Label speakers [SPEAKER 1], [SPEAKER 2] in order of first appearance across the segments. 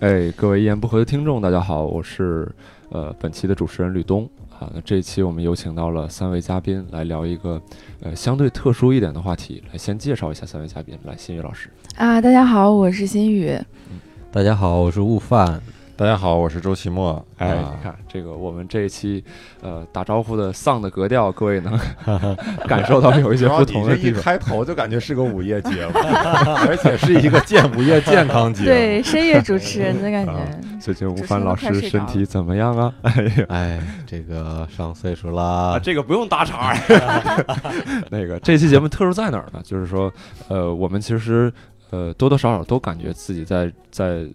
[SPEAKER 1] 哎，各位一言不合的听众，大家好，我是呃本期的主持人吕东啊。那这一期我们有请到了三位嘉宾来聊一个呃相对特殊一点的话题。来，先介绍一下三位嘉宾，来，新宇老师。
[SPEAKER 2] 啊，大家好，我是新宇。
[SPEAKER 3] 大家好，我是 悟饭。
[SPEAKER 4] 大家好，我是周奇墨。
[SPEAKER 1] 哎，
[SPEAKER 4] 啊
[SPEAKER 1] 你看这个，我们这一期呃打招呼的丧的格调，各位能 感受到有一些
[SPEAKER 4] 主要
[SPEAKER 1] 不
[SPEAKER 4] 你
[SPEAKER 1] 同
[SPEAKER 4] 这
[SPEAKER 1] 的
[SPEAKER 4] 一
[SPEAKER 1] 地方。
[SPEAKER 4] 开头就感觉是个午夜 节目，而且是一个健午 夜健康节目。
[SPEAKER 2] 对，深夜主持人的感觉。
[SPEAKER 1] 最近吴
[SPEAKER 2] 主持
[SPEAKER 1] 凡
[SPEAKER 2] 人都
[SPEAKER 1] 老
[SPEAKER 2] 快
[SPEAKER 1] 师
[SPEAKER 2] 睡
[SPEAKER 1] 身
[SPEAKER 2] 着
[SPEAKER 1] 体怎么样啊？哎呀，
[SPEAKER 3] 哎，这个上岁数啦，
[SPEAKER 1] 这个不用打岔。啊 那个这期节目特殊在哪儿呢？就是说，呃，我们其实呃多多少少都感觉自己在在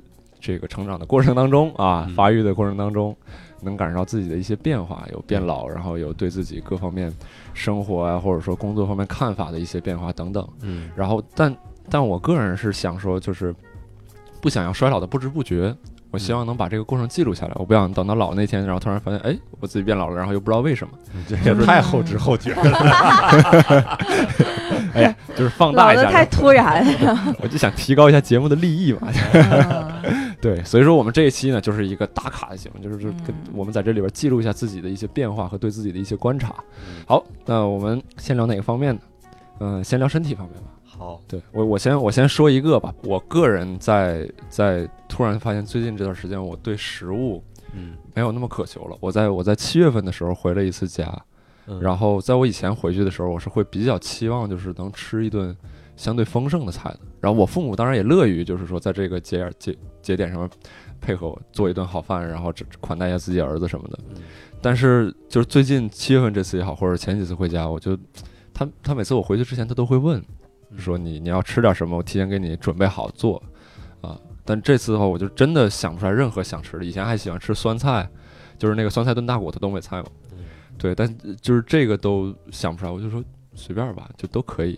[SPEAKER 1] 这个成长的过程当中啊，
[SPEAKER 3] 嗯
[SPEAKER 1] 发育的过程当中，能感受到自己的一些变化，有变
[SPEAKER 3] 对
[SPEAKER 1] 老，然后有对自己各方面生活啊，或者说工作方面看法的一些变化等等。
[SPEAKER 3] 嗯
[SPEAKER 1] 然后，但但我个人是想说，就是不想要衰老的不知不觉。我希望能把这个过程记录下来，我不想等到老那天，然后突然发现，哎，我自己变老了，然后又不知道为什么，
[SPEAKER 4] 你这也太后知后觉了。
[SPEAKER 1] 哎呀，就是放
[SPEAKER 2] 老
[SPEAKER 1] 大一
[SPEAKER 2] 的
[SPEAKER 1] 下，
[SPEAKER 2] 太突然了。
[SPEAKER 1] 我就想提高一下节目的立意 嘛。对，所以说我们这一期呢，就是一个打卡的节目，就是就是跟
[SPEAKER 2] 嗯
[SPEAKER 1] 我们在这里边记录一下自己的一些变化和对自己的一些观察。
[SPEAKER 2] 嗯
[SPEAKER 1] 好，那我们先聊哪个方面呢？嗯、先聊身体方面吧。
[SPEAKER 3] 好，
[SPEAKER 1] 对我，我先我先说一个吧。我个人在在突然发现，最近这段时间我对食物
[SPEAKER 3] 嗯，
[SPEAKER 1] 没有那么渴求了。我在我在七月份的时候回了一次家，
[SPEAKER 3] 嗯
[SPEAKER 1] 然后在我以前回去的时候，我是会比较期望就是能吃一顿相对丰盛的菜的。然后我父母当然也乐于就是说在这个节节节点上面配合我做一顿好饭，然后这款待一下自己儿子什么的
[SPEAKER 3] 嗯。
[SPEAKER 1] 但是就是最近七月份这次也好，或者前几次回家，我就他他每次我回去之前他都会问，说你你要吃点什么，我提前给你准备好做啊。但这次的话，我就真的想不出来任何想吃的。以前还喜欢吃酸菜，就是那个酸菜炖大骨头，东北菜嘛。对，但呃就是这个都想不出来，我就说随便吧，就都可以。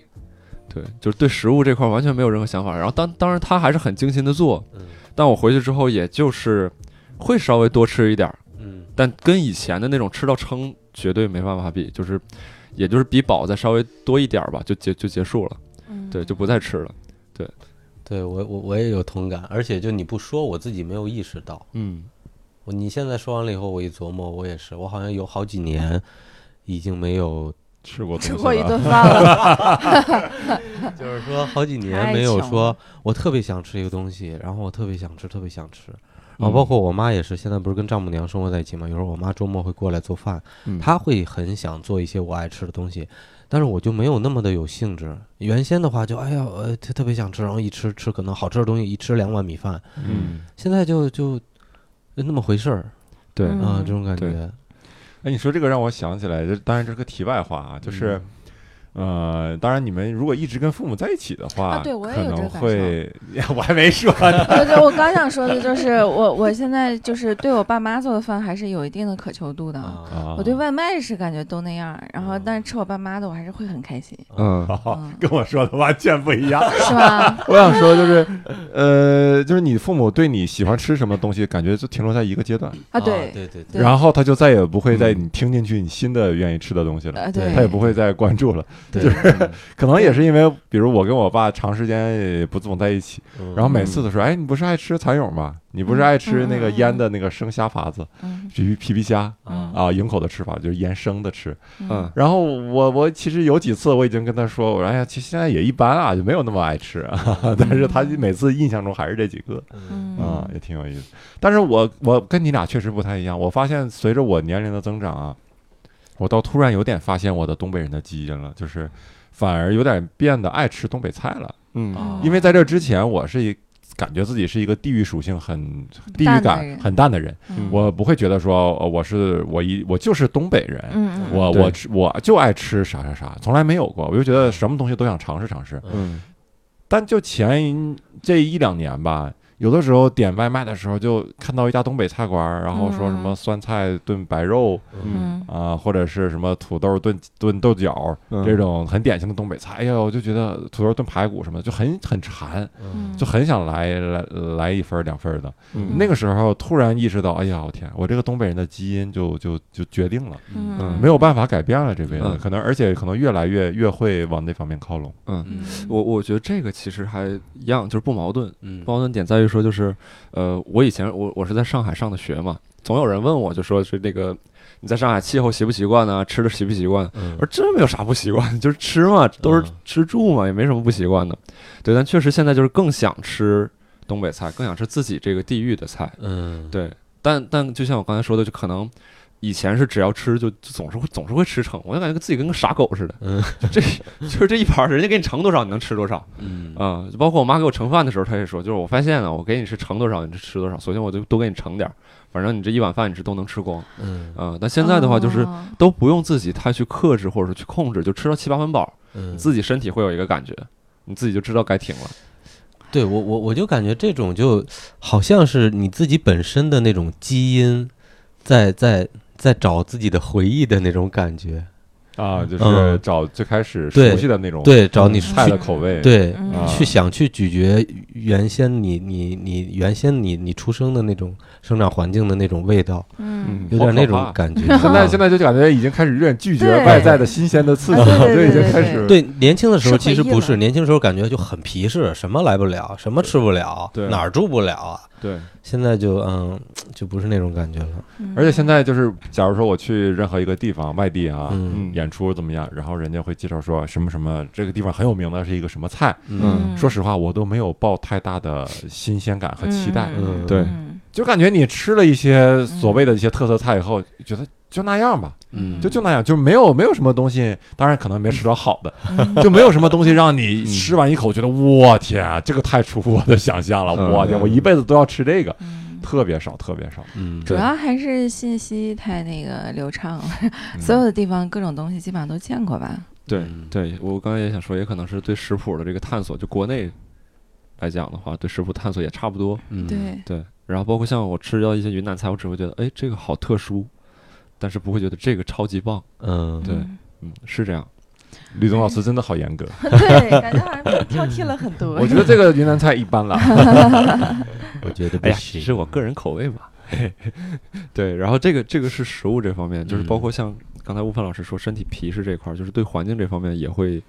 [SPEAKER 1] 对，就是对食物这块完全没有任何想法。然后当当然他还是很精心的做，
[SPEAKER 3] 嗯
[SPEAKER 1] 但我回去之后也就是会稍微多吃一点儿，
[SPEAKER 3] 嗯
[SPEAKER 1] 但跟以前的那种吃到撑绝对没办法比，就是也就是比饱再稍微多一点儿吧，就结就结束了，
[SPEAKER 2] 嗯
[SPEAKER 1] 对，就不再吃了。
[SPEAKER 3] 对我我我也有同感，而且就你不说，我自己没有意识到。
[SPEAKER 1] 嗯，
[SPEAKER 3] 我你现在说完了以后，我一琢磨，我也是，我好像有好几年已经没有，
[SPEAKER 4] 吃过
[SPEAKER 2] 吃
[SPEAKER 4] 东西
[SPEAKER 2] 过一
[SPEAKER 4] 了
[SPEAKER 2] 顿饭了。
[SPEAKER 3] 就是说好几年
[SPEAKER 2] 太
[SPEAKER 3] 没有
[SPEAKER 2] 穷
[SPEAKER 3] 说
[SPEAKER 2] 了
[SPEAKER 3] 我特别想吃一个东西，然后我特别想吃，特别想吃。
[SPEAKER 2] 嗯
[SPEAKER 3] 然后包括我妈也是，现在不是跟丈母娘生活在一起嘛，有时候我妈周末会过来做饭，
[SPEAKER 1] 嗯
[SPEAKER 3] 她会很想做一些我爱吃的东西，但是我就没有那么的有兴致。原先的话就哎呀，呃，特特别想吃，然后一吃吃可能好吃的东西一吃两碗米饭，
[SPEAKER 1] 嗯，
[SPEAKER 3] 现在就就就那么回事儿
[SPEAKER 1] 对，
[SPEAKER 2] 嗯
[SPEAKER 3] 啊、这种感
[SPEAKER 1] 对
[SPEAKER 3] 觉。
[SPEAKER 4] 哎，你说这个让我想起来，这当然这是个题外话啊，就是。呃，当然，你们如果一直跟父母在一起的话，
[SPEAKER 2] 啊对我也
[SPEAKER 4] 可
[SPEAKER 2] 有这
[SPEAKER 4] 能
[SPEAKER 2] 感受
[SPEAKER 4] 会， 我还没说 呢。
[SPEAKER 2] 我就我刚想说的就是，我我现在就是对我爸妈做的饭还是有一定的渴求度的。
[SPEAKER 3] 啊，
[SPEAKER 2] 我对外卖是感觉都那样，然后但是吃我爸妈的我还是会很开心，
[SPEAKER 4] 哦
[SPEAKER 1] 嗯，
[SPEAKER 2] 嗯
[SPEAKER 4] 跟我说的完全不一 样。
[SPEAKER 2] 是吧？啊
[SPEAKER 4] 我想说就是，呃，就是你父母对你喜欢吃什么东西，感觉就停留在一个阶段，
[SPEAKER 2] 啊，
[SPEAKER 3] 对
[SPEAKER 2] 对，
[SPEAKER 3] 对对
[SPEAKER 2] 对
[SPEAKER 4] 然后他就再也不会在你听进去你新的愿意吃的东西了，
[SPEAKER 2] 呃，
[SPEAKER 3] 对
[SPEAKER 2] 对，
[SPEAKER 4] 他也不会再关注了。
[SPEAKER 3] 对，
[SPEAKER 4] 可能也是因为，比如我跟我爸长时间也不总在一起，
[SPEAKER 3] 嗯
[SPEAKER 4] 然后每次都说，哎，你不是爱吃蚕蛹吗？你不是爱吃那个
[SPEAKER 2] 嗯嗯嗯
[SPEAKER 4] 腌的那个生虾法子，
[SPEAKER 2] 嗯
[SPEAKER 4] 皮皮皮虾
[SPEAKER 3] 啊
[SPEAKER 4] 啊，营口的吃法就是腌生的吃。
[SPEAKER 1] 嗯
[SPEAKER 4] 然后我我其实有几次我已经跟他说，我说哎呀，其实现在也一般啊，就没有那么爱吃啊。 但是他每次印象中还是这几个
[SPEAKER 3] 嗯
[SPEAKER 2] 嗯
[SPEAKER 4] 啊，也挺有意思。但是我我跟你俩确实不太一样，我发现随着我年龄的增长啊，我倒突然有点发现我的东北人的基因了，就是反而有点变得爱吃东北菜了。
[SPEAKER 1] 嗯
[SPEAKER 3] 啊
[SPEAKER 2] 嗯
[SPEAKER 4] 因为在这之前，我是一感觉自己是一个地域属性很地域
[SPEAKER 2] 淡的
[SPEAKER 4] 感
[SPEAKER 2] 人
[SPEAKER 4] 很淡的人，
[SPEAKER 2] 嗯
[SPEAKER 4] 我不会觉得说呃我是我一我就是东北人。
[SPEAKER 2] 嗯嗯
[SPEAKER 4] 我
[SPEAKER 1] 对
[SPEAKER 4] 我吃我就爱吃啥啥啥，从来没有过。我就觉得什么东西都想尝试尝试。
[SPEAKER 1] 嗯
[SPEAKER 4] 但就前这一两年吧，有的时候点外卖的时候，就看到一家东北菜馆儿，然后说什么酸菜炖白肉
[SPEAKER 1] 嗯
[SPEAKER 2] 嗯
[SPEAKER 4] 啊、或者是什么土豆炖炖豆角
[SPEAKER 1] 嗯，
[SPEAKER 4] 这种很典型的东北菜。哎呀，我就觉得土豆炖排骨什么的就很很馋，
[SPEAKER 3] 嗯
[SPEAKER 4] 就很想来来来一份儿两份儿的。
[SPEAKER 1] 嗯
[SPEAKER 4] 那个时候突然意识到，哎呀，我天，我这个东北人的基因就就就决定了。
[SPEAKER 2] 嗯
[SPEAKER 1] 嗯
[SPEAKER 4] 没有办法改变了这辈子，
[SPEAKER 1] 嗯
[SPEAKER 4] 可能而且可能越来越越会往那方面靠拢。
[SPEAKER 1] 嗯，
[SPEAKER 3] 嗯
[SPEAKER 1] 我我觉得这个其实还一样，就是不矛盾。
[SPEAKER 3] 嗯
[SPEAKER 1] 矛盾点在于说就是，呃，我以前我我是在上海上的学嘛，总有人问我就说是那个你在上海气候习不习惯呢、吃的习不习惯？
[SPEAKER 3] 嗯
[SPEAKER 1] 我说这没有啥不习惯， 就是吃嘛，都是
[SPEAKER 3] 嗯
[SPEAKER 1] 吃住嘛，也没什么不习惯的。对，但确实现在就是更想吃东北菜，更想吃自己这个地域的菜。
[SPEAKER 3] 嗯，
[SPEAKER 1] 对，但但就像我刚才说的，就可能以前是只要吃就就总是会总是会吃撑，我就感觉自己跟个傻狗似的。
[SPEAKER 3] 嗯，
[SPEAKER 1] 这就是这一盘儿，人家给你盛多少，你能吃多少
[SPEAKER 3] 嗯
[SPEAKER 1] 啊、就包括我妈给我盛饭的时候，她也说，就是我发现了，我给你是盛多少，你就吃多少，索性我就多给你盛点儿，反正你这一碗饭你是都能吃光
[SPEAKER 3] 嗯
[SPEAKER 1] 啊、但现在的话就是
[SPEAKER 2] 哦
[SPEAKER 1] 都不用自己太去克制或者是去控制，就吃到七八分饱，
[SPEAKER 3] 嗯，
[SPEAKER 1] 你自己身体会有一个感觉，你自己就知道该停了。
[SPEAKER 3] 对我我我就感觉这种就好像是你自己本身的那种基因在，在在找自己的回忆的那种感觉，
[SPEAKER 4] 啊，就是
[SPEAKER 3] 嗯
[SPEAKER 4] 找最开始
[SPEAKER 3] 对
[SPEAKER 4] 熟悉的那种
[SPEAKER 3] 对，找你去
[SPEAKER 4] 菜的口味，
[SPEAKER 3] 对、
[SPEAKER 2] 嗯
[SPEAKER 4] 啊
[SPEAKER 3] 去想去咀嚼原先你你你原先你你出生的那种生长环境的那种味道，
[SPEAKER 2] 嗯，
[SPEAKER 3] 有点那
[SPEAKER 4] 好可
[SPEAKER 3] 种
[SPEAKER 4] 怕
[SPEAKER 3] 感觉。
[SPEAKER 4] 现在
[SPEAKER 3] 啊
[SPEAKER 4] 现在就感觉已经开始有点拒绝
[SPEAKER 2] 对
[SPEAKER 4] 外在的新鲜的刺激，
[SPEAKER 2] 啊 对对
[SPEAKER 4] 就已经
[SPEAKER 2] 对
[SPEAKER 4] 开
[SPEAKER 2] 对
[SPEAKER 4] 始
[SPEAKER 3] 对，年轻的时
[SPEAKER 2] 是回
[SPEAKER 3] 候其
[SPEAKER 2] 忆
[SPEAKER 3] 实不
[SPEAKER 2] 了
[SPEAKER 3] 是，年轻时候感觉就很皮实，什么来不了，什么吃不了，
[SPEAKER 4] 对
[SPEAKER 3] 哪儿住不了啊。
[SPEAKER 4] 对。
[SPEAKER 3] 现在就嗯，就不是那种感觉了。
[SPEAKER 2] 嗯
[SPEAKER 4] 而且现在就是，假如说我去任何一个地方，外地啊，
[SPEAKER 3] 嗯
[SPEAKER 1] 嗯
[SPEAKER 4] 演出怎么样，然后人家会介绍说什么什么，这个地方很有名的是一个什么菜。
[SPEAKER 1] 嗯
[SPEAKER 4] 说实话，我都没有抱太大的新鲜感和期待，
[SPEAKER 3] 嗯
[SPEAKER 1] 对
[SPEAKER 4] 就感觉你吃了一些所谓的一些特色菜以后，觉得就那样吧，
[SPEAKER 3] 嗯
[SPEAKER 4] 就就那样，就没有没有什么东西，当然可能没吃着好的，
[SPEAKER 2] 嗯
[SPEAKER 4] 就没有什么东西让你吃完一口觉得我天啊，这个太出乎我的想象了，
[SPEAKER 1] 嗯
[SPEAKER 4] 我天，我一辈子都要吃这个，
[SPEAKER 2] 嗯
[SPEAKER 4] 特别少，特别少。
[SPEAKER 3] 嗯，
[SPEAKER 2] 主要还是信息太那个流畅了，
[SPEAKER 4] 嗯
[SPEAKER 2] 所有的地方各种东西基本上都见过吧？
[SPEAKER 1] 对
[SPEAKER 3] 嗯
[SPEAKER 1] 对，我刚才也想说，也可能是对食谱的这个探索，就国内来讲的话，对食谱探索也差不多。
[SPEAKER 3] 嗯，
[SPEAKER 2] 对，
[SPEAKER 1] 对，然后包括像我吃到一些云南菜，我只会觉得，哎，这个好特殊，但是不会觉得这个超级棒。
[SPEAKER 3] 嗯，
[SPEAKER 1] 对
[SPEAKER 2] 嗯
[SPEAKER 1] 嗯，是这样。
[SPEAKER 4] 吕总老师真的好严格，
[SPEAKER 2] 对，感觉好像被挑剔了很多。
[SPEAKER 4] 我觉得这个云南菜一般了。
[SPEAKER 3] 我觉得不
[SPEAKER 1] 哎呀，
[SPEAKER 3] 行
[SPEAKER 1] 只是我个人口味嘛。 对，然后这个这个是食物这方面，就是包括像刚才吴凡老师说身体皮实这块儿，就是对环境这方面也会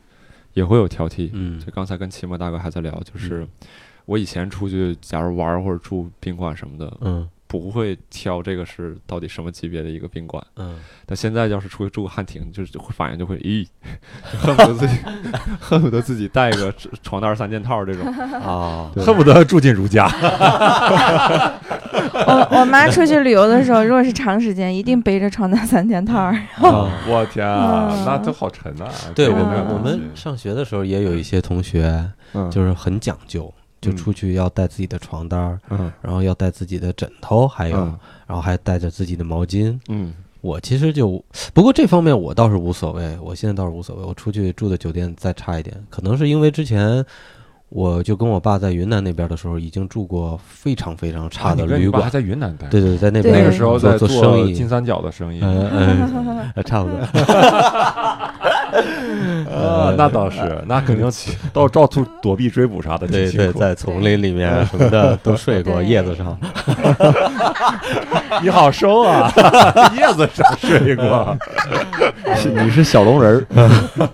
[SPEAKER 1] 也会有挑剔。
[SPEAKER 3] 嗯
[SPEAKER 1] 就刚才跟齐墨大哥还在聊，就是我以前出去，假如玩儿或者住宾馆什么的，
[SPEAKER 3] 嗯
[SPEAKER 1] 不会挑这个是到底什么级别的一个宾馆。
[SPEAKER 3] 嗯，
[SPEAKER 1] 但现在要是出去住个汉庭，就是会反应就会， 咦，就恨不得自己恨不得自己带个床单儿三件套儿这种。
[SPEAKER 3] 哦，
[SPEAKER 1] 对
[SPEAKER 4] 恨不得住进 如家。
[SPEAKER 2] 我我妈出去旅游的时 候，如果是长时间，一定背着床单三件套儿。
[SPEAKER 4] 嗯
[SPEAKER 3] 啊
[SPEAKER 4] 我天啊
[SPEAKER 2] 嗯，
[SPEAKER 4] 那都好沉啊！
[SPEAKER 3] 对
[SPEAKER 4] 这
[SPEAKER 3] 我
[SPEAKER 4] 个没有
[SPEAKER 3] 们
[SPEAKER 4] 东
[SPEAKER 3] 我
[SPEAKER 4] 西
[SPEAKER 3] 们上学的时候也有一些同学
[SPEAKER 1] 嗯
[SPEAKER 3] 就是很讲究，就
[SPEAKER 1] 嗯
[SPEAKER 3] 出去要带自己的床单儿，
[SPEAKER 1] 嗯
[SPEAKER 3] 然后要带自己的枕头，还有
[SPEAKER 1] 嗯
[SPEAKER 3] 然后还带着自己的毛巾。
[SPEAKER 1] 嗯
[SPEAKER 3] 我其实就不过这方面我倒是无所谓，我现在倒是无所谓。我出去住的酒店再差一点，可能是因为之前我就跟我爸在云南那边的时候已经住过非常非常差
[SPEAKER 4] 啊你
[SPEAKER 3] 的
[SPEAKER 4] 跟你
[SPEAKER 3] 旅
[SPEAKER 4] 爸
[SPEAKER 3] 馆
[SPEAKER 4] 还，在云南待，
[SPEAKER 3] 对对，对在那
[SPEAKER 2] 对
[SPEAKER 3] 边
[SPEAKER 4] 那个时候在
[SPEAKER 3] 做生
[SPEAKER 4] 金
[SPEAKER 3] 意，
[SPEAKER 4] 三角的生意
[SPEAKER 3] 嗯嗯，呃差不多。嗯
[SPEAKER 4] 啊，那倒是，那肯定起到到处躲避追捕啥的，挺
[SPEAKER 3] 对
[SPEAKER 4] 辛
[SPEAKER 3] 对，
[SPEAKER 4] 苦。
[SPEAKER 3] 在丛林里面什么的都睡过，
[SPEAKER 2] 对
[SPEAKER 3] 叶子上。
[SPEAKER 4] 你好收啊， 叶子上睡过，
[SPEAKER 1] 你是小龙人儿，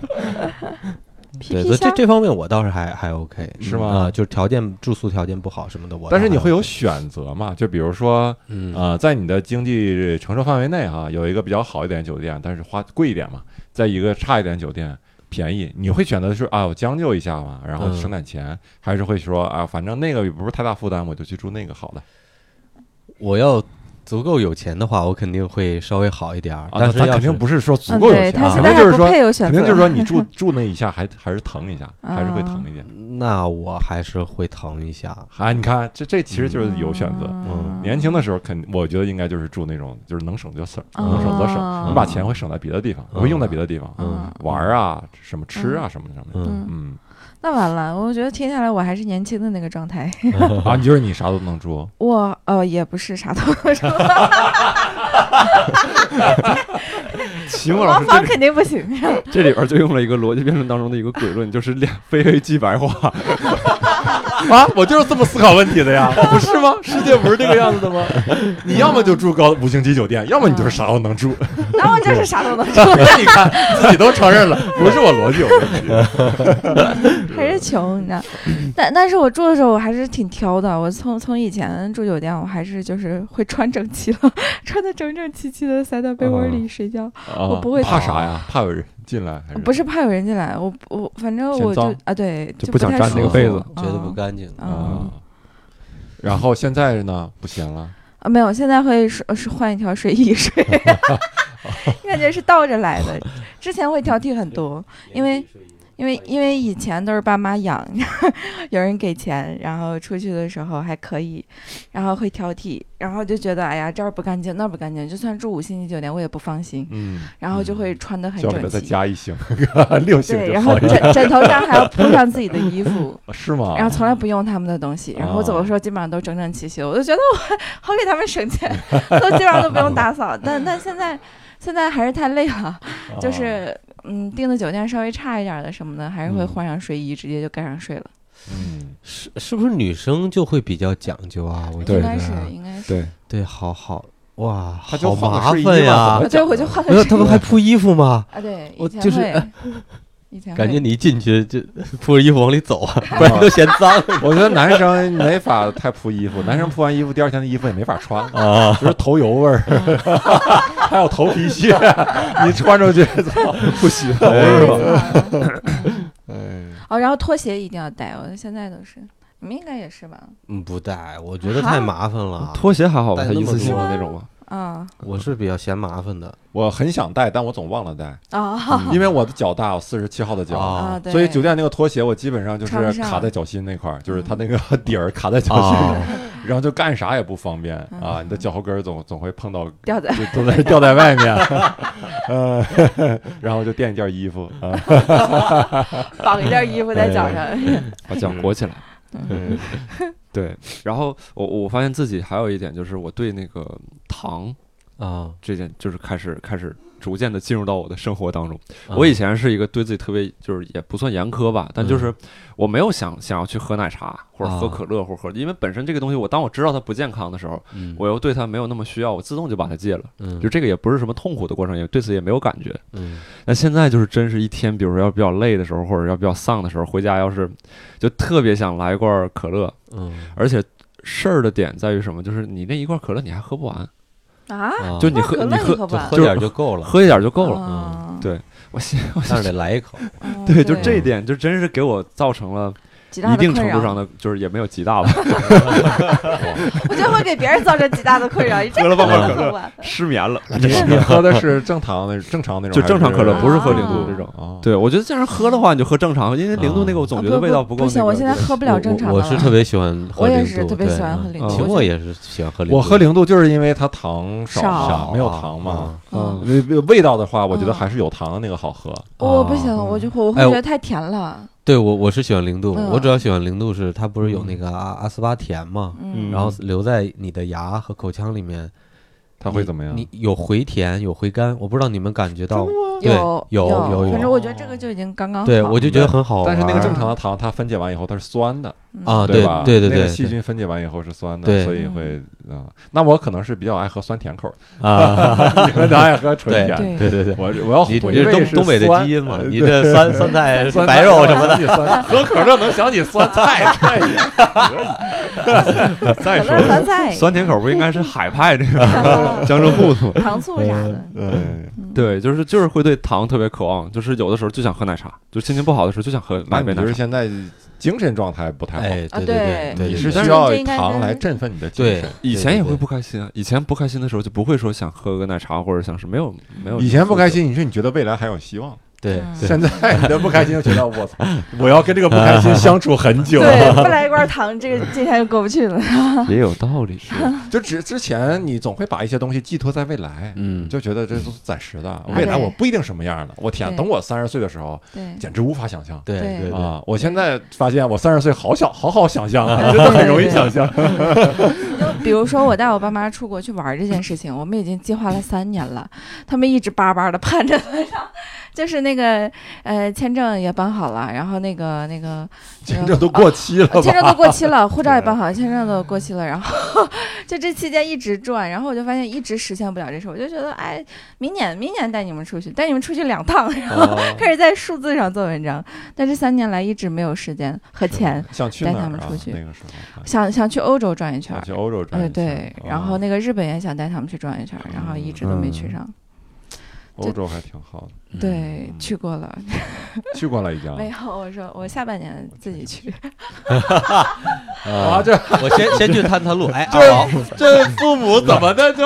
[SPEAKER 2] 皮
[SPEAKER 3] 对，
[SPEAKER 2] 皮嗯
[SPEAKER 3] 所以这
[SPEAKER 2] 虾，
[SPEAKER 3] 这方面我倒是还还 OK，
[SPEAKER 4] 是
[SPEAKER 3] 嗯
[SPEAKER 4] 吗
[SPEAKER 3] 啊，就是条件住宿条件不好什么的，我
[SPEAKER 4] 但是
[SPEAKER 3] 倒
[SPEAKER 4] 你
[SPEAKER 3] 还
[SPEAKER 4] 会有
[SPEAKER 3] OK
[SPEAKER 4] 选择嘛？就比如说，
[SPEAKER 3] 嗯
[SPEAKER 4] 呃，在你的经济承受范围内哈，有一个比较好一点的酒店，但是花贵一点嘛；在一个差一点的酒店便宜，你会选择是啊，我将就一下嘛，然后
[SPEAKER 3] 嗯
[SPEAKER 4] 省点钱，还是会说啊，反正那个也不是太大负担，我就去住那个好的。
[SPEAKER 3] 我要足够有钱的话，我肯定会稍微好一点儿，
[SPEAKER 4] 啊，
[SPEAKER 3] 但是
[SPEAKER 4] 他
[SPEAKER 3] 要
[SPEAKER 4] 肯定不是说足
[SPEAKER 2] 嗯，
[SPEAKER 4] 够有
[SPEAKER 2] 对
[SPEAKER 4] 钱，
[SPEAKER 2] 他
[SPEAKER 4] 啊
[SPEAKER 2] 现
[SPEAKER 4] 肯
[SPEAKER 2] 在
[SPEAKER 4] 定就是
[SPEAKER 2] 还不
[SPEAKER 4] 说，
[SPEAKER 2] 配有选
[SPEAKER 4] 肯
[SPEAKER 2] 择，
[SPEAKER 4] 定就是说 你住住那一下还还是疼一下，还是会疼一点。
[SPEAKER 2] 嗯
[SPEAKER 3] 那我还是会疼一下。
[SPEAKER 4] 啊，你看这这其实就是有选择。
[SPEAKER 3] 嗯
[SPEAKER 4] 年轻的时候肯，我觉得应该就是住那种，就是能省就省，
[SPEAKER 2] 嗯
[SPEAKER 4] 能省则省。
[SPEAKER 2] 嗯
[SPEAKER 4] 你把钱会省在别的地方，会用在别的地方，
[SPEAKER 3] 嗯
[SPEAKER 4] 玩儿啊，什么吃啊，什么什么的。
[SPEAKER 3] 嗯，
[SPEAKER 4] 嗯
[SPEAKER 2] 那完了，我觉得听下来我还是年轻的那个状态。
[SPEAKER 4] 啊，你就是你啥都能住，
[SPEAKER 2] 我呃也不是 啥都不是，
[SPEAKER 1] 齐墨 老
[SPEAKER 2] 茅
[SPEAKER 1] 师
[SPEAKER 2] 房肯定不 行。
[SPEAKER 1] 这里边就用了一个逻辑辩论当中的一个诡论，就是两 非黑即白话。
[SPEAKER 4] 啊，我就是这么思考问题的呀，不是吗？世界不是这个样子的吗？ 你要么就住高五星级酒店，要么你就是啥都能住。
[SPEAKER 2] 那我就是啥都能
[SPEAKER 4] 那你看自己都承认了，不是我逻辑有问题。
[SPEAKER 2] 还是穷，你知道。但但是我住的时候，我还是挺挑的。我从从以前住酒店，我还是就是会穿整齐了， 穿的整整齐齐的，塞到被窝里睡觉。
[SPEAKER 4] 啊
[SPEAKER 2] 我不会打
[SPEAKER 4] 怕啥呀？怕有人进来还是？
[SPEAKER 2] 不是怕有人进来，我我反正
[SPEAKER 4] 嫌
[SPEAKER 2] 我就
[SPEAKER 4] 脏
[SPEAKER 2] 啊，对，
[SPEAKER 1] 就
[SPEAKER 2] 就
[SPEAKER 1] 不
[SPEAKER 2] 太
[SPEAKER 1] 想沾那个
[SPEAKER 2] 舒服
[SPEAKER 1] 被子
[SPEAKER 3] 觉得不
[SPEAKER 2] 啊
[SPEAKER 3] 干净。
[SPEAKER 2] 啊
[SPEAKER 4] 啊。然后现在呢，不行了，
[SPEAKER 2] 啊，没有，现在会是呃是换一条睡衣 睡，感觉是倒着来的。之前会挑剔很多，因为因为因为以前都是爸妈养， 有人给钱，然后出去的时候还可以，然后会挑剔，然后就觉得哎呀这儿不干净那儿不干净，就算住五星级酒店我也不放心，
[SPEAKER 4] 嗯，
[SPEAKER 2] 然后就会穿得很
[SPEAKER 4] 需要给
[SPEAKER 2] 整
[SPEAKER 4] 他再
[SPEAKER 2] 齐。
[SPEAKER 4] 加一星， 六星
[SPEAKER 2] 对，
[SPEAKER 4] 就
[SPEAKER 2] 然
[SPEAKER 4] 好
[SPEAKER 2] 后
[SPEAKER 4] 一点，
[SPEAKER 2] 枕枕头上还要铺上自己的衣服，
[SPEAKER 4] 是吗？
[SPEAKER 2] 然后从来不用他们的东西，然后我走的时候基本上都整整齐齐的，我就觉得我好给他们省钱，都基本上都不用打扫。但但现在现在还是太累了，就
[SPEAKER 4] 啊
[SPEAKER 2] 是嗯订的酒店稍微差一点的什么的，还是会
[SPEAKER 4] 嗯
[SPEAKER 2] 换上睡衣直接就盖上睡了。
[SPEAKER 4] 嗯，
[SPEAKER 3] 是是不是女生就会比较讲究啊？我觉
[SPEAKER 2] 应
[SPEAKER 3] 得
[SPEAKER 2] 该是应该是。
[SPEAKER 1] 对，
[SPEAKER 3] 对，好好哇，
[SPEAKER 4] 他就
[SPEAKER 3] 好
[SPEAKER 4] 换个
[SPEAKER 3] 麻
[SPEAKER 4] 睡衣
[SPEAKER 3] 烦
[SPEAKER 4] 嘛
[SPEAKER 3] 呀
[SPEAKER 4] 怎么！
[SPEAKER 2] 啊，对，我就换
[SPEAKER 3] 没有，
[SPEAKER 2] 个
[SPEAKER 3] 他
[SPEAKER 2] 睡
[SPEAKER 3] 们
[SPEAKER 2] 衣
[SPEAKER 3] 还铺衣服吗？
[SPEAKER 2] 啊，对，
[SPEAKER 3] 我
[SPEAKER 2] 以前
[SPEAKER 3] 就是
[SPEAKER 2] 会，以前
[SPEAKER 3] 感觉
[SPEAKER 2] 会
[SPEAKER 3] 你一进去就铺着衣服往里走啊，不然都嫌 脏
[SPEAKER 4] 我觉得男生没法太铺衣服，男 生铺完衣服，第二天的衣服也没法穿了，
[SPEAKER 3] 啊。
[SPEAKER 4] 就是头油味儿，
[SPEAKER 2] 啊
[SPEAKER 4] 还有头皮屑，你穿出去操不行，头
[SPEAKER 2] 太
[SPEAKER 4] 味
[SPEAKER 2] 惨
[SPEAKER 4] 儿
[SPEAKER 2] 了
[SPEAKER 4] 哎，
[SPEAKER 2] 啊哦，然后拖鞋一定要带，我现在都是，你们应该也是吧？
[SPEAKER 3] 嗯，不带，我觉得太麻烦了。
[SPEAKER 1] 拖鞋还好吧，
[SPEAKER 3] 带
[SPEAKER 1] 它
[SPEAKER 3] 那
[SPEAKER 1] 一
[SPEAKER 3] 么
[SPEAKER 1] 次性
[SPEAKER 3] 多
[SPEAKER 1] 的那种嘛。
[SPEAKER 2] 啊
[SPEAKER 3] 我是比较嫌麻烦 的，
[SPEAKER 4] 我很想带，但我总忘了带，
[SPEAKER 2] 啊
[SPEAKER 4] 因为我的脚大，我四十七号的脚。
[SPEAKER 3] 啊
[SPEAKER 2] 啊！对，
[SPEAKER 4] 所以酒店那个拖鞋，我基本上就
[SPEAKER 2] 穿
[SPEAKER 4] 是
[SPEAKER 2] 不上嗯
[SPEAKER 4] 卡在脚心那块儿，就是它那个 底儿卡在脚心， 然后就干啥也不方便啊！你的脚后跟儿总总会碰到
[SPEAKER 2] 嗯掉在
[SPEAKER 4] 就都在掉在外面，呃， 然后就垫一件衣服 啊，
[SPEAKER 2] 绑一件衣服在脚上。
[SPEAKER 1] 把脚裹起来。
[SPEAKER 4] 嗯
[SPEAKER 1] 对，然后我我发现自己还有一点就是我对那个糖
[SPEAKER 3] 啊！
[SPEAKER 1] 这件就是开始开始逐渐的进入到我的生活当中。
[SPEAKER 3] 啊
[SPEAKER 1] 我以前是一个对自己特别就是也不算严苛吧，但就
[SPEAKER 3] 嗯
[SPEAKER 1] 是我没有想想要去喝奶茶或者喝
[SPEAKER 3] 啊
[SPEAKER 1] 可乐或者喝，因为本身这个东西我当我知道它不健康的时候，
[SPEAKER 3] 嗯
[SPEAKER 1] 我又对它没有那么需要，我自动就把它戒了。
[SPEAKER 3] 嗯
[SPEAKER 1] 就这个也不是什么痛苦的过程，也对此也没有感觉。
[SPEAKER 3] 嗯
[SPEAKER 1] 那现在就是真是一天，比如说要比较累的时候，或者要比较丧的时候，回家要是就特别想来一罐可乐，
[SPEAKER 3] 嗯
[SPEAKER 1] 而且事儿的点在于什么？就是你那一罐可乐你还喝不完，
[SPEAKER 2] 啊，
[SPEAKER 3] 啊
[SPEAKER 1] 就你
[SPEAKER 2] 可
[SPEAKER 1] 喝
[SPEAKER 2] 乐
[SPEAKER 1] 你
[SPEAKER 2] 你
[SPEAKER 1] 喝
[SPEAKER 2] 喝不完
[SPEAKER 3] 喝
[SPEAKER 1] 就
[SPEAKER 3] 点就够了，
[SPEAKER 1] 喝一点就
[SPEAKER 2] 哦
[SPEAKER 1] 够了。嗯
[SPEAKER 2] 了
[SPEAKER 1] 对我现我
[SPEAKER 3] 但是得来一口。
[SPEAKER 2] 哦
[SPEAKER 1] 对，就这一点就真是给我造成了一定程度上
[SPEAKER 2] 的，
[SPEAKER 1] 的，就是也没有极大吧，
[SPEAKER 2] 我觉得会给别人造成极大的困扰。你这
[SPEAKER 1] 喝了半
[SPEAKER 3] 罐
[SPEAKER 1] 可乐
[SPEAKER 2] 喝不完
[SPEAKER 1] 失眠了。
[SPEAKER 4] 你你喝的是正常的正常那
[SPEAKER 1] 就
[SPEAKER 4] 种还，
[SPEAKER 1] 是正常可乐，不是喝
[SPEAKER 2] 啊
[SPEAKER 1] 零度
[SPEAKER 4] 这
[SPEAKER 1] 这
[SPEAKER 4] 种
[SPEAKER 1] 种。啊
[SPEAKER 4] 啊，
[SPEAKER 1] 对，我觉得这样喝的话，你就喝正常，因为零度那个我总觉得味道
[SPEAKER 2] 啊不
[SPEAKER 1] 够那个。
[SPEAKER 2] 行，我现在喝不
[SPEAKER 3] 不
[SPEAKER 2] 了正常的
[SPEAKER 3] 我是特
[SPEAKER 2] 了。
[SPEAKER 3] 别喜欢喝
[SPEAKER 2] 我也
[SPEAKER 3] 零
[SPEAKER 2] 是
[SPEAKER 3] 度
[SPEAKER 2] 特别
[SPEAKER 3] 对
[SPEAKER 2] 喜欢喝
[SPEAKER 3] 嗯
[SPEAKER 2] 零
[SPEAKER 1] 度
[SPEAKER 3] 秦
[SPEAKER 1] 我
[SPEAKER 3] 墨
[SPEAKER 2] 觉
[SPEAKER 3] 也是喜欢喝零度。
[SPEAKER 4] 我喝零度就是因为它糖
[SPEAKER 2] 少
[SPEAKER 4] 嘛没有糖嘛。
[SPEAKER 3] 啊
[SPEAKER 2] 哦
[SPEAKER 1] 嗯，
[SPEAKER 4] 味味呃味道的话，我觉得
[SPEAKER 2] 嗯
[SPEAKER 4] 还是有糖的那个好喝。
[SPEAKER 2] 我哦不行，
[SPEAKER 1] 嗯
[SPEAKER 2] 我就我会
[SPEAKER 3] 哎
[SPEAKER 2] 觉
[SPEAKER 3] 我
[SPEAKER 2] 得太甜了。
[SPEAKER 3] 对我我是喜欢零度，
[SPEAKER 2] 嗯
[SPEAKER 3] 我主要喜欢零度是它不是有那个阿阿斯巴甜嘛，
[SPEAKER 2] 嗯
[SPEAKER 1] 嗯
[SPEAKER 3] 然后留在你的牙和口腔里面，
[SPEAKER 4] 它会怎么样？
[SPEAKER 3] 你有回甜有回甘，我不知道你们感觉到，对
[SPEAKER 2] 有
[SPEAKER 3] 有有有
[SPEAKER 2] 反正我觉得这个就已经刚刚好。
[SPEAKER 3] 对我就觉得很好玩
[SPEAKER 4] 但
[SPEAKER 3] 儿。
[SPEAKER 4] 是那个正常的糖，它分解完以后它是酸的，
[SPEAKER 2] 嗯
[SPEAKER 3] 啊对
[SPEAKER 4] 吧？
[SPEAKER 3] 对对
[SPEAKER 4] 那个
[SPEAKER 3] 对
[SPEAKER 4] 细 菌分解完以后是酸的，
[SPEAKER 3] 对
[SPEAKER 4] 所以会
[SPEAKER 2] 嗯
[SPEAKER 4] 啊。那我可能是比较爱喝酸甜 口的，
[SPEAKER 3] 啊，
[SPEAKER 4] 你们俩爱喝纯
[SPEAKER 3] 对
[SPEAKER 4] 甜的。
[SPEAKER 3] 对对对，
[SPEAKER 4] 我哦我要
[SPEAKER 3] 你
[SPEAKER 4] 回
[SPEAKER 3] 你
[SPEAKER 4] 味
[SPEAKER 3] 东
[SPEAKER 4] 是
[SPEAKER 3] 东北的
[SPEAKER 4] 酸
[SPEAKER 3] 基因 嘛，
[SPEAKER 4] 呃
[SPEAKER 3] 你
[SPEAKER 4] 对
[SPEAKER 3] 这酸酸菜
[SPEAKER 4] 酸
[SPEAKER 3] 白
[SPEAKER 4] 菜
[SPEAKER 3] 肉什么的，
[SPEAKER 4] 的，喝可乐能想起酸 菜，
[SPEAKER 1] 再
[SPEAKER 2] 可乐酸菜、嗯
[SPEAKER 1] 酸甜口不应该是海派这个 江浙沪的吗？
[SPEAKER 2] 糖醋啥的。
[SPEAKER 4] 嗯，
[SPEAKER 1] 对，就是就是会对糖特别渴望，就是有的时候就想喝奶茶，就心情不好的时候就想喝
[SPEAKER 4] 那
[SPEAKER 1] 买杯
[SPEAKER 4] 你
[SPEAKER 1] 奶
[SPEAKER 4] 就是
[SPEAKER 1] 茶。
[SPEAKER 4] 现在精神状态不太好，
[SPEAKER 3] 哎，
[SPEAKER 2] 啊
[SPEAKER 3] 对
[SPEAKER 2] 对
[SPEAKER 3] 对对，
[SPEAKER 4] 你是
[SPEAKER 3] 对
[SPEAKER 4] 需
[SPEAKER 2] 对
[SPEAKER 4] 要
[SPEAKER 2] 这应该
[SPEAKER 4] 糖
[SPEAKER 2] 跟
[SPEAKER 4] 来振奋你的精
[SPEAKER 3] 对
[SPEAKER 4] 神。，
[SPEAKER 1] 以前也会
[SPEAKER 3] 对
[SPEAKER 1] 不开心啊，以前不开心的时候就不会说想喝个奶茶或者想是没有没有。
[SPEAKER 4] 以前不开，心，你说你觉得未来还有希望，
[SPEAKER 3] 对
[SPEAKER 2] 嗯
[SPEAKER 3] 对
[SPEAKER 4] 现在你的不开心就觉得 我操，我要跟这个不开心相处很久。
[SPEAKER 2] 对，不来一罐糖，这个今天就过不去了。
[SPEAKER 1] 也有道 理。
[SPEAKER 4] 就之之前你总会把一些东西寄托在未来，
[SPEAKER 3] 嗯
[SPEAKER 4] 就觉得这都是暂时的，未来
[SPEAKER 2] 对
[SPEAKER 4] 我不一定什么样的。我天，啊
[SPEAKER 2] 对
[SPEAKER 4] 等我三十岁的时候，
[SPEAKER 2] 对，
[SPEAKER 4] 简直无法想象。
[SPEAKER 3] 对
[SPEAKER 2] 对
[SPEAKER 3] 对 对，
[SPEAKER 4] 啊！我现在发现我三十岁好想好好想象啊，真的很容易想象。
[SPEAKER 2] 就 比如说我带我爸妈出国去玩儿这件事情，我们已经计划了三年了，他们一直巴巴的盼着， 就是那个呃签证也办好了，然后那个那个
[SPEAKER 5] 签证都过期了吧？
[SPEAKER 2] 签证都过期了，护照也办好了，签证都过期了，然后 就这期间一直转，然后我就发现一直实现不了这事，我就觉得哎，明年明年带你们出去，带你们出去两趟，然后
[SPEAKER 5] 哦
[SPEAKER 2] 开始在数字上做文章，但这三年来一直没有时间和钱，
[SPEAKER 5] 想去
[SPEAKER 2] 带
[SPEAKER 5] 哪
[SPEAKER 2] 他
[SPEAKER 5] 儿
[SPEAKER 2] 们
[SPEAKER 5] 啊
[SPEAKER 2] 出去
[SPEAKER 5] 那个时候啊
[SPEAKER 2] 想想去欧洲转一圈
[SPEAKER 5] 想
[SPEAKER 2] 儿
[SPEAKER 5] 去，欧洲转
[SPEAKER 2] 哎
[SPEAKER 5] 一圈
[SPEAKER 2] 对，然后
[SPEAKER 5] 哦
[SPEAKER 2] 那个日本也想带他们去转一圈儿，然后一直都没
[SPEAKER 5] 嗯
[SPEAKER 2] 去上。
[SPEAKER 5] 欧洲还挺好的，
[SPEAKER 2] 嗯对，去过了，
[SPEAKER 5] 去过了已经。
[SPEAKER 2] 没有。我说我下半年自己 去，
[SPEAKER 5] 啊，这
[SPEAKER 3] 我先 先去探探路。哎，
[SPEAKER 5] 这
[SPEAKER 3] 二王，
[SPEAKER 5] 这父母怎 么的？这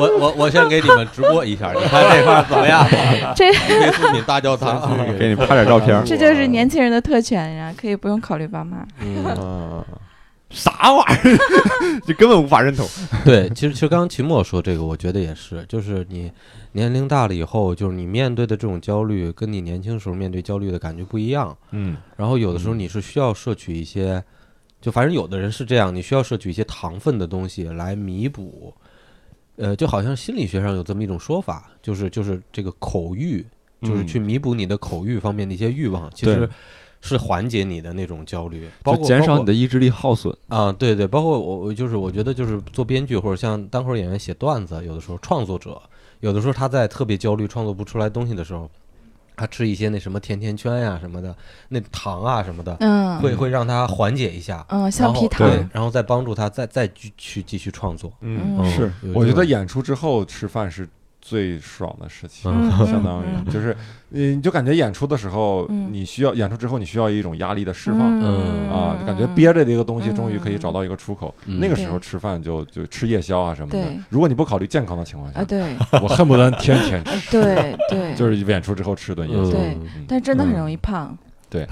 [SPEAKER 3] 我我我先给你们直播一下，你看这块儿怎么 样？
[SPEAKER 2] 这
[SPEAKER 3] 可以送你大教堂。
[SPEAKER 1] 给你拍点照片儿。
[SPEAKER 2] 这就是年轻人的特权呀、可以不用考虑爸妈。
[SPEAKER 5] 嗯，
[SPEAKER 1] 啥玩意儿？ 就根本无法认同。
[SPEAKER 3] 对，其实其实刚刚秦墨说这个，我觉得也是，就是你年龄大了以后，就是你面对的这种焦虑，跟你年轻时候面对焦虑的感觉不一样。
[SPEAKER 5] 嗯，
[SPEAKER 3] 然后有的时候你是需要摄取一些，就反正有的人是这样，你需要摄取一些糖分的东西来弥补。呃，就好像心理学上有这么一种说法，就是就是这个口欲，就是
[SPEAKER 5] 嗯
[SPEAKER 3] 去弥补你的口欲方面的一些欲望，其
[SPEAKER 1] 对
[SPEAKER 3] 实是缓解你的那种焦虑，包
[SPEAKER 1] 就
[SPEAKER 3] 括
[SPEAKER 1] 减
[SPEAKER 3] 包括
[SPEAKER 1] 少你的意志力耗损。
[SPEAKER 3] 啊，对对，包括我，我就是我觉得就是做编剧或者像单口演员写段子，有的时候创作者，有的时候他在特别焦虑创作不出来东西的时候，他吃一些那什么甜甜圈呀、什么的，那糖啊什么的，
[SPEAKER 2] 嗯
[SPEAKER 3] 会会让他缓解一下，
[SPEAKER 2] 嗯，
[SPEAKER 3] 然
[SPEAKER 2] 橡
[SPEAKER 3] 后
[SPEAKER 2] 皮糖，
[SPEAKER 3] 对，然后再帮助他再再继去继续创作。
[SPEAKER 5] 嗯，
[SPEAKER 2] 嗯
[SPEAKER 5] 是
[SPEAKER 3] 有，
[SPEAKER 5] 我
[SPEAKER 3] 这
[SPEAKER 5] 觉得
[SPEAKER 3] 种
[SPEAKER 5] 演出之后吃饭是最爽的事情，
[SPEAKER 2] 嗯
[SPEAKER 5] 相当
[SPEAKER 2] 嗯
[SPEAKER 5] 于就是你你就感觉演出的时候，
[SPEAKER 2] 嗯
[SPEAKER 5] 你需要演出之后你需要一种压力的释放。
[SPEAKER 3] 嗯
[SPEAKER 5] 啊，就感觉憋着的一个
[SPEAKER 2] 嗯
[SPEAKER 5] 东西，终于可以找到一个出口。那个时候吃饭就就吃夜宵啊什么的
[SPEAKER 2] 对。
[SPEAKER 5] 如果你不考虑健康的情况
[SPEAKER 2] 啊，
[SPEAKER 5] 下，
[SPEAKER 2] 对
[SPEAKER 5] 我恨不得天天吃，
[SPEAKER 2] 对对，
[SPEAKER 5] 就是演出之后吃顿夜宵。
[SPEAKER 2] 对
[SPEAKER 3] 嗯
[SPEAKER 2] 但真的很容易 胖。
[SPEAKER 3] 对，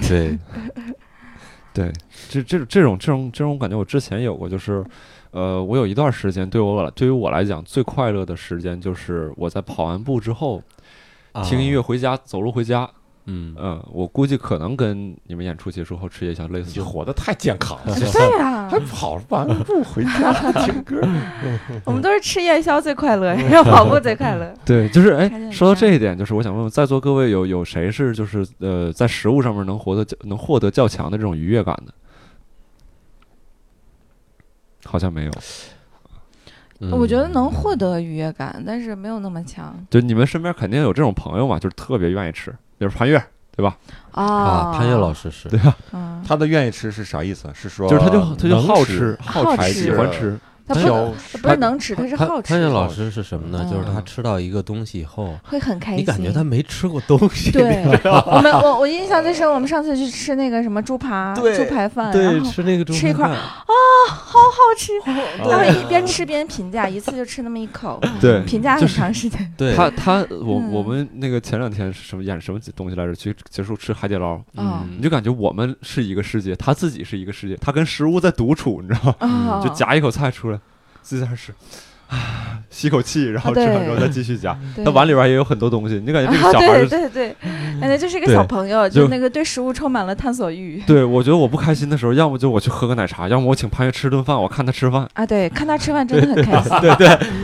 [SPEAKER 1] 对，这这这种这种这种感觉，我之前有过，就是，呃，我有一段时间，对我来对于我来讲，最快乐的时间就是我在跑完步之后，
[SPEAKER 3] 啊
[SPEAKER 1] 听音乐，回家，走路回家。
[SPEAKER 3] 嗯，
[SPEAKER 1] 嗯，我估计可能跟你们演出结束后吃夜宵类似
[SPEAKER 5] 你。活得太健康 了，
[SPEAKER 2] 对 呀
[SPEAKER 5] 还，跑完步回家 听歌。
[SPEAKER 2] 我们都是吃夜宵最快 乐，然后跑步最快乐。
[SPEAKER 1] 对，就是
[SPEAKER 2] 看见
[SPEAKER 1] 哎，
[SPEAKER 2] 你
[SPEAKER 1] 说到
[SPEAKER 2] 家
[SPEAKER 1] 这一点，就是我想问问在座各位有有谁是就是呃在食物上面能活得较能获得较强的这种愉悦感的？好像没有，
[SPEAKER 3] 嗯
[SPEAKER 2] 我觉得能获得愉悦感，但是没有那么强
[SPEAKER 1] 就你们身边肯定有这种朋友嘛，就是特别愿意吃，比如潘越，对吧？
[SPEAKER 2] 啊
[SPEAKER 3] 啊，潘越老
[SPEAKER 2] 师，
[SPEAKER 3] 师是
[SPEAKER 1] 对
[SPEAKER 2] 嗯，
[SPEAKER 5] 他的愿意吃是啥意思？是说
[SPEAKER 1] 就是他就他就
[SPEAKER 5] 能
[SPEAKER 1] 好
[SPEAKER 5] 吃，
[SPEAKER 1] 吃，
[SPEAKER 2] 好
[SPEAKER 1] 吃，呃
[SPEAKER 2] 吃
[SPEAKER 1] 喜欢吃，
[SPEAKER 2] 他不
[SPEAKER 5] 挑
[SPEAKER 2] 他不是能吃，他是好
[SPEAKER 3] 潘越
[SPEAKER 2] 吃，
[SPEAKER 3] 老师是什么呢？就是他
[SPEAKER 5] 嗯
[SPEAKER 3] 吃到一个东西以后，
[SPEAKER 2] 会很开心。
[SPEAKER 3] 你感觉他没吃过东西，
[SPEAKER 2] 对，我们我我印象最深，我们上次去吃那个什么猪扒、
[SPEAKER 3] 对
[SPEAKER 2] 猪排饭，
[SPEAKER 3] 对
[SPEAKER 2] 然，后
[SPEAKER 3] 吃哦那个中
[SPEAKER 2] 吃一
[SPEAKER 3] 餐
[SPEAKER 2] 块儿
[SPEAKER 3] 饭
[SPEAKER 2] 好 吃，然后
[SPEAKER 4] 哦
[SPEAKER 2] 一边吃边评价，一次就吃那么一口，
[SPEAKER 1] 对
[SPEAKER 2] 评价
[SPEAKER 1] 就
[SPEAKER 2] 很
[SPEAKER 1] 是
[SPEAKER 2] 长时间。
[SPEAKER 3] 对，
[SPEAKER 1] 嗯 他他我我
[SPEAKER 2] 嗯
[SPEAKER 1] 们那个前两天是什么演什么东西来着？去结束吃海底捞，
[SPEAKER 2] 嗯
[SPEAKER 1] 你就感觉我们是一个世界，他自己是一个世界，他跟食物在独处，你知道吗？
[SPEAKER 2] 啊，
[SPEAKER 1] 就夹一口菜出来，自己在那儿吃，啊，吸口气，然后吃完之后
[SPEAKER 2] 啊对
[SPEAKER 1] 再继续夹。
[SPEAKER 2] 对
[SPEAKER 1] 他碗里边也有很多东西，你感觉这
[SPEAKER 2] 啊，
[SPEAKER 1] 个小孩
[SPEAKER 2] 对
[SPEAKER 1] 儿是。
[SPEAKER 2] 对对，感觉就是一个
[SPEAKER 1] 对
[SPEAKER 2] 小朋友，
[SPEAKER 1] 就
[SPEAKER 2] 就那个对食物充满了探索欲
[SPEAKER 1] 对，我觉得我不开心的时候，要么就我去喝个奶茶，要么我请潘越吃顿饭，我看他吃饭。
[SPEAKER 2] 啊。对，看他吃饭真的很开心。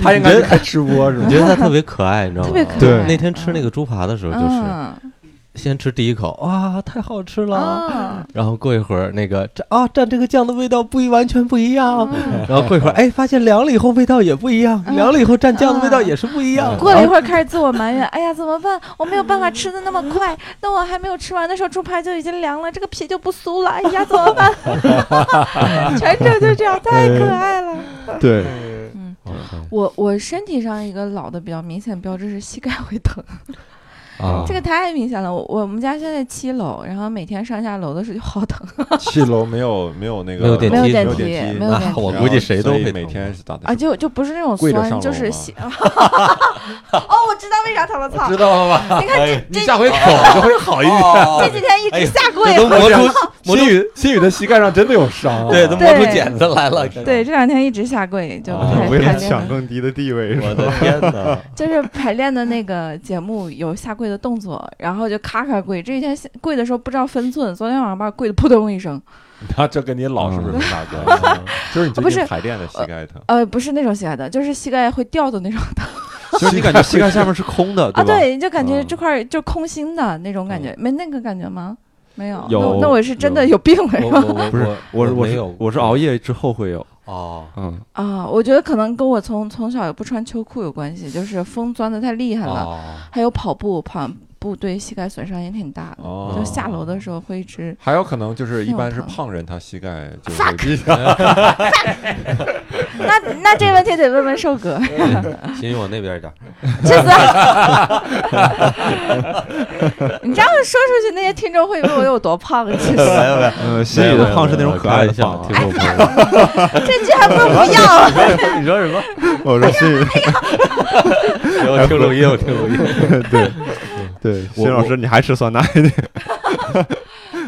[SPEAKER 5] 他应该开吃播是
[SPEAKER 3] 我
[SPEAKER 5] 吧？
[SPEAKER 3] 觉得他特别可爱，你知道吗？
[SPEAKER 2] 特别可爱
[SPEAKER 1] 对
[SPEAKER 3] 那天吃那个猪扒的时候，就是
[SPEAKER 2] 嗯
[SPEAKER 3] 先吃第一口，哇，太好吃了。
[SPEAKER 2] 啊，
[SPEAKER 3] 然后过一会儿，那个蘸啊蘸这个酱的味道不一完全不一样。
[SPEAKER 2] 嗯
[SPEAKER 3] 然后过一会儿，哎，发现凉了以后味道也不一样，
[SPEAKER 2] 嗯
[SPEAKER 3] 凉了以后蘸酱的味道也是不一样。
[SPEAKER 2] 过了一
[SPEAKER 3] 然后
[SPEAKER 2] 会儿开始自我埋怨，哎呀，怎么办？我没有办法吃的那么快，但我还没有吃完的时候，猪排就已经凉了，这个皮就不酥了，哎呀，怎么办？全程就这样，太可爱了。
[SPEAKER 1] 对，
[SPEAKER 2] 嗯，
[SPEAKER 3] 嗯
[SPEAKER 2] 我我身体上一个老的比较明显标志是膝盖会疼，
[SPEAKER 3] 啊，
[SPEAKER 2] 这个太明显了。我我们家现在七楼，然后每天上下楼的时候就好疼。
[SPEAKER 5] 七楼没有没有那个
[SPEAKER 3] 没有电梯
[SPEAKER 5] 没
[SPEAKER 3] 没有电
[SPEAKER 5] 有
[SPEAKER 2] 梯啊
[SPEAKER 5] 梯，
[SPEAKER 2] 没有电
[SPEAKER 3] 梯我
[SPEAKER 5] 然
[SPEAKER 3] 估计
[SPEAKER 5] 后
[SPEAKER 3] 谁都
[SPEAKER 5] 所以
[SPEAKER 3] 会
[SPEAKER 5] 每
[SPEAKER 3] 疼
[SPEAKER 5] 天是打的
[SPEAKER 2] 啊，就就不是那种
[SPEAKER 5] 跪着
[SPEAKER 2] 酸，
[SPEAKER 5] 上
[SPEAKER 2] 就
[SPEAKER 5] 楼
[SPEAKER 2] 是
[SPEAKER 5] 吗
[SPEAKER 2] 血。 哦，我知道为啥疼了，操！
[SPEAKER 5] 道了吧？ 哎
[SPEAKER 2] 你看这
[SPEAKER 5] 你下回口就会好一点。
[SPEAKER 2] 这几天一
[SPEAKER 3] 哎
[SPEAKER 2] 直
[SPEAKER 3] 呦
[SPEAKER 2] 下跪
[SPEAKER 3] 这，都磨出磨
[SPEAKER 5] 新
[SPEAKER 3] 出
[SPEAKER 5] 宇 新宇的膝盖上真的有伤啊，
[SPEAKER 3] 对，都磨出
[SPEAKER 2] 对
[SPEAKER 3] 茧子来了。
[SPEAKER 2] 对，这两天一直下跪，就
[SPEAKER 1] 哦
[SPEAKER 3] 啊
[SPEAKER 2] 排
[SPEAKER 3] 为
[SPEAKER 2] 排练的
[SPEAKER 1] 更低的地位
[SPEAKER 3] 我的天 哪！
[SPEAKER 2] 就是排练的那个节目有下跪的动作，然后就咔咔跪。这一天下跪的时候不知道分寸，昨天晚上吧跪的扑通一声，
[SPEAKER 4] 那这跟你老是不是没啥 关系？就是你最
[SPEAKER 2] 不
[SPEAKER 4] 近
[SPEAKER 2] 是
[SPEAKER 4] 排练的膝盖疼，
[SPEAKER 2] 呃，不是那种膝盖疼，就是膝盖会掉的那种疼
[SPEAKER 1] 就是你感觉膝盖下面是空的，吧？
[SPEAKER 2] 啊，对，就感觉
[SPEAKER 1] 嗯
[SPEAKER 2] 这块儿就空心的那种感觉，没那个感觉吗？没有，那
[SPEAKER 1] 有
[SPEAKER 2] 我那我是真的
[SPEAKER 3] 有
[SPEAKER 2] 有病了是
[SPEAKER 3] 我
[SPEAKER 2] 吧？
[SPEAKER 3] 我我
[SPEAKER 1] 不是我
[SPEAKER 3] 我
[SPEAKER 1] 我
[SPEAKER 3] 没
[SPEAKER 1] 是
[SPEAKER 3] 有，
[SPEAKER 1] 我是熬夜之后会有，
[SPEAKER 3] 哦，
[SPEAKER 1] 嗯，
[SPEAKER 2] 啊，我觉得可能跟我从从小不穿秋裤有关系，就是风钻的太厉害了，
[SPEAKER 3] 哦，
[SPEAKER 2] 还有跑步，跑步对膝盖损伤也挺大的，
[SPEAKER 4] 哦
[SPEAKER 2] 就下楼的时候会一直
[SPEAKER 4] 还有可能就是一般是
[SPEAKER 2] 那种疼
[SPEAKER 4] 胖人，他膝盖就会比较
[SPEAKER 2] 那那这个问题得问问瘦哥，啊
[SPEAKER 3] 请你往那边一点 儿。
[SPEAKER 2] 这次，你这样说出去，那些听众会以为我有多胖，真是
[SPEAKER 3] 嗯有没有，
[SPEAKER 1] 呃，心里的胖是那种可爱的胖啊，
[SPEAKER 3] 听 众朋友，
[SPEAKER 2] 这句还不如不 要。
[SPEAKER 3] 你说什么？
[SPEAKER 4] 我说心里
[SPEAKER 3] 我听录 音，我听录音。
[SPEAKER 1] 对，
[SPEAKER 3] 我
[SPEAKER 1] 谢老师，你还吃酸奶？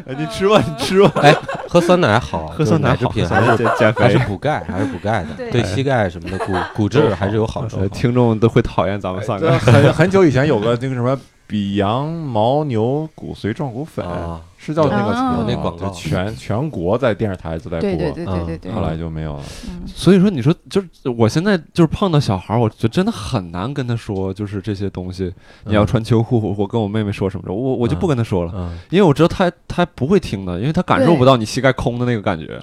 [SPEAKER 1] 哎你吃吧，你吃吧，
[SPEAKER 3] 哎，喝酸奶好，
[SPEAKER 1] 喝酸奶
[SPEAKER 3] 就是奶
[SPEAKER 1] 好，喝酸奶
[SPEAKER 3] 制品还是哦
[SPEAKER 1] 减减
[SPEAKER 3] 还 是
[SPEAKER 1] 肥。
[SPEAKER 3] 补钙，还是补钙的，
[SPEAKER 2] 对
[SPEAKER 3] 对膝盖什么的骨骨质还是有好处
[SPEAKER 1] 呃。听众都会讨厌咱们三个。
[SPEAKER 4] 很很久以前有个那个什么比羊牦牛骨髓壮骨粉，
[SPEAKER 3] 啊，
[SPEAKER 4] 是叫那个啊词吗
[SPEAKER 2] 有
[SPEAKER 3] 那广告
[SPEAKER 4] 就全全国在电视台都在播，
[SPEAKER 2] 对对对对对对
[SPEAKER 4] 后，来就没有了。
[SPEAKER 2] 嗯
[SPEAKER 1] 所以说，你说就是我现在就是碰到小孩儿，我就真的很难跟他说，就是这些东西，你要穿秋裤，我跟我妹妹说什么的，我我就不跟他说了，
[SPEAKER 3] 嗯，
[SPEAKER 1] 因为我知道他他不会听的，因为他感受不到你膝盖空的那个感 觉。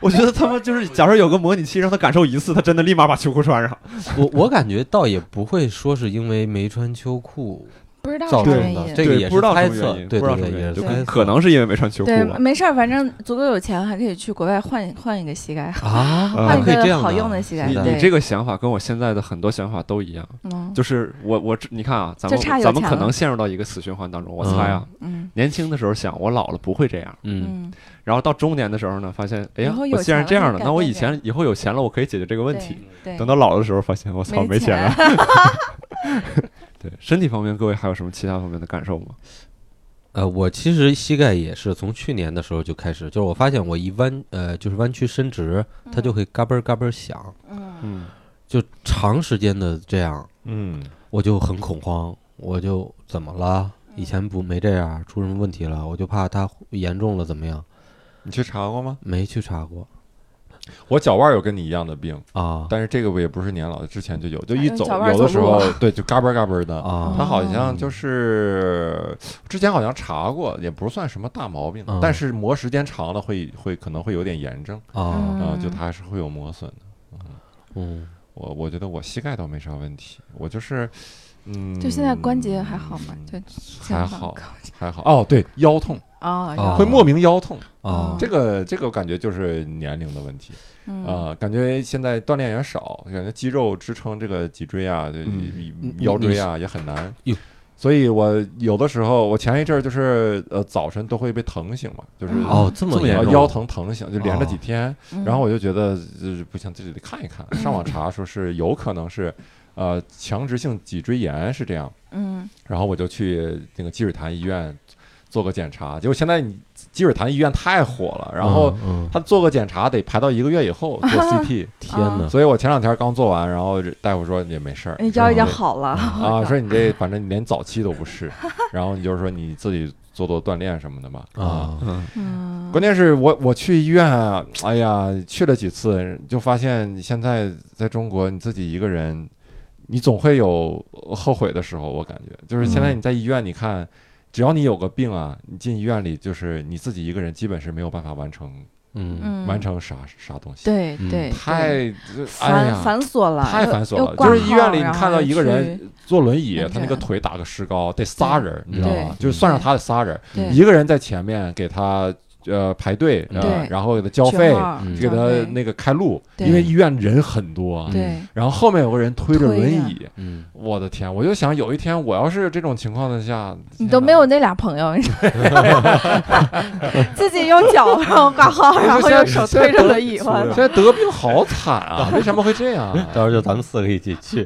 [SPEAKER 1] 我觉得他们就是，假如有个模拟器让他感受一次，他真的立马把秋裤穿 上。
[SPEAKER 3] 我我感觉倒也不会说是因为没穿秋裤
[SPEAKER 2] 不知道
[SPEAKER 3] 造
[SPEAKER 2] 啥
[SPEAKER 3] 成
[SPEAKER 2] 原
[SPEAKER 3] 的，
[SPEAKER 2] 因。
[SPEAKER 3] 这个
[SPEAKER 1] 对
[SPEAKER 3] 也
[SPEAKER 1] 不知
[SPEAKER 3] 是
[SPEAKER 1] 道
[SPEAKER 3] 猜
[SPEAKER 1] 什么
[SPEAKER 3] 测
[SPEAKER 1] 原，因，
[SPEAKER 3] 对
[SPEAKER 1] 不知道
[SPEAKER 3] 对
[SPEAKER 1] 什
[SPEAKER 3] 对，
[SPEAKER 1] 么原
[SPEAKER 3] 也
[SPEAKER 1] 因，
[SPEAKER 3] 是
[SPEAKER 1] 就
[SPEAKER 3] 猜测
[SPEAKER 1] 可能是因为没穿秋裤
[SPEAKER 2] 对，
[SPEAKER 1] 吧。
[SPEAKER 2] 没事儿，反正足够有钱，还可以去国外换换一个膝盖，
[SPEAKER 3] 啊，
[SPEAKER 1] 嗯
[SPEAKER 2] 换
[SPEAKER 3] 还
[SPEAKER 2] 一
[SPEAKER 3] 可以这
[SPEAKER 2] 个
[SPEAKER 3] 样
[SPEAKER 2] 好用的膝盖。
[SPEAKER 1] 你
[SPEAKER 3] 的
[SPEAKER 1] 你
[SPEAKER 2] 对，
[SPEAKER 1] 这个想法跟我现在的很多想法都一样，
[SPEAKER 2] 嗯
[SPEAKER 1] 就是我我你看啊，咱
[SPEAKER 2] 就差
[SPEAKER 1] 们
[SPEAKER 2] 有
[SPEAKER 1] 咱们
[SPEAKER 2] 钱
[SPEAKER 1] 可
[SPEAKER 2] 了
[SPEAKER 1] 能陷入到一个死循环当中。我猜啊，
[SPEAKER 2] 嗯
[SPEAKER 1] 年轻的时候想我老了不会这样，
[SPEAKER 3] 嗯，
[SPEAKER 2] 嗯，
[SPEAKER 1] 然后到中年的时候呢，发现哎呀
[SPEAKER 2] 以后，有
[SPEAKER 1] 我既然
[SPEAKER 2] 钱了
[SPEAKER 1] 这样了，
[SPEAKER 2] 就
[SPEAKER 1] 那我
[SPEAKER 2] 改
[SPEAKER 1] 以
[SPEAKER 2] 变
[SPEAKER 1] 前以后有钱了，我可以解决这个问题。
[SPEAKER 2] 对，
[SPEAKER 1] 等到老的时候，发现我操，没
[SPEAKER 2] 没
[SPEAKER 1] 钱
[SPEAKER 2] 钱
[SPEAKER 1] 了。对身体方面，各位还有什么其他方面的感受吗？
[SPEAKER 3] 呃，我其实膝盖也是从去年的时候就开始，就是我发现我一弯，呃，就是弯曲伸直，它就会嘎嘣儿嘎嘣儿响，
[SPEAKER 2] 嗯
[SPEAKER 1] 嗯，
[SPEAKER 3] 就长时间的这样，
[SPEAKER 4] 嗯，
[SPEAKER 3] 我就很恐慌，我就怎么了？以前不没这样，出什么问题了？我就怕它严重了怎么样？
[SPEAKER 4] 你去查过吗？
[SPEAKER 3] 没去查过
[SPEAKER 4] 我脚腕儿有跟你一样的病，
[SPEAKER 3] 啊
[SPEAKER 4] 但是这个我也不是年老，之前就有，就
[SPEAKER 2] 哎
[SPEAKER 4] 一
[SPEAKER 2] 用
[SPEAKER 4] 走
[SPEAKER 2] 脚腕儿
[SPEAKER 4] 有的时
[SPEAKER 2] 走路
[SPEAKER 4] 候
[SPEAKER 2] 啊
[SPEAKER 4] 对就嘎嘣儿嘎嘣儿的。
[SPEAKER 3] 啊
[SPEAKER 4] 他好像就是之前好像查过，也不算什么大毛病，
[SPEAKER 3] 嗯
[SPEAKER 4] 但是磨时间长了会会可能会有点炎症
[SPEAKER 3] 啊
[SPEAKER 2] 嗯
[SPEAKER 4] 啊、就它还是会有磨损的。
[SPEAKER 3] 嗯，
[SPEAKER 4] 我我觉得我膝盖倒没啥问题，我就是嗯，
[SPEAKER 2] 就现在关节还好吗？就
[SPEAKER 4] 还好还好哦，对腰痛
[SPEAKER 2] 啊，
[SPEAKER 3] 啊
[SPEAKER 4] 会莫名腰痛，
[SPEAKER 3] 啊
[SPEAKER 4] 嗯这个这个我感觉就是年龄的问题
[SPEAKER 2] 嗯
[SPEAKER 4] 啊、感觉现在锻炼也少，感觉肌肉支撑这个脊椎啊、这
[SPEAKER 3] 嗯
[SPEAKER 4] 腰椎啊也很难
[SPEAKER 3] 哟。
[SPEAKER 4] 所以我有的时候，我前一阵儿就是呃早晨都会被疼醒嘛，就是
[SPEAKER 3] 哦这么
[SPEAKER 1] 这么
[SPEAKER 3] 严
[SPEAKER 1] 严
[SPEAKER 4] 呃
[SPEAKER 3] 重
[SPEAKER 4] 腰疼疼醒，就连着几
[SPEAKER 3] 哦
[SPEAKER 4] 天。
[SPEAKER 2] 嗯
[SPEAKER 4] 然后我就觉得就是不行，这就得看 一看。上网查说是有可能是，呃，强直性脊椎炎是这样。
[SPEAKER 2] 嗯
[SPEAKER 4] 然后我就去那个积水潭医院做个检查，结果现在你积水潭医院太火了，然后
[SPEAKER 3] 嗯嗯
[SPEAKER 4] 他做个检查得排到一个月以后
[SPEAKER 2] 啊
[SPEAKER 4] 做 CT，、
[SPEAKER 3] 天哪，
[SPEAKER 4] 所以我前两天刚做完，然后大夫说也没事儿
[SPEAKER 2] 哎腰已经好了，
[SPEAKER 4] 啊，说你这反正你连早期都不是， 然后你就是说你自己做做锻炼什么的嘛啊。
[SPEAKER 3] 啊
[SPEAKER 1] 嗯，
[SPEAKER 2] 嗯，
[SPEAKER 4] 关键是我我去医院啊，哎呀，去了几次，就发现你现在在中国你自己一个人，你总会有后悔的时候。我感觉就是现在你在医院，你看，只要你有个病啊，你进医院里就是你自己一个人，基本是没有办法完成、
[SPEAKER 3] 嗯
[SPEAKER 2] 嗯
[SPEAKER 4] 完成啥啥东西。，
[SPEAKER 2] 对
[SPEAKER 3] 嗯
[SPEAKER 2] 对，对
[SPEAKER 4] 太哎
[SPEAKER 2] 繁
[SPEAKER 4] 呀，
[SPEAKER 2] 繁琐了，
[SPEAKER 4] 太
[SPEAKER 2] 又
[SPEAKER 4] 繁琐
[SPEAKER 2] 又
[SPEAKER 4] 了。
[SPEAKER 2] 挂
[SPEAKER 4] 就是医院
[SPEAKER 2] 号
[SPEAKER 4] 里你
[SPEAKER 2] 然后
[SPEAKER 4] 看到
[SPEAKER 2] 又
[SPEAKER 4] 一个人
[SPEAKER 2] 去，
[SPEAKER 4] 坐轮椅，
[SPEAKER 2] 门
[SPEAKER 4] 他那个
[SPEAKER 2] 诊
[SPEAKER 4] 腿打个石膏，得仨人，你知道
[SPEAKER 2] 对
[SPEAKER 4] 吗？就是算上他得仨人，
[SPEAKER 2] 对
[SPEAKER 4] 嗯一个人在前面给他呃排队，呃
[SPEAKER 2] 对，
[SPEAKER 4] 然后给他交
[SPEAKER 2] 群
[SPEAKER 4] 费，
[SPEAKER 2] 号
[SPEAKER 3] 嗯
[SPEAKER 4] 给
[SPEAKER 2] 交
[SPEAKER 4] 他
[SPEAKER 2] 费
[SPEAKER 4] 那嗯个开路，
[SPEAKER 2] 对
[SPEAKER 4] 因为医院人很多。
[SPEAKER 2] 对
[SPEAKER 4] 然后后面有个人推着
[SPEAKER 2] 推
[SPEAKER 4] 轮
[SPEAKER 2] 着
[SPEAKER 4] 椅，
[SPEAKER 3] 嗯，
[SPEAKER 4] 我的天！我就想有一天我要是这种情况的下，
[SPEAKER 2] 你
[SPEAKER 4] 天
[SPEAKER 2] 都
[SPEAKER 4] 哪
[SPEAKER 2] 没有，那俩朋友， 自己用 脚然后挂号，然后用手推着轮椅，我
[SPEAKER 4] 现在得病好惨 啊！为什么会这样啊？
[SPEAKER 3] 到时候就咱们四个一起去，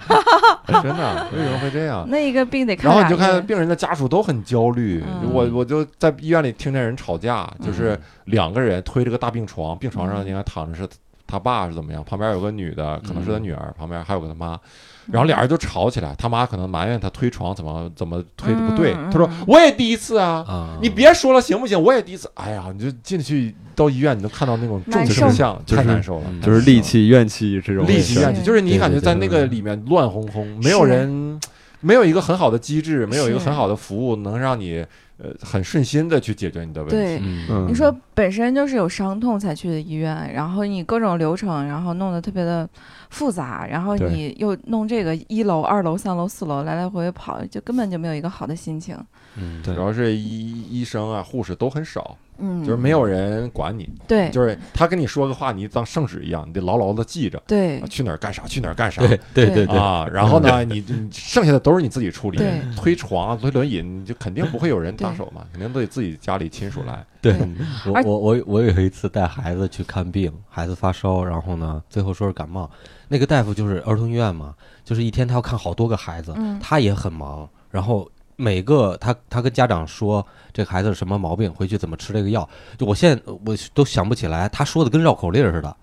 [SPEAKER 4] 真的为什么会这样？啊
[SPEAKER 2] 那一个病得看
[SPEAKER 4] 然
[SPEAKER 2] 俩
[SPEAKER 4] 后
[SPEAKER 2] 月，
[SPEAKER 4] 你就看病人的家属都很焦虑，
[SPEAKER 2] 嗯
[SPEAKER 4] 我我就在医院里听见人吵架，就是两个人推着个大病床，病床上
[SPEAKER 2] 嗯
[SPEAKER 4] 应该躺着是他爸是怎么样，旁边有个女的，可能是他
[SPEAKER 3] 嗯
[SPEAKER 4] 女儿，旁边还有个他
[SPEAKER 2] 嗯
[SPEAKER 4] 妈，然后俩人就吵起来，他妈可能埋怨他推床怎么怎么推的不对，
[SPEAKER 2] 嗯嗯
[SPEAKER 4] 他说
[SPEAKER 2] 嗯
[SPEAKER 4] 我也第一次啊。
[SPEAKER 3] 啊，
[SPEAKER 4] 你别说了，行不行？我也第一次，哎呀，你就进去到医院，你能看到那种重
[SPEAKER 2] 难
[SPEAKER 4] 形
[SPEAKER 2] 受
[SPEAKER 4] 象，
[SPEAKER 1] 就是
[SPEAKER 4] 太难受了
[SPEAKER 3] 嗯，
[SPEAKER 1] 就是戾气、怨气这种
[SPEAKER 4] 戾气
[SPEAKER 1] 事儿
[SPEAKER 4] 怨气，就是你
[SPEAKER 3] 对
[SPEAKER 4] 感
[SPEAKER 3] 对
[SPEAKER 4] 觉
[SPEAKER 3] 对
[SPEAKER 4] 在
[SPEAKER 3] 对
[SPEAKER 4] 那个
[SPEAKER 3] 对啊
[SPEAKER 4] 里面乱哄哄，没有
[SPEAKER 2] 是
[SPEAKER 4] 人，没有一个很好的机制，没有一个
[SPEAKER 2] 是
[SPEAKER 4] 很好的服务能让你呃很顺心的去解决你的问题。
[SPEAKER 2] 对，
[SPEAKER 1] 嗯
[SPEAKER 3] 嗯，
[SPEAKER 2] 你说本身就是有伤痛才去的医院，然后你各种流程，然后弄得特别的复杂，然后
[SPEAKER 1] 对
[SPEAKER 2] 你又弄这个一楼、二楼、三楼、四楼来来回回跑，就根本就没有一个好的心情。
[SPEAKER 3] 嗯，
[SPEAKER 1] 对
[SPEAKER 4] 主要是医医生啊、护士都很少，
[SPEAKER 2] 嗯，
[SPEAKER 4] 就是没有人管你，
[SPEAKER 2] 对
[SPEAKER 4] 就是他跟你说个话，你当圣旨一样，你得牢牢的记着，
[SPEAKER 2] 对
[SPEAKER 4] 啊去哪儿干啥，去哪儿干啥。
[SPEAKER 3] 对对
[SPEAKER 2] 对
[SPEAKER 3] 对对，
[SPEAKER 4] 啊，然后呢，你你剩下的都是你自己处理
[SPEAKER 2] 对，
[SPEAKER 4] 推床啊、推轮椅，你就肯定不会有人搭
[SPEAKER 2] 对
[SPEAKER 4] 手嘛，肯定都得自己家里亲属来。
[SPEAKER 3] 对
[SPEAKER 2] 嗯
[SPEAKER 3] 我
[SPEAKER 2] 而
[SPEAKER 3] 我我我有一次带孩子去看病，孩子发烧，然后呢，最后说是感冒，那个大夫就是儿童医院嘛，就是一天他要看好多个孩子，
[SPEAKER 2] 嗯
[SPEAKER 3] 他也很忙，然后。每个他他跟家长说这个孩子是什么毛病，回去怎么吃这个药，就我现在我都想不起来，他说的跟绕口令似的，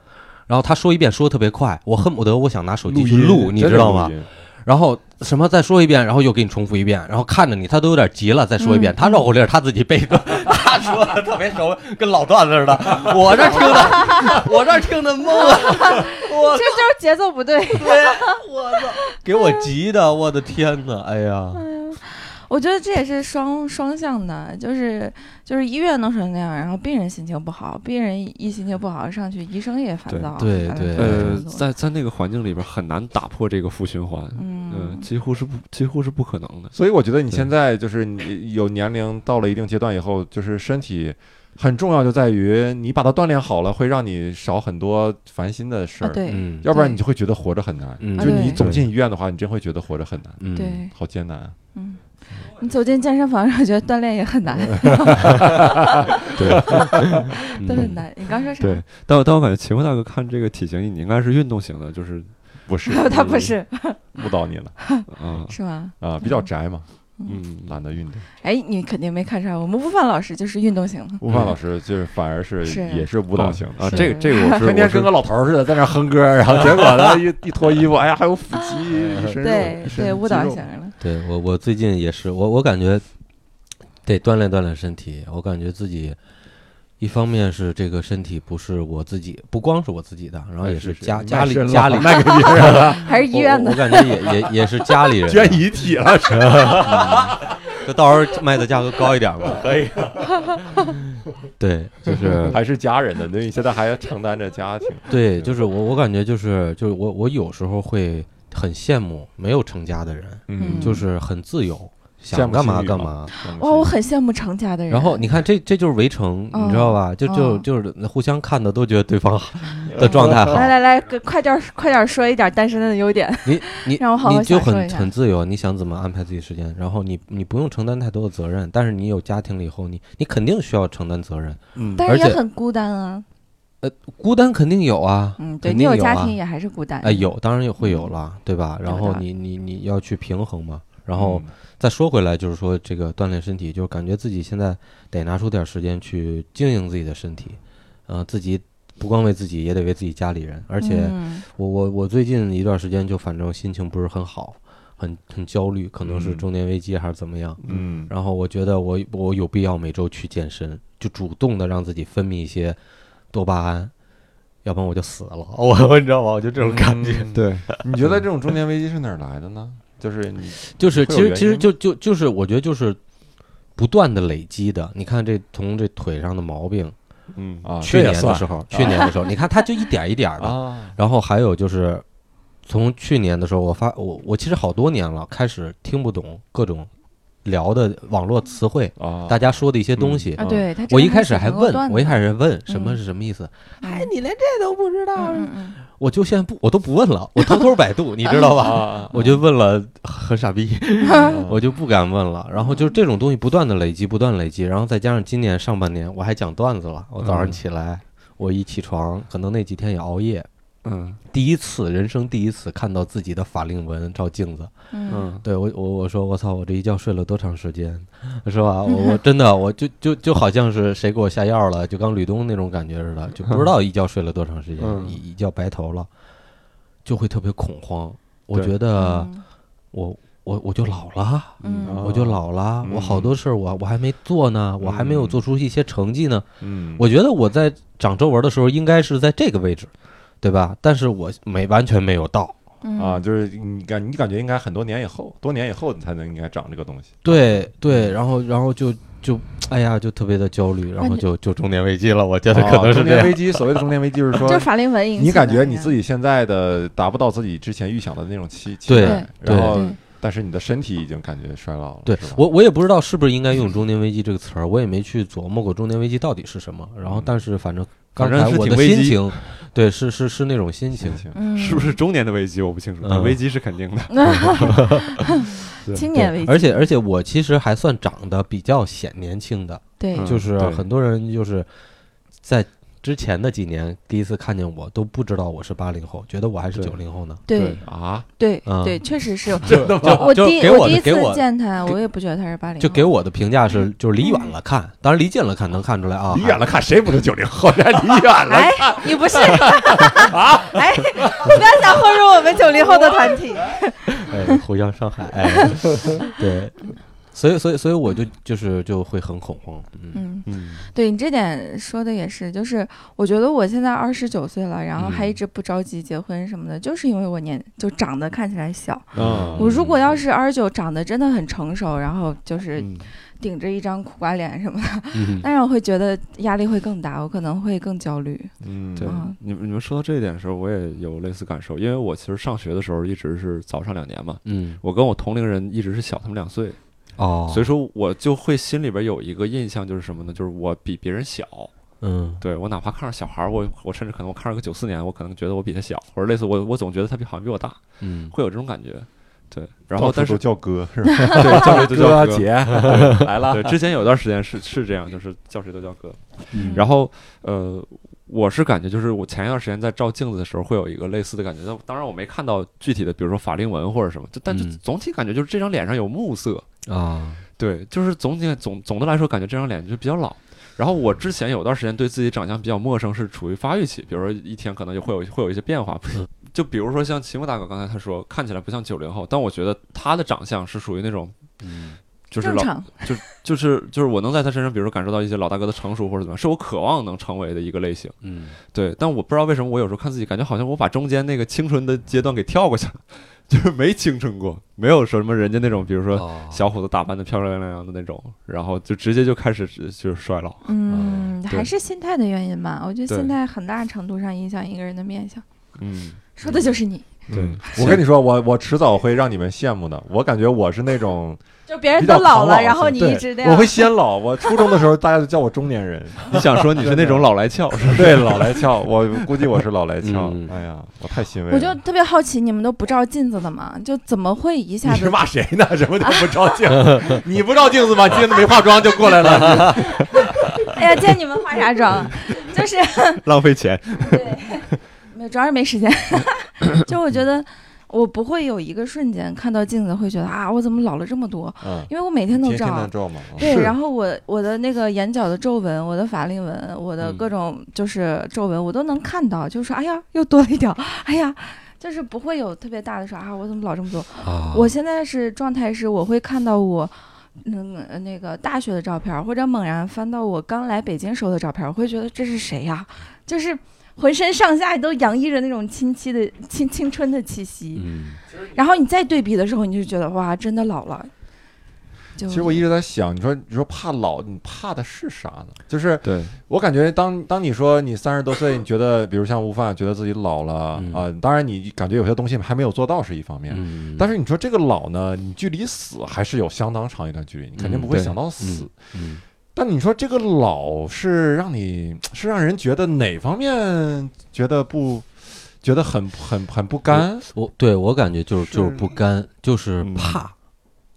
[SPEAKER 3] 然后他说一遍说的特别快，我恨不得我想拿手机去嗯录，你
[SPEAKER 4] 真
[SPEAKER 3] 知
[SPEAKER 4] 的
[SPEAKER 3] 道
[SPEAKER 4] 录
[SPEAKER 3] 吗？
[SPEAKER 4] 音？
[SPEAKER 3] 然后什么再说一遍，然后又给你重复一遍，然后看着你，他都有点急了，再说一遍，
[SPEAKER 2] 嗯
[SPEAKER 3] 他绕口令他自己背的， 他说的特别熟，跟老段子似的。我这儿听的， 我这儿听的懵了，
[SPEAKER 2] 这就
[SPEAKER 3] 我
[SPEAKER 2] 是 节奏不对。
[SPEAKER 3] 对，我操，给我急的，我的天呐，哎呀，
[SPEAKER 2] 我觉得这也是双双向的，就是就是医院弄成那样，然后病人心情不好，病人一心情不好上去，医生也烦躁。
[SPEAKER 3] 对
[SPEAKER 2] 烦
[SPEAKER 3] 对
[SPEAKER 2] 躁
[SPEAKER 1] 呃，
[SPEAKER 2] 烦躁
[SPEAKER 1] 在在那个环境里边很难打破这个负循环，
[SPEAKER 4] 呃
[SPEAKER 1] 嗯，
[SPEAKER 2] 嗯
[SPEAKER 1] 几乎是不几乎是不可能的。
[SPEAKER 4] 所以我觉得你
[SPEAKER 1] 对
[SPEAKER 4] 现在就是你有年龄到了一定阶段以后，就是身体很重要，就在于你把它锻炼好了，会让你少很多烦心的事
[SPEAKER 2] 啊
[SPEAKER 4] 儿。，
[SPEAKER 2] 对
[SPEAKER 3] 嗯
[SPEAKER 4] 要不然你
[SPEAKER 2] 对
[SPEAKER 4] 就会觉得活着很难。
[SPEAKER 3] 嗯
[SPEAKER 4] 就你
[SPEAKER 2] 对
[SPEAKER 4] 总进医院的话，你真会觉得活着很难，
[SPEAKER 3] 嗯，
[SPEAKER 2] 对，
[SPEAKER 4] 好艰难。啊
[SPEAKER 2] 嗯，你走进健身房，然后觉得锻炼也很 难，
[SPEAKER 3] 嗯
[SPEAKER 2] 都很难。你刚说啥？
[SPEAKER 1] 对，嗯但我但我感觉秦桧大哥看这个体型，你应该是运动型的，就是
[SPEAKER 4] 不是
[SPEAKER 2] 他不是嗯
[SPEAKER 4] 误导你了
[SPEAKER 1] 啊，
[SPEAKER 2] 是吗？
[SPEAKER 4] 啊，比较宅嘛，
[SPEAKER 1] 嗯，
[SPEAKER 4] 懒得运动。
[SPEAKER 2] 哎，你肯定没看出来，我们悟饭老师就是运动型的。
[SPEAKER 4] 悟饭老师就是反而是
[SPEAKER 2] 是哦
[SPEAKER 4] 也是舞蹈型的
[SPEAKER 1] 啊，
[SPEAKER 2] 是
[SPEAKER 1] 这个这个我是
[SPEAKER 4] 天天
[SPEAKER 1] 我是
[SPEAKER 4] 跟个老头儿似的在那儿哼歌，然后结果呢一一脱衣服，哎呀，还有腹肌，一 身肉
[SPEAKER 2] 对
[SPEAKER 4] 一
[SPEAKER 2] 对，
[SPEAKER 4] 身肌
[SPEAKER 2] 舞蹈
[SPEAKER 4] 肉嗯
[SPEAKER 2] 型的。
[SPEAKER 3] 对我，我最近也是，我我感觉得锻炼锻炼身体。我感觉自己一方面是这个身体不是我自己，不光是我自己的，然后
[SPEAKER 4] 哎
[SPEAKER 3] 也
[SPEAKER 4] 是是
[SPEAKER 3] 家
[SPEAKER 4] 卖
[SPEAKER 3] 家里
[SPEAKER 4] 身了
[SPEAKER 3] 家里
[SPEAKER 4] 卖给别人了，
[SPEAKER 2] 还是医院
[SPEAKER 4] 哦
[SPEAKER 3] 我我
[SPEAKER 2] 的，
[SPEAKER 3] 感觉也也也是家里人的，
[SPEAKER 4] 捐遗体了，是
[SPEAKER 3] 就到时候卖的价格高一点吧， 可以。 对，就是
[SPEAKER 4] 还是家人的，那你现在还要承担着家庭，
[SPEAKER 3] 对，就是我我感觉就是就是我我有时候会很羡慕没有成家的人，
[SPEAKER 2] 嗯
[SPEAKER 3] 就是很自由，
[SPEAKER 4] 羡
[SPEAKER 3] 想
[SPEAKER 4] 慕
[SPEAKER 3] 干嘛
[SPEAKER 4] 情侣
[SPEAKER 3] 干
[SPEAKER 4] 嘛
[SPEAKER 3] 嘛。
[SPEAKER 4] 哦
[SPEAKER 2] 哇，哦我很羡慕成家的人。
[SPEAKER 3] 然后你看，这这就是围城，
[SPEAKER 2] 嗯
[SPEAKER 3] 你知道吧？就就
[SPEAKER 2] 嗯
[SPEAKER 3] 就是互相看的都觉得对方好的状态 好嗯
[SPEAKER 2] 来。来来，给快点儿快点儿说一点单身的优点。
[SPEAKER 3] 你你
[SPEAKER 2] 让我好好
[SPEAKER 3] 你就
[SPEAKER 2] 享受
[SPEAKER 3] 很
[SPEAKER 2] 一下
[SPEAKER 3] 很自由，你想怎么安排自己时间，然后你你不用承担太多的责任，但是你有家庭了以后，你你肯定需要承担责任，
[SPEAKER 4] 嗯
[SPEAKER 2] 但是
[SPEAKER 3] 而
[SPEAKER 2] 也
[SPEAKER 3] 且
[SPEAKER 2] 很孤单啊。
[SPEAKER 3] 呃孤单肯定有啊，
[SPEAKER 2] 嗯，对
[SPEAKER 3] 肯
[SPEAKER 2] 你
[SPEAKER 3] 定
[SPEAKER 2] 有嗯
[SPEAKER 3] 有
[SPEAKER 2] 家
[SPEAKER 3] 啊
[SPEAKER 2] 庭也还是孤单。
[SPEAKER 3] 哎，有，当然也会有了，对吧？
[SPEAKER 2] 这
[SPEAKER 3] 然
[SPEAKER 2] 个
[SPEAKER 3] 后
[SPEAKER 2] 道理
[SPEAKER 3] 你你你要去平衡嘛，然后
[SPEAKER 2] 嗯
[SPEAKER 3] 再说回来，就是说这个锻炼身体，就是感觉自己现在得拿出点时间去经营自己的身体，呃，自己不光为自己，也得为自己家里人。而且
[SPEAKER 2] 嗯
[SPEAKER 3] 我我我最近一段时间就反正心情不是很好，很很焦虑，可能是
[SPEAKER 4] 嗯
[SPEAKER 3] 中年危机还是怎么样。
[SPEAKER 4] 嗯
[SPEAKER 3] 然后我觉得我我有必要每周去健身，就主动的让自己分泌一些多巴胺，要不然我就死了。我 我你知道吗？我就这种感觉。
[SPEAKER 4] 嗯
[SPEAKER 1] 对，
[SPEAKER 4] 你觉得这种中年危机是哪儿来的呢？就是你
[SPEAKER 3] 就是
[SPEAKER 4] 会
[SPEAKER 3] 其
[SPEAKER 4] 有
[SPEAKER 3] 实
[SPEAKER 4] 原
[SPEAKER 3] 其
[SPEAKER 4] 因
[SPEAKER 3] 实
[SPEAKER 4] 吗
[SPEAKER 3] 就就就是我觉得就是不断的累积的。你看这从这腿上的毛病，
[SPEAKER 1] 嗯
[SPEAKER 4] 啊，
[SPEAKER 3] 去
[SPEAKER 4] 这也
[SPEAKER 3] 年的
[SPEAKER 4] 算
[SPEAKER 3] 时候，去年的时候，你看它就一点儿一点儿的。
[SPEAKER 4] 啊，
[SPEAKER 3] 然后还有就是从去年的时候，我发我我其实好多年了，开始听不懂各种聊的网络词汇，
[SPEAKER 4] 啊，
[SPEAKER 3] 大家说的一些东西
[SPEAKER 2] 啊，。
[SPEAKER 4] 嗯
[SPEAKER 2] 对他这
[SPEAKER 3] 我
[SPEAKER 2] 个
[SPEAKER 3] 一开
[SPEAKER 2] 是
[SPEAKER 3] 始还
[SPEAKER 2] 很多段
[SPEAKER 3] 问，
[SPEAKER 2] 子
[SPEAKER 3] 我一开始还问什么
[SPEAKER 2] 嗯
[SPEAKER 3] 是什么意思，
[SPEAKER 2] 嗯
[SPEAKER 3] 哎，你连这都不知道，
[SPEAKER 2] 嗯嗯嗯
[SPEAKER 3] 我就现在不，我都不问了，我偷偷百度，你知道吧？
[SPEAKER 4] 啊，
[SPEAKER 3] 我就问了，很傻逼。
[SPEAKER 4] 我
[SPEAKER 3] 我就不敢问了。然后就是这种东西不断的累积，不断地累积，然后再加上今年上半年我还讲段子了，我早上起来，我一起床，可能那几天也熬夜，
[SPEAKER 1] 嗯
[SPEAKER 3] 第一次人生第一次看到自己的法令纹照镜子，
[SPEAKER 2] 嗯
[SPEAKER 1] 嗯
[SPEAKER 3] 对我我我说我操，我这一觉睡了多长时间，是吧？我我真的我就就就好像是谁给我下药了，就刚吕东那种感觉似的，就不知道一觉睡了多长时间，
[SPEAKER 1] 嗯
[SPEAKER 3] 一一觉白头了，就会特别恐慌。我
[SPEAKER 1] 对
[SPEAKER 3] 觉得
[SPEAKER 2] 嗯
[SPEAKER 3] 我我我就老了，
[SPEAKER 2] 嗯
[SPEAKER 3] 我就老了，我好多事儿我我还没做呢，我还没有
[SPEAKER 4] 嗯
[SPEAKER 3] 做出一些成绩呢。
[SPEAKER 4] 嗯，
[SPEAKER 3] 我觉得我在长皱纹的时候应该是在这个位置，对吧？但是我没完全没有到。
[SPEAKER 2] 嗯
[SPEAKER 4] 啊，就是你感你感觉应该很多年以后，多年以后你才能应该长这个 东西。
[SPEAKER 3] 对对，然后然后就就哎呀，就特别的焦虑，然后
[SPEAKER 2] 你
[SPEAKER 3] 就就中年危机了。我觉得
[SPEAKER 4] 啊
[SPEAKER 3] 可能是
[SPEAKER 4] 中
[SPEAKER 3] 这
[SPEAKER 4] 年
[SPEAKER 3] 样。
[SPEAKER 4] 危机，所谓的中年危机就是说
[SPEAKER 2] 就是法令纹引起的。
[SPEAKER 4] 你感觉你自
[SPEAKER 2] 己
[SPEAKER 4] 己现在的达不到自己之前预想的那种期期
[SPEAKER 3] 对
[SPEAKER 4] 待，
[SPEAKER 3] 对
[SPEAKER 4] 然后但是你的身体已经感觉衰老了。
[SPEAKER 3] 对
[SPEAKER 4] 是吧
[SPEAKER 3] 我，我也不知道是不是应该用“中年危机”这个词儿，我也没去琢磨过中年危机到底是什么。然后，但是反正刚
[SPEAKER 4] 嗯反正
[SPEAKER 3] 才
[SPEAKER 4] 是
[SPEAKER 3] 我
[SPEAKER 4] 挺
[SPEAKER 3] 的
[SPEAKER 4] 危
[SPEAKER 3] 心
[SPEAKER 4] 机
[SPEAKER 3] 情，对，是是是那种心情
[SPEAKER 4] 行。行，
[SPEAKER 2] 嗯，
[SPEAKER 1] 是不是中年的危机我不清楚，但
[SPEAKER 3] 嗯
[SPEAKER 1] 危机是肯定的。
[SPEAKER 2] 青
[SPEAKER 3] 对
[SPEAKER 2] 年危机？
[SPEAKER 3] 而且而且我其实还算长得比较显年轻的，
[SPEAKER 2] 对，
[SPEAKER 1] 嗯
[SPEAKER 3] 就是
[SPEAKER 4] 对
[SPEAKER 3] 很多人就是在之前的几年第一次看见我都不知道我是八零后，觉得我还是
[SPEAKER 1] 对
[SPEAKER 3] 九零后呢。
[SPEAKER 2] 对
[SPEAKER 4] 啊，
[SPEAKER 2] 对
[SPEAKER 3] 嗯
[SPEAKER 2] 对，确实是。
[SPEAKER 3] 真的
[SPEAKER 2] 我我
[SPEAKER 3] 就
[SPEAKER 2] 第
[SPEAKER 3] 给
[SPEAKER 2] 我第
[SPEAKER 3] 的
[SPEAKER 2] 一
[SPEAKER 3] 给
[SPEAKER 2] 次
[SPEAKER 3] 我
[SPEAKER 2] 见他，
[SPEAKER 3] 给
[SPEAKER 2] 我也不觉得他是八零，
[SPEAKER 3] 就给我的评价是，
[SPEAKER 2] 嗯
[SPEAKER 3] 就是离远 了看，当然离近了看能看出来啊。
[SPEAKER 4] 离远了看谁不是九零后， 人家离远了
[SPEAKER 2] 哎，你不是啊？哎，不要想混入我们九零后的团体。
[SPEAKER 3] 哎，互相伤害。哎，对，所以所以所以我就就是就会很恐慌。嗯
[SPEAKER 2] 嗯，
[SPEAKER 4] 嗯
[SPEAKER 2] 对你这点说的也是，就是我觉得我现在二十九岁了，然后还一
[SPEAKER 3] 嗯
[SPEAKER 2] 直不着急结婚什么的，就是因为我年就长得看起来小。
[SPEAKER 4] 嗯
[SPEAKER 2] 我如果要是二十九长得真的很成熟，然后就是
[SPEAKER 1] 嗯
[SPEAKER 2] 顶着一张苦瓜脸什么的，
[SPEAKER 3] 嗯
[SPEAKER 2] 那让我会觉得压力会更大，我可能会更焦虑。
[SPEAKER 4] 嗯，
[SPEAKER 1] 对
[SPEAKER 2] 嗯，
[SPEAKER 1] 你们你们说到这一点的时候，我也有类似感受，因为我其实上学的时候一直是早上两年嘛，
[SPEAKER 3] 嗯
[SPEAKER 1] 我跟我同龄人一直是小他们两岁，
[SPEAKER 3] 哦，
[SPEAKER 1] 所以说我就会心里边有一个印象，就是什么呢？就是我比别人小。
[SPEAKER 3] 嗯
[SPEAKER 1] 对我哪怕看着小孩儿，我我甚至可能我看着个九四年，我可能觉得我比他小，或者类似我我总觉得他比好像比我大，
[SPEAKER 3] 嗯
[SPEAKER 1] 会有这种感觉。对，然
[SPEAKER 4] 然
[SPEAKER 1] 后
[SPEAKER 4] 后
[SPEAKER 1] 但
[SPEAKER 4] 但
[SPEAKER 1] 是
[SPEAKER 4] 是叫哥是 吧？
[SPEAKER 1] 对叫谁都叫哥
[SPEAKER 4] 姐，
[SPEAKER 1] 来了。 对，之前有段时间 是是这样，就是叫谁都叫哥。
[SPEAKER 2] 嗯
[SPEAKER 1] 然后呃，我是感觉就是我前一段时间在照镜子的时候会有一个类似的感觉，但当然我没看到具体的，比如说法令纹或者什么，就但就
[SPEAKER 3] 嗯
[SPEAKER 1] 总体感觉就是这张脸上有暮色。
[SPEAKER 3] 啊
[SPEAKER 1] 对，就是总体总总的来说，感觉这张脸就比较老。然后我之前有段时间对自己长相比较陌生，是处于发育期，比如说一天可能就会有会有一些变化。就比如说像秦牧大哥刚才他说，看起来不像九零后，但我觉得他的长相是属于那种，
[SPEAKER 3] 嗯
[SPEAKER 1] 就是
[SPEAKER 2] 正
[SPEAKER 1] 老，
[SPEAKER 2] 常，
[SPEAKER 1] 就是就是我能在他身上，比如说感受到一些老大哥的成熟或者怎么样，是我渴望能成为的一个类型。
[SPEAKER 3] 嗯
[SPEAKER 1] 对，但我不知道为什么我有时候看自己，感觉好像我把中间那个青春的阶段给跳过去了， 就是没青春过，没有什么人家那种，比如说
[SPEAKER 3] 哦
[SPEAKER 1] 小伙子打扮的漂漂亮亮的那种，然后就直接就开始就是衰老。
[SPEAKER 2] 嗯，
[SPEAKER 1] 对
[SPEAKER 2] 还是心态的原因吧。我觉得
[SPEAKER 1] 对
[SPEAKER 2] 心态很大程度上影响一个人的面相，
[SPEAKER 1] 嗯，
[SPEAKER 2] 说的就是你。
[SPEAKER 1] 对
[SPEAKER 4] 嗯我跟你说，我我迟早会让你们羡慕的。我感觉我是那种
[SPEAKER 2] 就别人
[SPEAKER 4] 比较
[SPEAKER 2] 都老
[SPEAKER 4] 狂
[SPEAKER 2] 了，
[SPEAKER 4] 老
[SPEAKER 2] 然后
[SPEAKER 4] 型
[SPEAKER 2] 你
[SPEAKER 4] 对
[SPEAKER 2] 一直那
[SPEAKER 4] 我
[SPEAKER 2] 样
[SPEAKER 4] 会，先老。我初中的时候，大家都叫我中年 人，
[SPEAKER 1] 你想说你是那种老来俏是吧？
[SPEAKER 4] 对，老来俏。我估计我是老来俏
[SPEAKER 3] 嗯。
[SPEAKER 4] 哎呀，我太欣慰了。
[SPEAKER 2] 我就特别好奇，你们都不照镜子的嘛？就怎么会一下
[SPEAKER 4] 你
[SPEAKER 2] 子
[SPEAKER 4] 是？骂谁呢？什么叫不照镜 子？你不照镜子吗？今天都没化妆就过来了，
[SPEAKER 2] 哎呀，今天你们化啥妆啊？就是
[SPEAKER 4] 浪费钱。
[SPEAKER 2] 对， 没有主要是没时间。 就我觉得我不会有一个瞬间看到镜子会觉得啊，我怎么老了这么多？
[SPEAKER 4] 嗯，
[SPEAKER 2] 因为我每天都
[SPEAKER 4] 天
[SPEAKER 2] 照
[SPEAKER 4] 天
[SPEAKER 2] 啊。
[SPEAKER 4] 能照嗯吗？
[SPEAKER 2] 对，
[SPEAKER 1] 是
[SPEAKER 2] 然后我我的那个眼角的皱纹，我的法令纹，我的
[SPEAKER 1] 嗯
[SPEAKER 2] 各种就是皱纹，我都能看到，就是说，哎呀，又多了一条，哎呀，就是不会有特别大的说啊，我怎么老这么多？
[SPEAKER 3] 啊，
[SPEAKER 2] 我现在是状态是，我会看到我。嗯，呃那个大学的照片儿，或者猛然翻到我刚来北京时候的照片儿，我会觉得这是谁呀、就是浑身上下都洋溢着那种清晰的青青春的气息。
[SPEAKER 3] 嗯
[SPEAKER 2] 然后你再对比的时候，你就觉得哇，真的老了。就
[SPEAKER 4] 其实我一直在想，你说你说怕老，你怕的是啥呢？就是
[SPEAKER 1] 对，
[SPEAKER 4] 我感觉当，当你说你三十多岁，你觉得，比如像悟饭，觉得自己老了啊、
[SPEAKER 3] 嗯
[SPEAKER 4] 当然你感觉有些东西还没有做到是一方面，
[SPEAKER 3] 嗯，
[SPEAKER 4] 但
[SPEAKER 3] 是
[SPEAKER 4] 是你说这个老呢，你距离死还是有相当长一段距离，你肯定不会
[SPEAKER 1] 嗯对
[SPEAKER 4] 想到死。
[SPEAKER 3] 嗯
[SPEAKER 4] 但你说这个老是让你是让人觉得哪方面觉得不觉得很很很不甘？
[SPEAKER 3] 我对我感觉就是就是
[SPEAKER 4] 是
[SPEAKER 3] 不甘，就是
[SPEAKER 4] 嗯
[SPEAKER 3] 怕，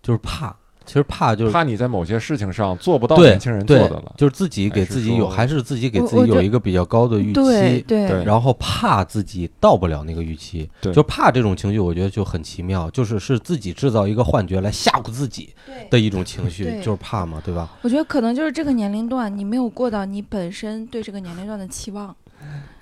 [SPEAKER 3] 就是怕。其实怕就是
[SPEAKER 4] 怕你在某些事情上做不到
[SPEAKER 3] 对
[SPEAKER 4] 年轻人做
[SPEAKER 3] 对
[SPEAKER 4] 的了，。
[SPEAKER 3] 就是自己给
[SPEAKER 4] 还是
[SPEAKER 3] 自己有
[SPEAKER 4] 说
[SPEAKER 3] 还是自己给
[SPEAKER 2] 我
[SPEAKER 3] 自
[SPEAKER 2] 我
[SPEAKER 3] 己有
[SPEAKER 2] 就
[SPEAKER 3] 一个比较高的预
[SPEAKER 2] 对
[SPEAKER 3] 期，
[SPEAKER 2] 对
[SPEAKER 4] 对
[SPEAKER 3] 然后怕自己到不了那个预期，
[SPEAKER 4] 对
[SPEAKER 3] 就怕这种情绪，我觉得就很奇妙，就是是自己制造一个幻觉来吓唬自己的一种情绪，
[SPEAKER 2] 对
[SPEAKER 3] 就是怕嘛，对吧？
[SPEAKER 2] 我觉得可能就是这个年龄段，你没有过到你本身对这个年龄段的期望，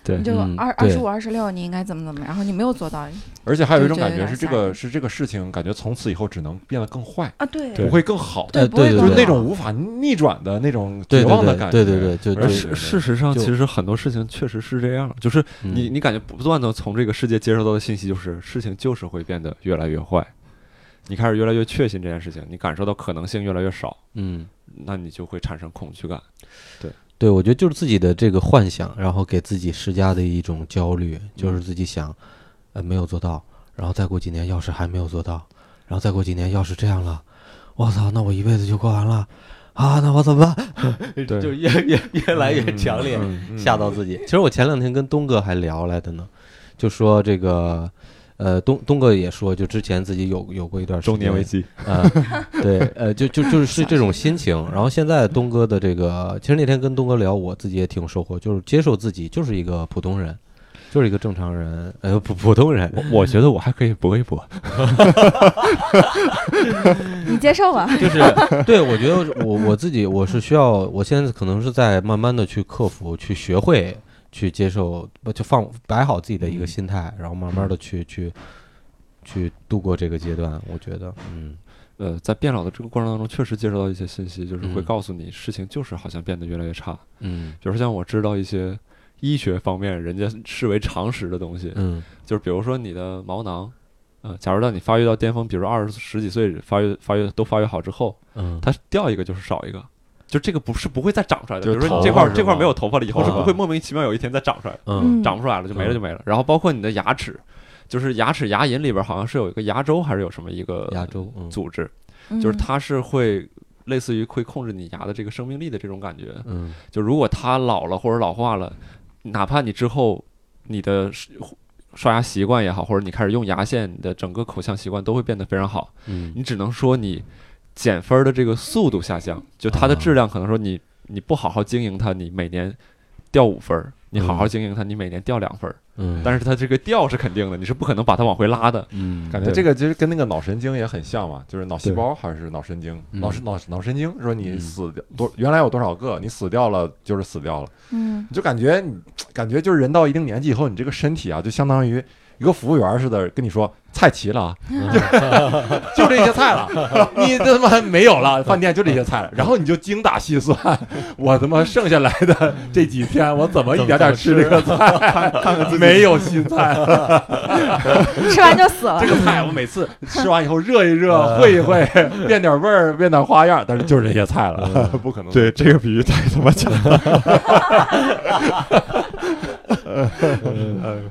[SPEAKER 1] 对
[SPEAKER 2] 你就
[SPEAKER 3] 嗯
[SPEAKER 2] 二二
[SPEAKER 3] 对
[SPEAKER 2] 十五、二十六，你应该怎么怎么，然后你没有做到
[SPEAKER 4] 而且还有一
[SPEAKER 2] 就
[SPEAKER 4] 种
[SPEAKER 2] 觉
[SPEAKER 4] 感
[SPEAKER 2] 得
[SPEAKER 4] 觉
[SPEAKER 2] 有点
[SPEAKER 4] 是这
[SPEAKER 2] 吓
[SPEAKER 4] 个
[SPEAKER 2] 人
[SPEAKER 4] 是这个事情，感觉从此以后只能变得更坏，
[SPEAKER 2] 啊，对
[SPEAKER 1] 对
[SPEAKER 4] 不会更好，
[SPEAKER 2] 对
[SPEAKER 3] 呃
[SPEAKER 2] 不会
[SPEAKER 3] 对
[SPEAKER 4] 就
[SPEAKER 2] 更
[SPEAKER 4] 是
[SPEAKER 2] 好
[SPEAKER 4] 那种无法逆转的那种
[SPEAKER 3] 对
[SPEAKER 4] 绝望的
[SPEAKER 3] 对
[SPEAKER 4] 感
[SPEAKER 3] 对
[SPEAKER 4] 觉。
[SPEAKER 3] 对对对，就
[SPEAKER 4] 而
[SPEAKER 1] 而
[SPEAKER 3] 就
[SPEAKER 4] 且
[SPEAKER 1] 事事实上，
[SPEAKER 3] 就
[SPEAKER 1] 其实很多事情确实是这样，就是
[SPEAKER 3] 嗯
[SPEAKER 1] 你你感觉不断的从这个世界接收到的信息，就是事情就是会变得越来越坏，你开始越来越确信这件事情，你感受到可能性越来越少，
[SPEAKER 3] 嗯。
[SPEAKER 1] 那你就会产生恐惧感。
[SPEAKER 3] 对，我觉得就是自己的这个幻想，然后给自己施加的一种焦虑，就是自己想，呃，没有做到，然后再过几年要是还没有做到，然后再过几年要是这样了，我操，那我一辈子就过完了啊，那我怎么办？
[SPEAKER 1] 对
[SPEAKER 3] 就越越越来越强烈、
[SPEAKER 4] 嗯
[SPEAKER 3] 吓到自己。其实我前两天跟东哥还聊来的呢，就说这个。呃，东东哥也说，就之前自己有有过一段时
[SPEAKER 1] 中年
[SPEAKER 3] 间
[SPEAKER 1] 危机，
[SPEAKER 3] 啊，对， 呃，就就就是是这种心情。然后现在东哥的这个，其实那天跟东哥聊，我自己也挺有收获，就是接受自己就是一个普通人，就是一个正常人，呃，普普通人。
[SPEAKER 1] 我我觉得我还 可以搏一搏。
[SPEAKER 2] 你接受 吧，
[SPEAKER 3] 就是对我觉得我我自己我是需要，我现在可能是在慢慢的去克服，去学会去接受，不就放摆好自己的一个心态，然后慢慢的去去去度过这个阶段。我觉得，嗯，
[SPEAKER 1] 呃，在变老的这个过程当中，确实接收到一些信息，就是会
[SPEAKER 3] 嗯
[SPEAKER 1] 告诉你事情就是好像变得越来越差。
[SPEAKER 3] 嗯
[SPEAKER 1] 比如说像我知道一些医学方面人家 视为常识的东西，
[SPEAKER 3] 嗯
[SPEAKER 1] 就是比如说你的毛囊，呃，假如让你发育到巅峰，比如二十十几岁发育发育都发育好之后，
[SPEAKER 3] 嗯，
[SPEAKER 1] 它掉一个就是少一个。就这个不是不会再长出来的，
[SPEAKER 4] 就
[SPEAKER 1] 比如说
[SPEAKER 4] 头
[SPEAKER 1] 你这块
[SPEAKER 4] 发是
[SPEAKER 1] 这块
[SPEAKER 4] 吗
[SPEAKER 1] 没有头发了，以后是不
[SPEAKER 3] 啊
[SPEAKER 1] 会莫名其妙有一天再长出来的，
[SPEAKER 3] 嗯
[SPEAKER 1] 长不出来了就没了
[SPEAKER 3] 嗯
[SPEAKER 1] 就没了。然后包括你的牙齿，就是牙齿牙龈里边好像是有一个牙周还是有什么一个
[SPEAKER 3] 亚洲，嗯
[SPEAKER 1] 组织，
[SPEAKER 2] 嗯
[SPEAKER 1] 就是它是会类似于会控制你牙的这个生命力的这种感觉。
[SPEAKER 3] 嗯
[SPEAKER 1] 就如果它老了或者老化了，哪怕你之后你的刷刷牙习惯也好，或者你开始用牙线，你的整个口腔习惯都会变得非常好。
[SPEAKER 3] 嗯
[SPEAKER 1] 你只能说你减分儿的这个速度下降，就它的
[SPEAKER 3] 啊
[SPEAKER 1] 质量可能说你你不好好经营它，你每年掉五分儿。你好好经营它，你每年掉两分儿，
[SPEAKER 3] 嗯，
[SPEAKER 1] 但是它这个掉是肯定的，你是不可能把它往回拉的。
[SPEAKER 3] 嗯，
[SPEAKER 4] 感觉
[SPEAKER 1] 对
[SPEAKER 4] 这个其实跟那个脑神经也很像嘛，就是脑细
[SPEAKER 1] 对
[SPEAKER 4] 胞还是脑神经，
[SPEAKER 3] 嗯
[SPEAKER 4] 脑神脑脑神经说你
[SPEAKER 3] 嗯
[SPEAKER 4] 死掉多原来有多少个，你死掉了就是死掉了，
[SPEAKER 2] 嗯
[SPEAKER 4] 你就感觉你感觉就是人到一定年纪以后，你这个身体啊，就相当于一个服务员似的跟你说菜齐 了啊，就就这些 菜了，你他妈没有了，饭店就这些菜了，然后你就精打细 算，我他妈剩下来的这几天我怎么一点点吃这个菜，没有新菜 了。
[SPEAKER 2] 吃完就死了
[SPEAKER 4] 这，个菜我每次吃完以后热一热、 烩一烩，变点味儿、变点花样，但是就是这些菜了，嗯不可能。
[SPEAKER 1] 对，这个比喻太他妈强了。嗯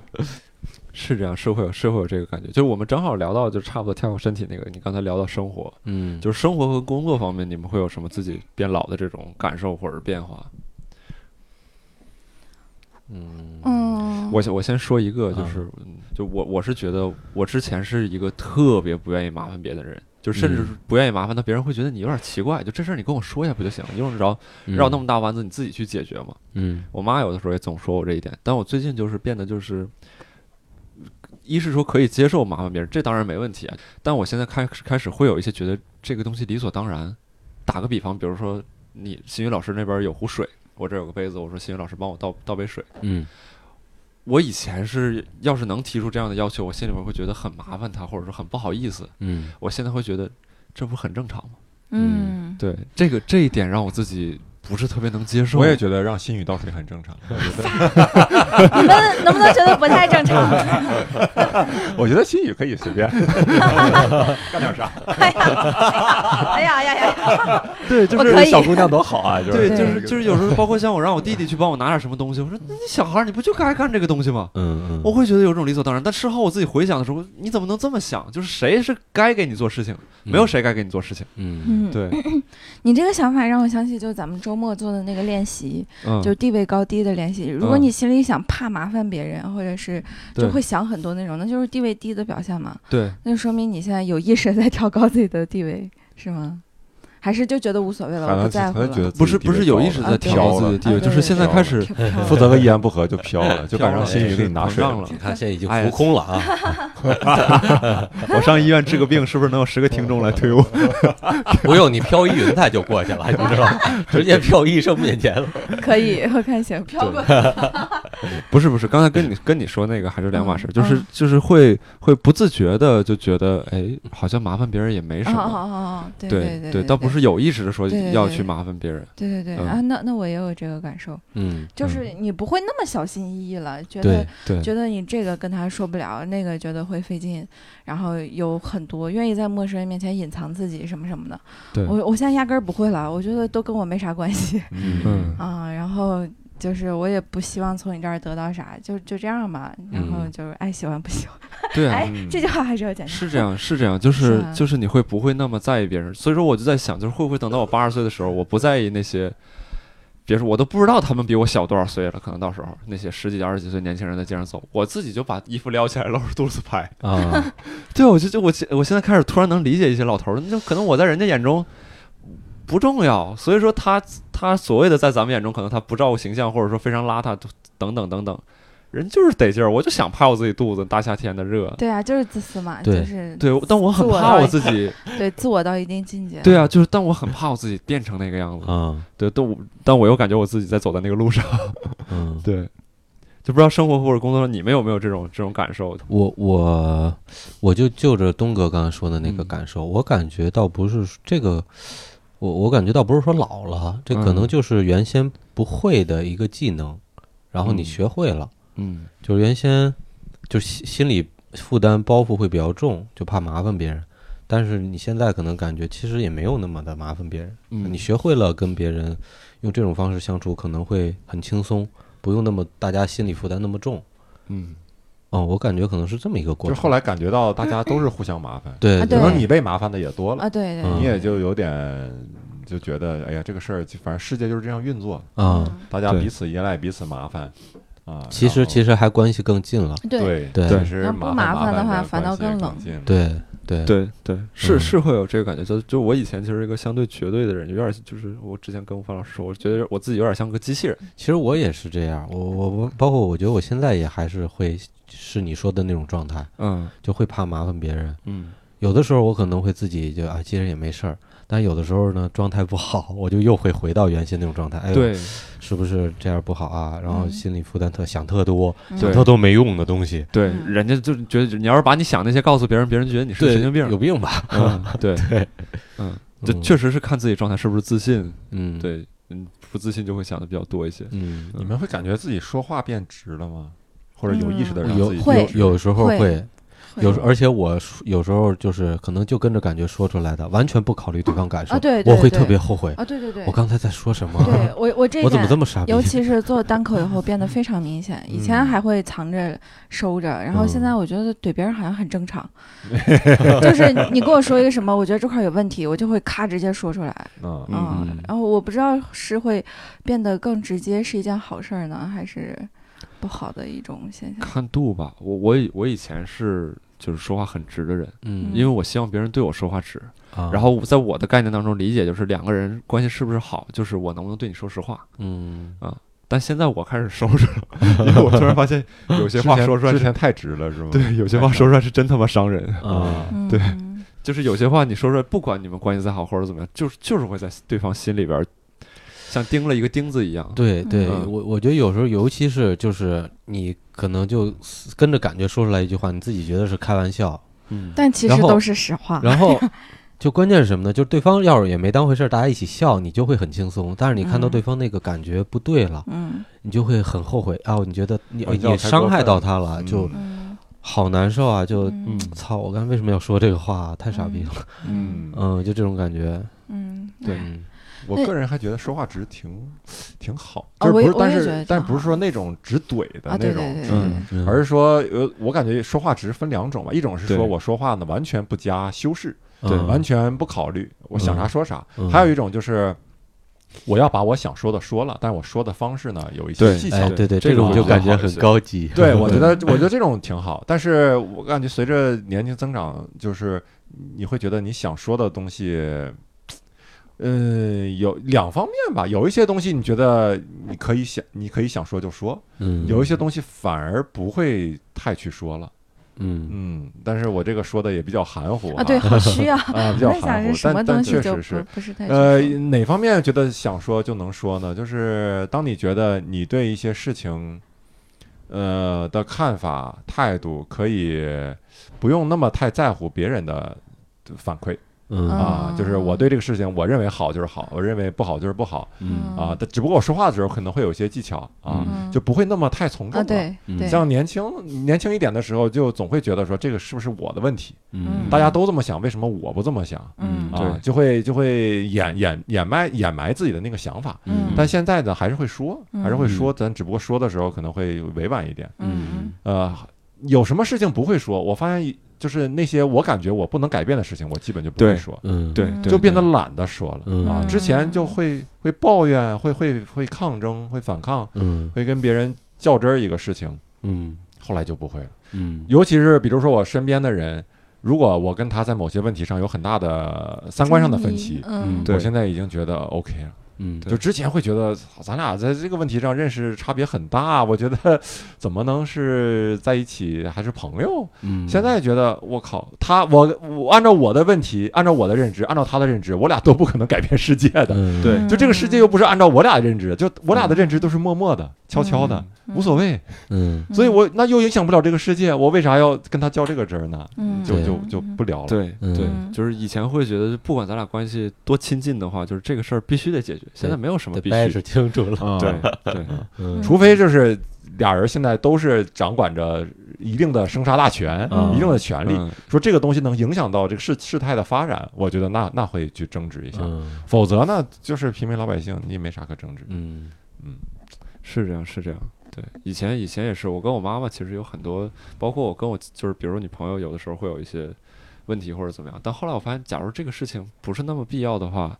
[SPEAKER 1] 是这样，是会有是会有这个感觉。就是我们正好聊到，就差不多跳过身体那个，你刚才聊到生活，
[SPEAKER 3] 嗯，
[SPEAKER 1] 就是生活和工作方面，你们会有什么自己变老的这种感受或者变化？
[SPEAKER 3] 嗯
[SPEAKER 2] 嗯，
[SPEAKER 1] 我先我先说一个，就
[SPEAKER 3] 嗯
[SPEAKER 1] 是嗯就我我是觉得我之前是一个特别不愿意麻烦别的人，就甚至
[SPEAKER 3] 嗯
[SPEAKER 1] 不愿意麻烦到别人会觉得你有点奇怪，就这事儿你跟我说一下不就行了？你用得着绕那么大弯子你自己去解决吗？
[SPEAKER 3] 嗯
[SPEAKER 1] 我妈有的时候也总说我这一点，但我最近就是变得就是，一是说可以接受麻烦别人，这当然没问题啊。但我现在开始开始会有一些觉得这个东西理所当然。打个比方，比如说你新宇老师那边有壶水，我这儿有个杯子，我说新宇老师帮我倒倒杯水。
[SPEAKER 3] 嗯
[SPEAKER 1] 我以前是要是能提出这样的要求，我心里面会觉得很麻烦他，或者说很不好意思。
[SPEAKER 3] 嗯
[SPEAKER 1] 我现在会觉得这不是很正常吗？
[SPEAKER 2] 嗯，
[SPEAKER 1] 对，这个这一点让我自己不是特别能接受。
[SPEAKER 4] 我也觉得让心语倒水很正常。
[SPEAKER 1] 嗯
[SPEAKER 2] 你们能不能觉得不太 正常？
[SPEAKER 4] 我觉得心语可以随便 干点啥，
[SPEAKER 2] 哎呀，哎呀哎呀呀呀！
[SPEAKER 1] 对，就
[SPEAKER 2] 我
[SPEAKER 1] 是
[SPEAKER 2] 可以
[SPEAKER 4] 小姑娘多好啊！就
[SPEAKER 1] 对，
[SPEAKER 4] 是
[SPEAKER 2] 对
[SPEAKER 1] 就是就是有时候，包括像我让我弟弟去帮我拿点什么东西，我说你小孩儿你不就该干这个东西吗？
[SPEAKER 3] 嗯，
[SPEAKER 1] 我会觉得有种理所当然，但事后我自己回想的时候，你怎么能这么想？就是谁是该给你做事情，没有谁该给你做事情。
[SPEAKER 3] 嗯
[SPEAKER 2] 嗯，
[SPEAKER 1] 对，
[SPEAKER 2] 你这个想法让我想起，就是咱们周末做的那个练习，
[SPEAKER 1] 嗯，
[SPEAKER 2] 就是地位高低的练习。如果
[SPEAKER 1] 嗯
[SPEAKER 2] 你心里想怕麻烦别人，或者是就
[SPEAKER 1] 对
[SPEAKER 2] 会想很多那种，那就是地位低的表现嘛。
[SPEAKER 1] 对，
[SPEAKER 2] 那就说明你现在有意识地在调高自己的地位，是吗？还是就觉得无所谓了，
[SPEAKER 5] 反
[SPEAKER 2] 我不
[SPEAKER 5] 正
[SPEAKER 2] 在乎
[SPEAKER 5] 可能觉得
[SPEAKER 2] 了。
[SPEAKER 5] 自己
[SPEAKER 1] 不是
[SPEAKER 5] 地
[SPEAKER 1] 不是
[SPEAKER 5] 位
[SPEAKER 1] 有
[SPEAKER 5] 高
[SPEAKER 1] 意
[SPEAKER 5] 了
[SPEAKER 1] 识
[SPEAKER 2] 啊
[SPEAKER 1] 在
[SPEAKER 2] 对
[SPEAKER 1] 调自己的地位，
[SPEAKER 2] 啊
[SPEAKER 1] 就
[SPEAKER 2] 对
[SPEAKER 1] 是现在开始
[SPEAKER 2] 飘飘
[SPEAKER 5] 负责个一言不合就飘 了，哎就赶上
[SPEAKER 1] 飘
[SPEAKER 5] 心
[SPEAKER 1] 了
[SPEAKER 5] 里给你拿水
[SPEAKER 1] 膨胀了
[SPEAKER 3] 你看现在已经
[SPEAKER 1] 哎
[SPEAKER 3] 浮空了啊！
[SPEAKER 1] 我上医院治个病，是不是能有十个听众来推我？
[SPEAKER 3] 不用你飘一云彩就过去了，你知道吗？ 直接飘医生面前了。
[SPEAKER 2] 可以，我看行，飘过去。
[SPEAKER 1] 不是不是，刚才跟你跟你说那个还是两码事，
[SPEAKER 2] 嗯
[SPEAKER 1] 就是
[SPEAKER 2] 嗯
[SPEAKER 1] 就是会会不自觉的就觉得，哎，好像麻烦别人也没什
[SPEAKER 2] 哦哦
[SPEAKER 1] 么，
[SPEAKER 2] 哦哦，对
[SPEAKER 1] 对
[SPEAKER 2] 对
[SPEAKER 1] 倒不是有意识的说
[SPEAKER 2] 对对
[SPEAKER 1] 要
[SPEAKER 2] 对
[SPEAKER 1] 去麻烦别人，
[SPEAKER 2] 对对对
[SPEAKER 1] 嗯
[SPEAKER 2] 啊，那那我也有这个感受，
[SPEAKER 3] 嗯，
[SPEAKER 2] 就是你不会那么小心翼翼了，觉
[SPEAKER 3] 对
[SPEAKER 2] 得
[SPEAKER 1] 对
[SPEAKER 2] 觉得你这个跟他说不了，那个觉得会费劲，然后有很多愿意在陌生人面前隐藏自己什么什么的。
[SPEAKER 1] 对
[SPEAKER 2] 我我现在压根儿不会了，我觉得都跟我没啥关系
[SPEAKER 1] 嗯
[SPEAKER 2] 啊。然后就是我也不希望从你这儿得到啥，就就这样吧。然后
[SPEAKER 3] 嗯
[SPEAKER 2] 就是爱喜欢不喜欢，
[SPEAKER 1] 对啊。
[SPEAKER 2] 哎， 这句话还是要简单。
[SPEAKER 1] 是这样，是这样，就是
[SPEAKER 2] 是啊
[SPEAKER 1] 就是你会不会那么在意别人？所以说我就在想，就是会不会等到我八十岁的时候，我不在意那些，别说我都不知道他们比我小多少岁了，可能到时候那些十几、二十几岁年轻人在街上走，我自己就把衣服撩起来，露着肚子拍。
[SPEAKER 3] 啊，
[SPEAKER 1] 对，我就就我现我现在开始突然能理解一些老头儿，那就可能我在人家眼中不重要，所以说他他所谓的在咱们眼中可能他不照顾形象，或者说非常邋遢，等等等等，人就是得劲儿，我就想拍我自己肚子，大夏天的热。
[SPEAKER 2] 对啊，就是自私嘛，就
[SPEAKER 3] 对
[SPEAKER 2] 是
[SPEAKER 1] 对，但我很
[SPEAKER 2] 自我
[SPEAKER 1] 怕
[SPEAKER 2] 到
[SPEAKER 1] 我
[SPEAKER 2] 一
[SPEAKER 1] 自己，
[SPEAKER 2] 对自我到一定境界。
[SPEAKER 1] 对啊，就是，但我很怕我自己变成那个样子。
[SPEAKER 3] 啊，
[SPEAKER 1] 对，但我但我又感觉我自己在走在那个路上。
[SPEAKER 3] 嗯，
[SPEAKER 1] 对，就不知道生活或者工作上你们有没有这种这种感受？
[SPEAKER 3] 我我我就就着东哥刚才说的那个
[SPEAKER 1] 嗯
[SPEAKER 3] 感受，我感觉倒不是这个，我我感觉倒不是说老了，这可
[SPEAKER 1] 嗯
[SPEAKER 3] 能就是原先不会的一个技能，然后你
[SPEAKER 1] 嗯
[SPEAKER 3] 学会了，
[SPEAKER 1] 嗯
[SPEAKER 3] 就是原先就心心理负担包袱会比较重，就怕麻烦别人。但是你现在可能感觉其实也没有那么的麻烦别人，
[SPEAKER 1] 嗯
[SPEAKER 3] 你学会了跟别人用这种方式相处，可能会很轻松，不用那么大家心理负担那么重。
[SPEAKER 1] 嗯，
[SPEAKER 3] 哦，我感觉可能是这么一个过
[SPEAKER 5] 就是
[SPEAKER 3] 程。
[SPEAKER 5] 后来感觉到大家都是互相麻烦，
[SPEAKER 3] 对
[SPEAKER 2] 啊
[SPEAKER 5] 可
[SPEAKER 2] 对
[SPEAKER 5] 能你被麻烦的也多了，
[SPEAKER 2] 啊，对对
[SPEAKER 3] 嗯
[SPEAKER 5] 你
[SPEAKER 2] 对，
[SPEAKER 5] 也就有点就觉得，哎呀，这个事儿就反正世界就是这样运作，
[SPEAKER 1] 嗯
[SPEAKER 3] 啊，
[SPEAKER 2] 嗯
[SPEAKER 5] 大家
[SPEAKER 3] 对
[SPEAKER 5] 彼此依赖，彼此麻烦啊。
[SPEAKER 3] 其实其
[SPEAKER 5] 实
[SPEAKER 3] 实还关系更近了。
[SPEAKER 2] 对
[SPEAKER 5] 对
[SPEAKER 3] 对
[SPEAKER 5] 其实
[SPEAKER 2] 要不
[SPEAKER 5] 麻
[SPEAKER 2] 麻烦的话
[SPEAKER 5] 这个
[SPEAKER 2] 反倒
[SPEAKER 5] 关系也
[SPEAKER 2] 更冷
[SPEAKER 5] 近了。
[SPEAKER 3] 对对
[SPEAKER 1] 对对，是
[SPEAKER 3] 哎嗯
[SPEAKER 1] 是会有这个感觉。就就我以前其实是一个相对绝对的人，有点就是我之前跟范老师说，我觉得我自己有点像个机器人。
[SPEAKER 3] 其实我也是这样，我我我包括我觉得我现在也还是会是你说的那种状态，
[SPEAKER 1] 嗯
[SPEAKER 3] 就会怕麻烦别人。
[SPEAKER 1] 嗯
[SPEAKER 3] 有的时候我可能会自己就啊，其实也没事儿。但有的时候呢，状态不好，我就又会回到原先那种状态。哎呦，
[SPEAKER 1] 对
[SPEAKER 3] 是不是这样不好啊？然后
[SPEAKER 2] 嗯
[SPEAKER 3] 心理负担特想特多，
[SPEAKER 2] 嗯
[SPEAKER 3] 想特多没用的东西。
[SPEAKER 1] 对，
[SPEAKER 2] 嗯
[SPEAKER 1] 人家就是觉得你要是把你想那些告诉别人，别人觉得你是神经
[SPEAKER 3] 有
[SPEAKER 1] 病。
[SPEAKER 3] 病吧？
[SPEAKER 1] 嗯，对
[SPEAKER 3] 对，
[SPEAKER 1] 嗯，这
[SPEAKER 3] 嗯
[SPEAKER 1] 确实是看自己状态是不是自信。
[SPEAKER 3] 嗯，，
[SPEAKER 1] 对，嗯，不自信就会想的比较多一些。
[SPEAKER 3] 嗯，
[SPEAKER 5] 你们会感觉自己说话变直了吗？或者有意识
[SPEAKER 1] 嗯
[SPEAKER 5] 的让
[SPEAKER 3] 有
[SPEAKER 5] 自己
[SPEAKER 2] 会
[SPEAKER 3] 有有时候
[SPEAKER 2] 会
[SPEAKER 3] 会，
[SPEAKER 2] 会
[SPEAKER 3] 有时而且我说有时候就是可能就跟着感觉说出来的，完全不考虑对方感受，
[SPEAKER 2] 啊对对
[SPEAKER 3] 我会
[SPEAKER 2] 对
[SPEAKER 3] 特别后悔，
[SPEAKER 2] 啊，对对对，
[SPEAKER 3] 我刚才在说什么？
[SPEAKER 2] 对我我这一
[SPEAKER 3] 我怎么
[SPEAKER 2] 点
[SPEAKER 3] 这，么傻逼？
[SPEAKER 2] 尤其是做单口以后变得非常明显，以前
[SPEAKER 3] 嗯
[SPEAKER 2] 还会藏着收着，然后现
[SPEAKER 3] 嗯
[SPEAKER 2] 在我觉得怼别人好像很正 常，就是你跟我说一个什么，我觉得这块儿有问题，我就会咔直接说出来，
[SPEAKER 5] 嗯
[SPEAKER 1] 嗯
[SPEAKER 2] 啊
[SPEAKER 1] 嗯
[SPEAKER 2] 然后我不知道是会变得更直接是一件好事儿呢，还是不好的一种现象。
[SPEAKER 1] 看度吧，我我以我以前是就是说话很直的人，
[SPEAKER 3] 嗯，
[SPEAKER 1] 因为我希望别人对我说话直。
[SPEAKER 2] 嗯
[SPEAKER 3] 啊
[SPEAKER 1] 然后在我的概念当中理解就是两个人关系是不是好，就是我能不能对你说实话。
[SPEAKER 3] 嗯，
[SPEAKER 1] 但现在我开始收拾了， 因为我突然发现有些话
[SPEAKER 5] 之前
[SPEAKER 1] 说出来
[SPEAKER 5] 之
[SPEAKER 1] 是，
[SPEAKER 5] 前太直了是吗？
[SPEAKER 1] 对，有些话说出来是真他妈伤人。
[SPEAKER 3] 啊，
[SPEAKER 2] 嗯，
[SPEAKER 1] 对
[SPEAKER 2] 嗯
[SPEAKER 1] 就是有些话你说出来，不管你们关系再好或者怎么样，就是就是会在对方心里边儿像钉了一个钉子一样。
[SPEAKER 3] 对对，
[SPEAKER 1] 嗯
[SPEAKER 3] 我我觉得有时候，尤其是就是你可能就跟着感觉说出来一句话，你自己觉得是开玩
[SPEAKER 2] 啊
[SPEAKER 3] 笑，
[SPEAKER 1] 嗯，
[SPEAKER 2] 但其
[SPEAKER 3] 然
[SPEAKER 2] 实
[SPEAKER 3] 后
[SPEAKER 2] 都是实话。
[SPEAKER 3] 然 后就关键是什么呢？就是对方要是也没当回事儿，大家一起笑，你就会很轻松。但是你看
[SPEAKER 2] 嗯
[SPEAKER 3] 到对方那个感觉不对了，
[SPEAKER 2] 嗯
[SPEAKER 3] 你就会很后悔啊！你觉得你
[SPEAKER 5] 玩笑
[SPEAKER 3] 也
[SPEAKER 5] 太过
[SPEAKER 3] 伤害到
[SPEAKER 5] 分
[SPEAKER 3] 他了，就
[SPEAKER 5] 嗯
[SPEAKER 2] 嗯
[SPEAKER 3] 好难受啊！就
[SPEAKER 2] 嗯
[SPEAKER 1] 嗯
[SPEAKER 3] 操，我刚才为什么要说这个话？啊太傻逼了，
[SPEAKER 2] 嗯
[SPEAKER 5] 嗯，
[SPEAKER 3] 嗯，就这种感觉。
[SPEAKER 2] 嗯，
[SPEAKER 1] 对
[SPEAKER 3] 嗯
[SPEAKER 5] 我
[SPEAKER 2] 那
[SPEAKER 5] 个人还觉得说话直挺挺好，
[SPEAKER 2] 啊
[SPEAKER 5] 就是不
[SPEAKER 2] 我也我
[SPEAKER 5] 是，但
[SPEAKER 2] 也觉
[SPEAKER 5] 是
[SPEAKER 2] 得
[SPEAKER 5] 但
[SPEAKER 2] 挺
[SPEAKER 5] 不是
[SPEAKER 2] 好
[SPEAKER 5] 说那种直怼的
[SPEAKER 2] 啊，对对
[SPEAKER 5] 那
[SPEAKER 2] 对
[SPEAKER 5] 种
[SPEAKER 2] 对
[SPEAKER 5] 直。
[SPEAKER 2] 对
[SPEAKER 1] 嗯，
[SPEAKER 3] 嗯
[SPEAKER 5] 而是说，呃，我感觉说话直分两种吧，一种是说
[SPEAKER 1] 对
[SPEAKER 5] 我说话呢完全不加修饰，
[SPEAKER 1] 对
[SPEAKER 3] 嗯
[SPEAKER 5] 完全不考虑，我想啥
[SPEAKER 3] 嗯
[SPEAKER 5] 说啥；
[SPEAKER 3] 嗯
[SPEAKER 5] 还有一种就是我要把我想说的说了，但我说的方式呢有一些
[SPEAKER 1] 对
[SPEAKER 5] 技巧
[SPEAKER 3] 哎，对对，
[SPEAKER 1] 这
[SPEAKER 3] 这
[SPEAKER 1] 种
[SPEAKER 3] 种就
[SPEAKER 1] 就
[SPEAKER 3] 感
[SPEAKER 1] 好
[SPEAKER 3] 觉
[SPEAKER 1] 一
[SPEAKER 3] 很
[SPEAKER 1] 些
[SPEAKER 3] 高 级。
[SPEAKER 5] 对，我觉得我觉得这种挺好，但是我感觉随着年龄增长，就是你会觉得你想说的东西，呃，有两方面吧，有一些东西你觉得你可以想，你可以想说就说，
[SPEAKER 3] 嗯，
[SPEAKER 5] 有一些东西反而不会太去说了。
[SPEAKER 3] 嗯
[SPEAKER 5] 嗯，但是我这个说的也比较含糊
[SPEAKER 2] 啊，对，
[SPEAKER 5] 啊
[SPEAKER 2] 好需要。
[SPEAKER 5] 啊比较
[SPEAKER 2] 我在想
[SPEAKER 5] 含
[SPEAKER 2] 是
[SPEAKER 5] 糊，
[SPEAKER 2] 什么
[SPEAKER 5] 但但
[SPEAKER 2] 东西
[SPEAKER 5] 确
[SPEAKER 2] 就
[SPEAKER 5] 实
[SPEAKER 2] 不不
[SPEAKER 5] 是。
[SPEAKER 2] 是太
[SPEAKER 5] 呃，
[SPEAKER 2] 清楚
[SPEAKER 5] 哪方面觉得想说就能说呢？就是当你觉得你对一些事情，呃的看法、态度，可以不用那么太在乎别人的反馈
[SPEAKER 3] 嗯
[SPEAKER 5] 啊。
[SPEAKER 2] 哦
[SPEAKER 5] 就是我对这个事情，我认为好就是好，我认为不好就是不好
[SPEAKER 3] 嗯
[SPEAKER 5] 啊。但只不过我说话的时候可能会有一些技巧啊，
[SPEAKER 2] 嗯
[SPEAKER 5] 就不会那么太从众
[SPEAKER 2] 啊，
[SPEAKER 5] 了。
[SPEAKER 2] 对
[SPEAKER 3] 嗯
[SPEAKER 2] 对，
[SPEAKER 5] 像年轻年轻一点的时候，就总会觉得说这个是不是我的问题？
[SPEAKER 2] 嗯
[SPEAKER 5] 大家都这么想，为什么我不这么想？
[SPEAKER 2] 嗯
[SPEAKER 1] 对
[SPEAKER 5] 啊，就会就会掩掩掩埋掩埋自己的那个想法。
[SPEAKER 2] 嗯
[SPEAKER 5] 但现在呢，还是会说，
[SPEAKER 2] 嗯
[SPEAKER 5] 还是会说，咱只不过说的时候可能会委婉一点。
[SPEAKER 2] 嗯
[SPEAKER 5] 呃，有什么事情不会说？我发现就是那些我感觉我不能改变的事情，我基本就不会
[SPEAKER 1] 对
[SPEAKER 5] 说，
[SPEAKER 3] 嗯
[SPEAKER 1] 对
[SPEAKER 2] 嗯，
[SPEAKER 1] 对
[SPEAKER 5] 就变得
[SPEAKER 1] 对
[SPEAKER 5] 懒得说了。
[SPEAKER 3] 嗯
[SPEAKER 5] 啊，
[SPEAKER 2] 嗯
[SPEAKER 5] 之前就会会抱怨，会会会抗争，会反抗，
[SPEAKER 3] 嗯
[SPEAKER 5] 会跟别人较真儿一个事情，
[SPEAKER 3] 嗯
[SPEAKER 5] 后来就不会了。
[SPEAKER 3] 嗯
[SPEAKER 5] 尤其是比如说我身边的人，如果我跟他在某些问题上有很大的三观上的分歧，
[SPEAKER 2] 嗯
[SPEAKER 3] 嗯
[SPEAKER 1] 对
[SPEAKER 5] 我现在已经觉得 OK 了。
[SPEAKER 3] 嗯，
[SPEAKER 5] 就之前会觉得操咱俩在这个问题上认识差别很大，我 觉得怎么能是在一起还是朋友？
[SPEAKER 3] 嗯
[SPEAKER 5] 现在觉得我靠，他我我按照我的问题，按照我的认知，按照他的认知，我俩都不可能改变世界的。
[SPEAKER 3] 嗯
[SPEAKER 1] 对
[SPEAKER 5] 就这个世界又不是按照我俩的认知，就我俩的认知都是默默的、悄悄的，
[SPEAKER 2] 嗯
[SPEAKER 5] 无所谓。
[SPEAKER 3] 嗯
[SPEAKER 5] 所以我那又影响不了这个世界，我为啥要跟他较这个真儿呢？
[SPEAKER 2] 嗯
[SPEAKER 5] 就
[SPEAKER 3] 对
[SPEAKER 5] 就就不聊了。
[SPEAKER 1] 对
[SPEAKER 3] 嗯
[SPEAKER 1] 对
[SPEAKER 2] 嗯，
[SPEAKER 1] 就是以前会觉得，不管咱俩关系多亲近的话，就是这个事儿必须得解决。现在没有什么
[SPEAKER 3] 得
[SPEAKER 1] 必
[SPEAKER 3] 掰扯
[SPEAKER 1] 须，
[SPEAKER 3] 清楚了，
[SPEAKER 5] 啊，
[SPEAKER 1] 对对，
[SPEAKER 3] 嗯
[SPEAKER 5] 除非就是俩人现在都是掌管着一定的生杀大权、
[SPEAKER 3] 嗯
[SPEAKER 5] 一定的权利，
[SPEAKER 1] 嗯
[SPEAKER 5] 说这个东西能影响到这个事事态的发展，我觉得那那会去争执一下，
[SPEAKER 3] 嗯
[SPEAKER 5] 否则呢，就是平民老百姓你也没啥可争执。
[SPEAKER 3] 嗯
[SPEAKER 1] 是这样，是这样。对，以前以前也是，我跟我妈妈其实有很多，包括我跟我就是比如女朋友，有的时候会有一些问题或者怎么样。但后来我发现，假如这个事情不是那么必要的话，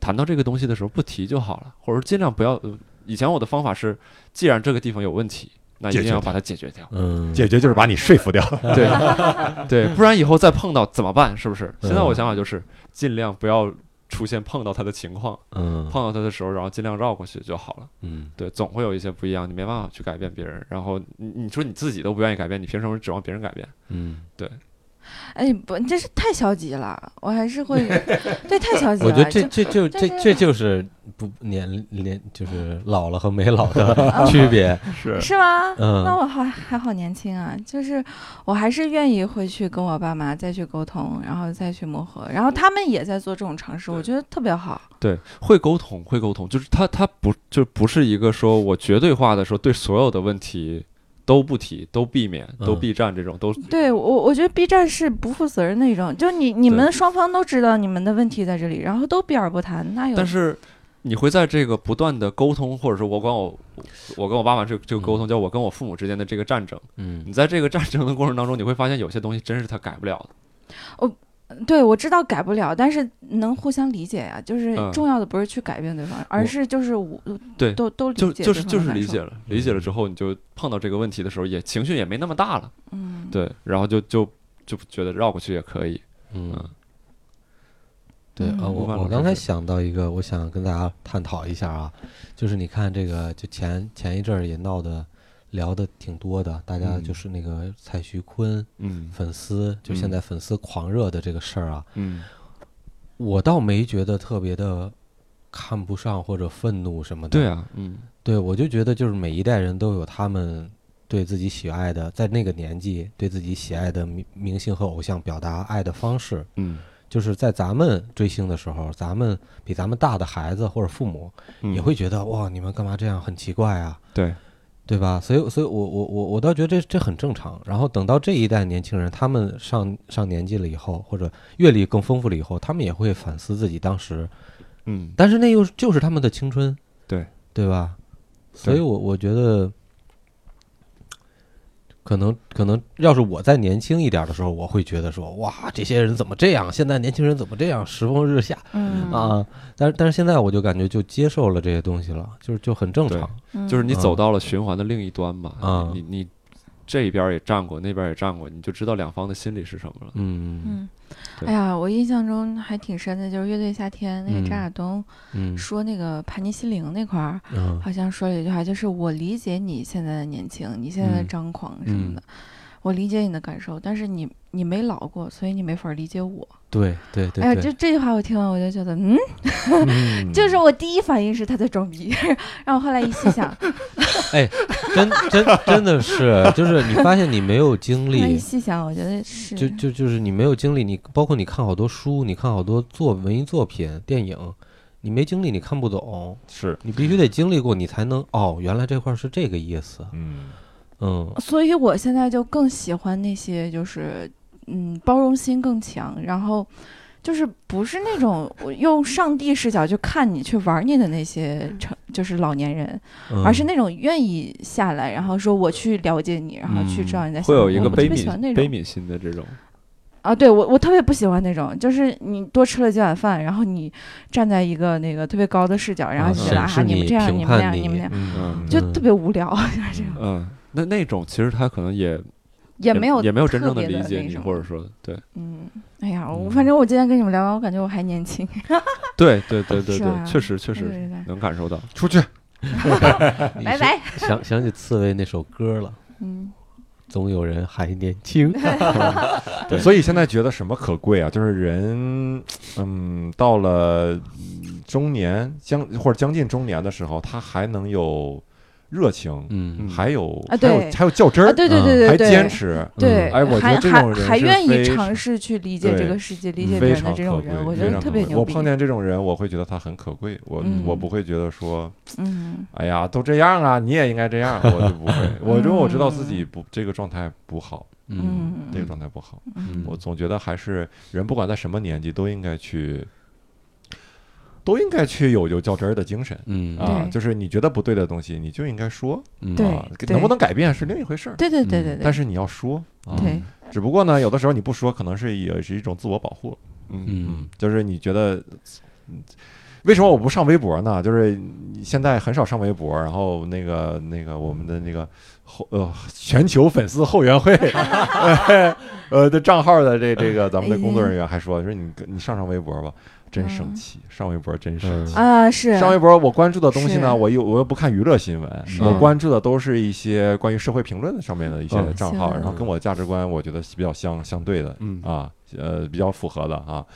[SPEAKER 1] 谈到这个东西的时候不提就好了，或者尽量不要。呃以前我的方法是，既然这个地方有问题，那一
[SPEAKER 5] 解
[SPEAKER 1] 定
[SPEAKER 5] 决
[SPEAKER 1] 要
[SPEAKER 5] 它
[SPEAKER 1] 把它解决 掉。
[SPEAKER 3] 嗯
[SPEAKER 5] 解决就是把你说服掉。
[SPEAKER 1] 对对，不然以后再碰到怎么办？是不是？现在我
[SPEAKER 3] 嗯
[SPEAKER 1] 想法就是尽量不要出现碰到他的情况，
[SPEAKER 3] 嗯
[SPEAKER 1] 碰到他的时候，然后尽量绕过去就好了。
[SPEAKER 3] 嗯
[SPEAKER 1] 对，总会有一些不一样，你没办法去改变别人。然后你你说你自己都不愿意改变，你凭什么指望别人改变？
[SPEAKER 3] 嗯，
[SPEAKER 2] 哎不，你这是太消极了，我还是 会对太消极
[SPEAKER 3] 我
[SPEAKER 2] 了。
[SPEAKER 3] 觉得这这啊就这
[SPEAKER 2] 这
[SPEAKER 3] 这就是不年年就是老了和没老 的区别，
[SPEAKER 5] 是
[SPEAKER 2] 是吗？
[SPEAKER 3] 嗯
[SPEAKER 2] 那我还还好年轻啊，就是我还是愿意回去跟我爸妈再去沟通，然后再去磨合，然后他们也在做这种尝试，我觉得特别好。
[SPEAKER 1] 对，会沟通，会沟通，就是他他不就不是一个说我绝对化的说对所有的问题都不提、都避免、都
[SPEAKER 3] 嗯
[SPEAKER 1] 避战这种都。
[SPEAKER 2] 对我，我觉得 B 站是不负责任的一种，就你你
[SPEAKER 1] 对
[SPEAKER 2] 们双方都知道你们的问题在这里，然后都避而不谈，那有
[SPEAKER 1] 但是你会在这个不断的沟通，或者说我管我我跟我爸妈这个这个沟通，叫我跟我父母之间的这个战争。
[SPEAKER 3] 嗯
[SPEAKER 1] 你在这个战争的过程当中，你会发现有些东西真是他改不了的。
[SPEAKER 2] 对我知道改不了，但是能互相理解呀、就是
[SPEAKER 1] 嗯
[SPEAKER 2] 重要的不是去改变对方，而是就是我
[SPEAKER 1] 对
[SPEAKER 2] 都都理
[SPEAKER 1] 就
[SPEAKER 2] 解
[SPEAKER 1] 就是
[SPEAKER 2] 对
[SPEAKER 1] 就
[SPEAKER 2] 方
[SPEAKER 1] 是
[SPEAKER 2] 的
[SPEAKER 1] 理
[SPEAKER 2] 感
[SPEAKER 1] 解
[SPEAKER 2] 受，
[SPEAKER 1] 了，理解了之后，你就碰到这个问题的时候，也情绪也没那么大了。
[SPEAKER 2] 嗯，
[SPEAKER 1] 对，然后就就就觉得绕过去也可以。
[SPEAKER 3] 嗯。对啊，
[SPEAKER 2] 嗯
[SPEAKER 3] 我
[SPEAKER 1] 无法
[SPEAKER 3] 我
[SPEAKER 1] 老
[SPEAKER 3] 刚才
[SPEAKER 1] 师是
[SPEAKER 3] 想到一个，我想跟大家探讨一下啊，就是你看这个，就前前一阵儿也闹的，聊的挺多的，大家
[SPEAKER 1] 嗯
[SPEAKER 3] 就是那个蔡徐坤
[SPEAKER 1] 嗯
[SPEAKER 3] 粉丝，就现
[SPEAKER 1] 嗯
[SPEAKER 3] 在粉丝狂热的这个事儿啊，
[SPEAKER 1] 嗯
[SPEAKER 3] 我倒没觉得特别的看不上或者愤怒什么，的。
[SPEAKER 1] 对啊，嗯
[SPEAKER 3] 对，我就觉得就是每一代人都有他们对自己喜爱的，在那个年纪对自己喜爱的明明星和偶像表达爱的方式。
[SPEAKER 1] 嗯，
[SPEAKER 3] 就是在咱们追星的时候，咱们比咱们大的孩子或者父母也会觉得哇，你们干嘛这样，很奇怪啊，
[SPEAKER 1] 对，
[SPEAKER 3] 对吧？所以，所以我我我我倒觉得这这很正常。然后等到这一代年轻人，他们上上年纪了以后，或者阅历更丰富了以后，他们也会反思自己当时
[SPEAKER 1] 嗯
[SPEAKER 3] 但是那又是就是他们的青春，
[SPEAKER 1] 对
[SPEAKER 3] 对吧？所以我我觉得，可能可能要是我再年轻一点的时候，我会觉得说，哇，这些人怎么这样？现在年轻人怎么这样？时风日下
[SPEAKER 2] 嗯
[SPEAKER 3] 啊！但是但是现在我就感觉就接受了这些东西了，就是就很正常。
[SPEAKER 2] 嗯
[SPEAKER 1] 就是你
[SPEAKER 3] 嗯
[SPEAKER 1] 走到了循环的另一端嘛。
[SPEAKER 3] 嗯
[SPEAKER 1] 你你这边儿也站过，那边儿也站过，你就知道两方的心理是什么了。
[SPEAKER 3] 嗯
[SPEAKER 2] 嗯，
[SPEAKER 1] 对
[SPEAKER 2] 哎呀，我印象中还挺深的，就是乐队夏天那个
[SPEAKER 3] 嗯
[SPEAKER 2] 张亚东
[SPEAKER 3] 嗯
[SPEAKER 2] 说那个盘尼西林那块儿，
[SPEAKER 3] 啊
[SPEAKER 2] 好像说了一句话，就是我理解你现在的年轻，你现在的
[SPEAKER 3] 嗯
[SPEAKER 2] 张狂什么的，我理解你的感受，但是你你没老过，所以你没法理解我。
[SPEAKER 3] 对对对，
[SPEAKER 2] 哎呀，
[SPEAKER 3] 对
[SPEAKER 2] 这这句话我听完我就觉得，嗯，
[SPEAKER 3] 嗯
[SPEAKER 2] 就是我第一反应是他在装逼， 然后后来一细想，
[SPEAKER 3] 真 真真的是，就是你发现你没有经
[SPEAKER 2] 后来一
[SPEAKER 3] 历，
[SPEAKER 2] 细想，我觉得是，
[SPEAKER 3] 就就就是你没有经历，你包括你看好多书，你看好多作文艺作品、电影，你没经历你看不懂，
[SPEAKER 5] 是，
[SPEAKER 3] 你必须得经历过，你才能哦，原来这块儿是这个意思，
[SPEAKER 5] 嗯，
[SPEAKER 3] 嗯
[SPEAKER 2] 所以我现在就更喜欢那些就是嗯包容心更强，然后就是不是那种我用上帝视角去看你去玩你的那些成就是老年人，
[SPEAKER 3] 嗯，
[SPEAKER 2] 而是那种愿意下来，然后说我去了解你，然后去知道你在想
[SPEAKER 1] 会
[SPEAKER 2] 什么。
[SPEAKER 1] 有一个
[SPEAKER 2] 我特
[SPEAKER 1] 悲
[SPEAKER 2] 别喜欢那
[SPEAKER 1] 悯悲
[SPEAKER 2] 种
[SPEAKER 1] 悯心的这种，
[SPEAKER 2] 啊，对我我特别不喜欢那种，就是你多吃了几碗饭，然后你站在一个那个特别高的视角，然后
[SPEAKER 3] 啊
[SPEAKER 2] 你觉得啊
[SPEAKER 3] 审视
[SPEAKER 2] 你们
[SPEAKER 3] 你
[SPEAKER 2] 这样
[SPEAKER 3] 评
[SPEAKER 2] 你们那
[SPEAKER 3] 判
[SPEAKER 2] 样你们
[SPEAKER 3] 你
[SPEAKER 2] 那样，
[SPEAKER 1] 嗯
[SPEAKER 2] 就
[SPEAKER 3] 嗯
[SPEAKER 2] 特别无聊，就是这样，
[SPEAKER 1] 嗯，那那种其实他可能也
[SPEAKER 2] 也没有
[SPEAKER 1] 也没有真
[SPEAKER 2] 特
[SPEAKER 1] 正地
[SPEAKER 2] 别
[SPEAKER 1] 理
[SPEAKER 2] 的
[SPEAKER 1] 解
[SPEAKER 2] 那
[SPEAKER 1] 你，
[SPEAKER 2] 什么
[SPEAKER 1] 或者说对
[SPEAKER 2] 嗯，哎呀，我
[SPEAKER 3] 嗯
[SPEAKER 2] 反正我今天跟你们聊完，我感觉我还年轻，
[SPEAKER 1] 对对对对
[SPEAKER 2] 是
[SPEAKER 1] 对，
[SPEAKER 2] 吧
[SPEAKER 1] 确实确
[SPEAKER 2] 对
[SPEAKER 1] 实
[SPEAKER 2] 对对
[SPEAKER 1] 能感受到。
[SPEAKER 5] 出去，
[SPEAKER 3] 嗯 你
[SPEAKER 2] 拜
[SPEAKER 3] 是
[SPEAKER 2] 拜，
[SPEAKER 3] 想想起刺猬那首歌了，
[SPEAKER 2] 嗯，
[SPEAKER 3] 总有人还年 轻，
[SPEAKER 2] 嗯
[SPEAKER 1] 对
[SPEAKER 5] 所以现在觉得什么可贵啊？就是人，嗯，到了中年将或者将近中年的时候，他还能有热情，
[SPEAKER 3] 嗯
[SPEAKER 5] 还有
[SPEAKER 2] 啊
[SPEAKER 5] 还有
[SPEAKER 2] 对
[SPEAKER 5] 还有较真
[SPEAKER 2] 啊，
[SPEAKER 5] 儿，
[SPEAKER 2] 对对
[SPEAKER 3] 嗯
[SPEAKER 2] 对
[SPEAKER 5] 还
[SPEAKER 2] 对对，
[SPEAKER 5] 坚持，
[SPEAKER 2] 对，
[SPEAKER 5] 哎我觉
[SPEAKER 2] 还
[SPEAKER 5] 得这
[SPEAKER 2] 还
[SPEAKER 5] 种人
[SPEAKER 2] 还
[SPEAKER 5] 是
[SPEAKER 2] 愿意
[SPEAKER 5] 非
[SPEAKER 2] 尝试去理解这
[SPEAKER 5] 对
[SPEAKER 2] 个世界、理解别
[SPEAKER 5] 非
[SPEAKER 2] 人的
[SPEAKER 5] 常
[SPEAKER 2] 这
[SPEAKER 5] 可
[SPEAKER 2] 种
[SPEAKER 5] 贵，
[SPEAKER 2] 人，我觉
[SPEAKER 5] 非
[SPEAKER 2] 得
[SPEAKER 5] 常
[SPEAKER 2] 特
[SPEAKER 5] 可
[SPEAKER 2] 别
[SPEAKER 5] 贵
[SPEAKER 2] 牛
[SPEAKER 5] 我
[SPEAKER 2] 逼。
[SPEAKER 5] 碰见这种人，我会觉得他很可贵，我
[SPEAKER 2] 嗯
[SPEAKER 5] 我不会觉得说，
[SPEAKER 2] 嗯，
[SPEAKER 5] 哎呀，都这样啊，你也应该这样，我就不会。我因为我知道自己不这个状态不好，
[SPEAKER 3] 嗯
[SPEAKER 2] 嗯
[SPEAKER 5] 这个状态不好。
[SPEAKER 3] 嗯，
[SPEAKER 5] 我总觉得还是人不管在什么年纪，都应该去，都应该去有有较真儿的精神
[SPEAKER 3] 嗯
[SPEAKER 5] 啊
[SPEAKER 2] 对。
[SPEAKER 5] 就是你觉得不对的东西，你就应该说
[SPEAKER 3] 嗯
[SPEAKER 2] 对
[SPEAKER 5] 啊，能不能改变是另一回事儿。
[SPEAKER 2] 对对对对对，
[SPEAKER 5] 但是你要说，
[SPEAKER 3] 啊
[SPEAKER 2] 对
[SPEAKER 5] 只不过呢，有的时候你不说，可能是也是一种自我保护。
[SPEAKER 3] 嗯
[SPEAKER 5] 就是你觉得，嗯为什么我不上微博呢？就是你现在很少上微博，然后那个那个我们的那个后呃全球粉丝后援会， 呃的账号的这
[SPEAKER 2] 哎
[SPEAKER 5] 这个咱们的工作人员还说说你你上上微博吧，真生气，上微博真生
[SPEAKER 3] 嗯
[SPEAKER 5] 气。
[SPEAKER 2] 嗯啊是
[SPEAKER 5] 上微博我关注的东西呢，
[SPEAKER 2] 是
[SPEAKER 5] 我又我又不看娱乐新闻，
[SPEAKER 1] 嗯
[SPEAKER 2] 是
[SPEAKER 5] 我关注的都是一些关于社会评论上面的一些
[SPEAKER 3] 嗯
[SPEAKER 5] 账号，
[SPEAKER 2] 哦行
[SPEAKER 5] 然后跟我价值观我觉得是比较相相对的，
[SPEAKER 1] 嗯
[SPEAKER 5] 啊，呃，比较符合的啊。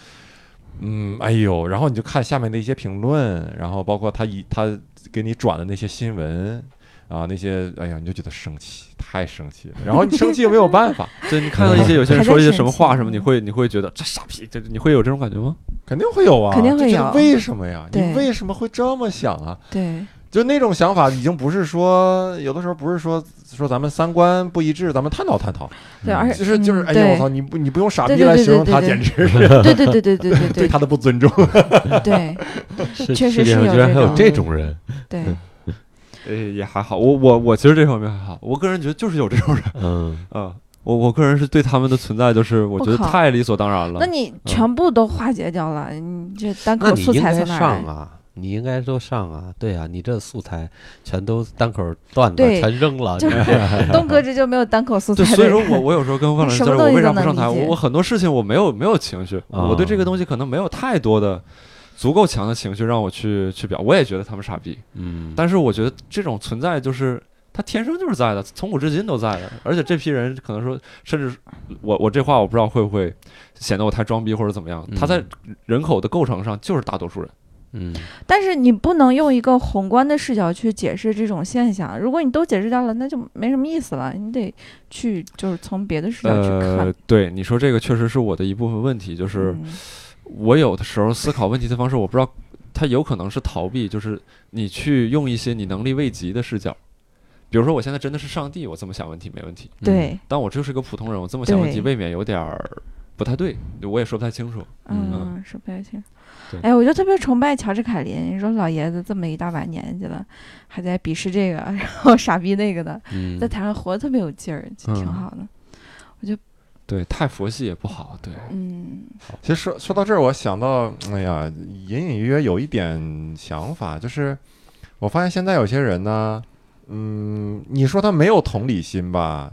[SPEAKER 5] 嗯，哎呦，然后你就看下面的一些评论，然后包括他一他给你转的那些新闻啊，那些，哎呀，你就觉得生气，太生气了。然后你生气又没有 办法，
[SPEAKER 1] 对你看到一些有些人
[SPEAKER 2] 还在
[SPEAKER 1] 说一些
[SPEAKER 2] 生
[SPEAKER 1] 什么
[SPEAKER 2] 气
[SPEAKER 1] 话什么，你
[SPEAKER 2] 嗯
[SPEAKER 1] 会你会觉得这傻逼，这你会有这种感觉吗？
[SPEAKER 5] 肯定会有啊，
[SPEAKER 2] 肯定会
[SPEAKER 5] 就觉得
[SPEAKER 2] 有
[SPEAKER 5] 为什么呀？你
[SPEAKER 2] 对
[SPEAKER 5] 为什么会这么想啊？
[SPEAKER 2] 对
[SPEAKER 5] 就那种想法，已经不是说有的时候不是说说咱们三观不一致，咱们探讨探 讨，
[SPEAKER 2] 对，而
[SPEAKER 5] 就是就是，
[SPEAKER 2] 嗯
[SPEAKER 5] 哎
[SPEAKER 2] 对
[SPEAKER 5] 呀，我操，你不你不用傻逼
[SPEAKER 2] 对对
[SPEAKER 5] 来
[SPEAKER 2] 对
[SPEAKER 5] 形容
[SPEAKER 2] 对
[SPEAKER 5] 他，
[SPEAKER 2] 对
[SPEAKER 5] 简直是
[SPEAKER 2] 对对对对对对
[SPEAKER 5] 对
[SPEAKER 2] 对
[SPEAKER 5] 他的不尊重。
[SPEAKER 2] 对
[SPEAKER 3] 是
[SPEAKER 2] 确实
[SPEAKER 3] 世界上
[SPEAKER 2] 是有
[SPEAKER 3] 居然还有
[SPEAKER 2] 这
[SPEAKER 3] 这
[SPEAKER 2] 种
[SPEAKER 3] 种人，嗯
[SPEAKER 2] 对，
[SPEAKER 1] 呃，也还好，我我我其实这方面还好，我个人觉得就是有这种人
[SPEAKER 3] 嗯，
[SPEAKER 1] 啊，我我个人是对他们的存在就是我觉得
[SPEAKER 2] 我靠
[SPEAKER 1] 太理所当然了
[SPEAKER 2] 那。你全部都化解掉了，你这单
[SPEAKER 3] 那
[SPEAKER 2] 口
[SPEAKER 3] 你
[SPEAKER 2] 素
[SPEAKER 3] 应
[SPEAKER 2] 材
[SPEAKER 3] 该
[SPEAKER 2] 从哪儿
[SPEAKER 3] 上
[SPEAKER 2] 来？
[SPEAKER 3] 啊。你应该都上啊，对啊，你这素材全都单口段子
[SPEAKER 2] 对
[SPEAKER 3] 全扔 了，
[SPEAKER 2] 就是东哥这就没有单口素材
[SPEAKER 1] 对，
[SPEAKER 2] 的人，
[SPEAKER 1] 所以说我我有时候跟万老师
[SPEAKER 2] 什
[SPEAKER 1] 就
[SPEAKER 2] 么
[SPEAKER 1] 是
[SPEAKER 2] 东
[SPEAKER 1] 我
[SPEAKER 2] 西
[SPEAKER 1] 为啥
[SPEAKER 2] 都
[SPEAKER 1] 不上
[SPEAKER 2] 能
[SPEAKER 1] 台？
[SPEAKER 2] 理
[SPEAKER 1] 我
[SPEAKER 2] 解
[SPEAKER 1] 我很多事情我没有没有情绪，我对这个
[SPEAKER 3] 啊
[SPEAKER 1] 东西可能没有太多的足够强的情绪让我去去表。我也觉得他们傻逼，
[SPEAKER 3] 嗯，
[SPEAKER 1] 但是我觉得这种存在就是他天生就是在的，从古至今都在的。而且这批人可能说，甚至我我这话我不知道会不会显得我太装逼或者怎么样。他在人口的构成上就是大多数人，
[SPEAKER 3] 嗯，
[SPEAKER 2] 但是你不能用一个宏观的视角去解释这种现象。如果你都解释掉了，那就没什么意思了。你得去就是从别的视角去看
[SPEAKER 1] 呃。，对你说这个确实是我的一部分问题，就是
[SPEAKER 2] 嗯
[SPEAKER 1] 我有的时候思考问题的方式，我不知道，它有可能是逃避，就是你去用一些你能力未及的视角。比如说，我现在真的是上帝，我这么想问题没问题，
[SPEAKER 2] 对，
[SPEAKER 1] 但我就是个普通人，我这么想问题
[SPEAKER 2] 对
[SPEAKER 1] 未免有点儿不太对，我也说不太清楚。
[SPEAKER 3] 嗯
[SPEAKER 2] 嗯，是不太清
[SPEAKER 1] 对。
[SPEAKER 2] 哎，我就特别崇拜乔治卡林。你说老爷子这么一大把年纪了，还在鄙视这个，然后傻逼那个的，
[SPEAKER 3] 嗯
[SPEAKER 2] 在台上活得特别有劲儿，就挺
[SPEAKER 1] 嗯
[SPEAKER 2] 好的。
[SPEAKER 1] 对，太佛系也不好。对，
[SPEAKER 2] 嗯，
[SPEAKER 5] 其实说说到这儿，我想到，哎呀，隐隐约约有一点想法，就是我发现现在有些人呢，嗯，你说他没有同理心吧，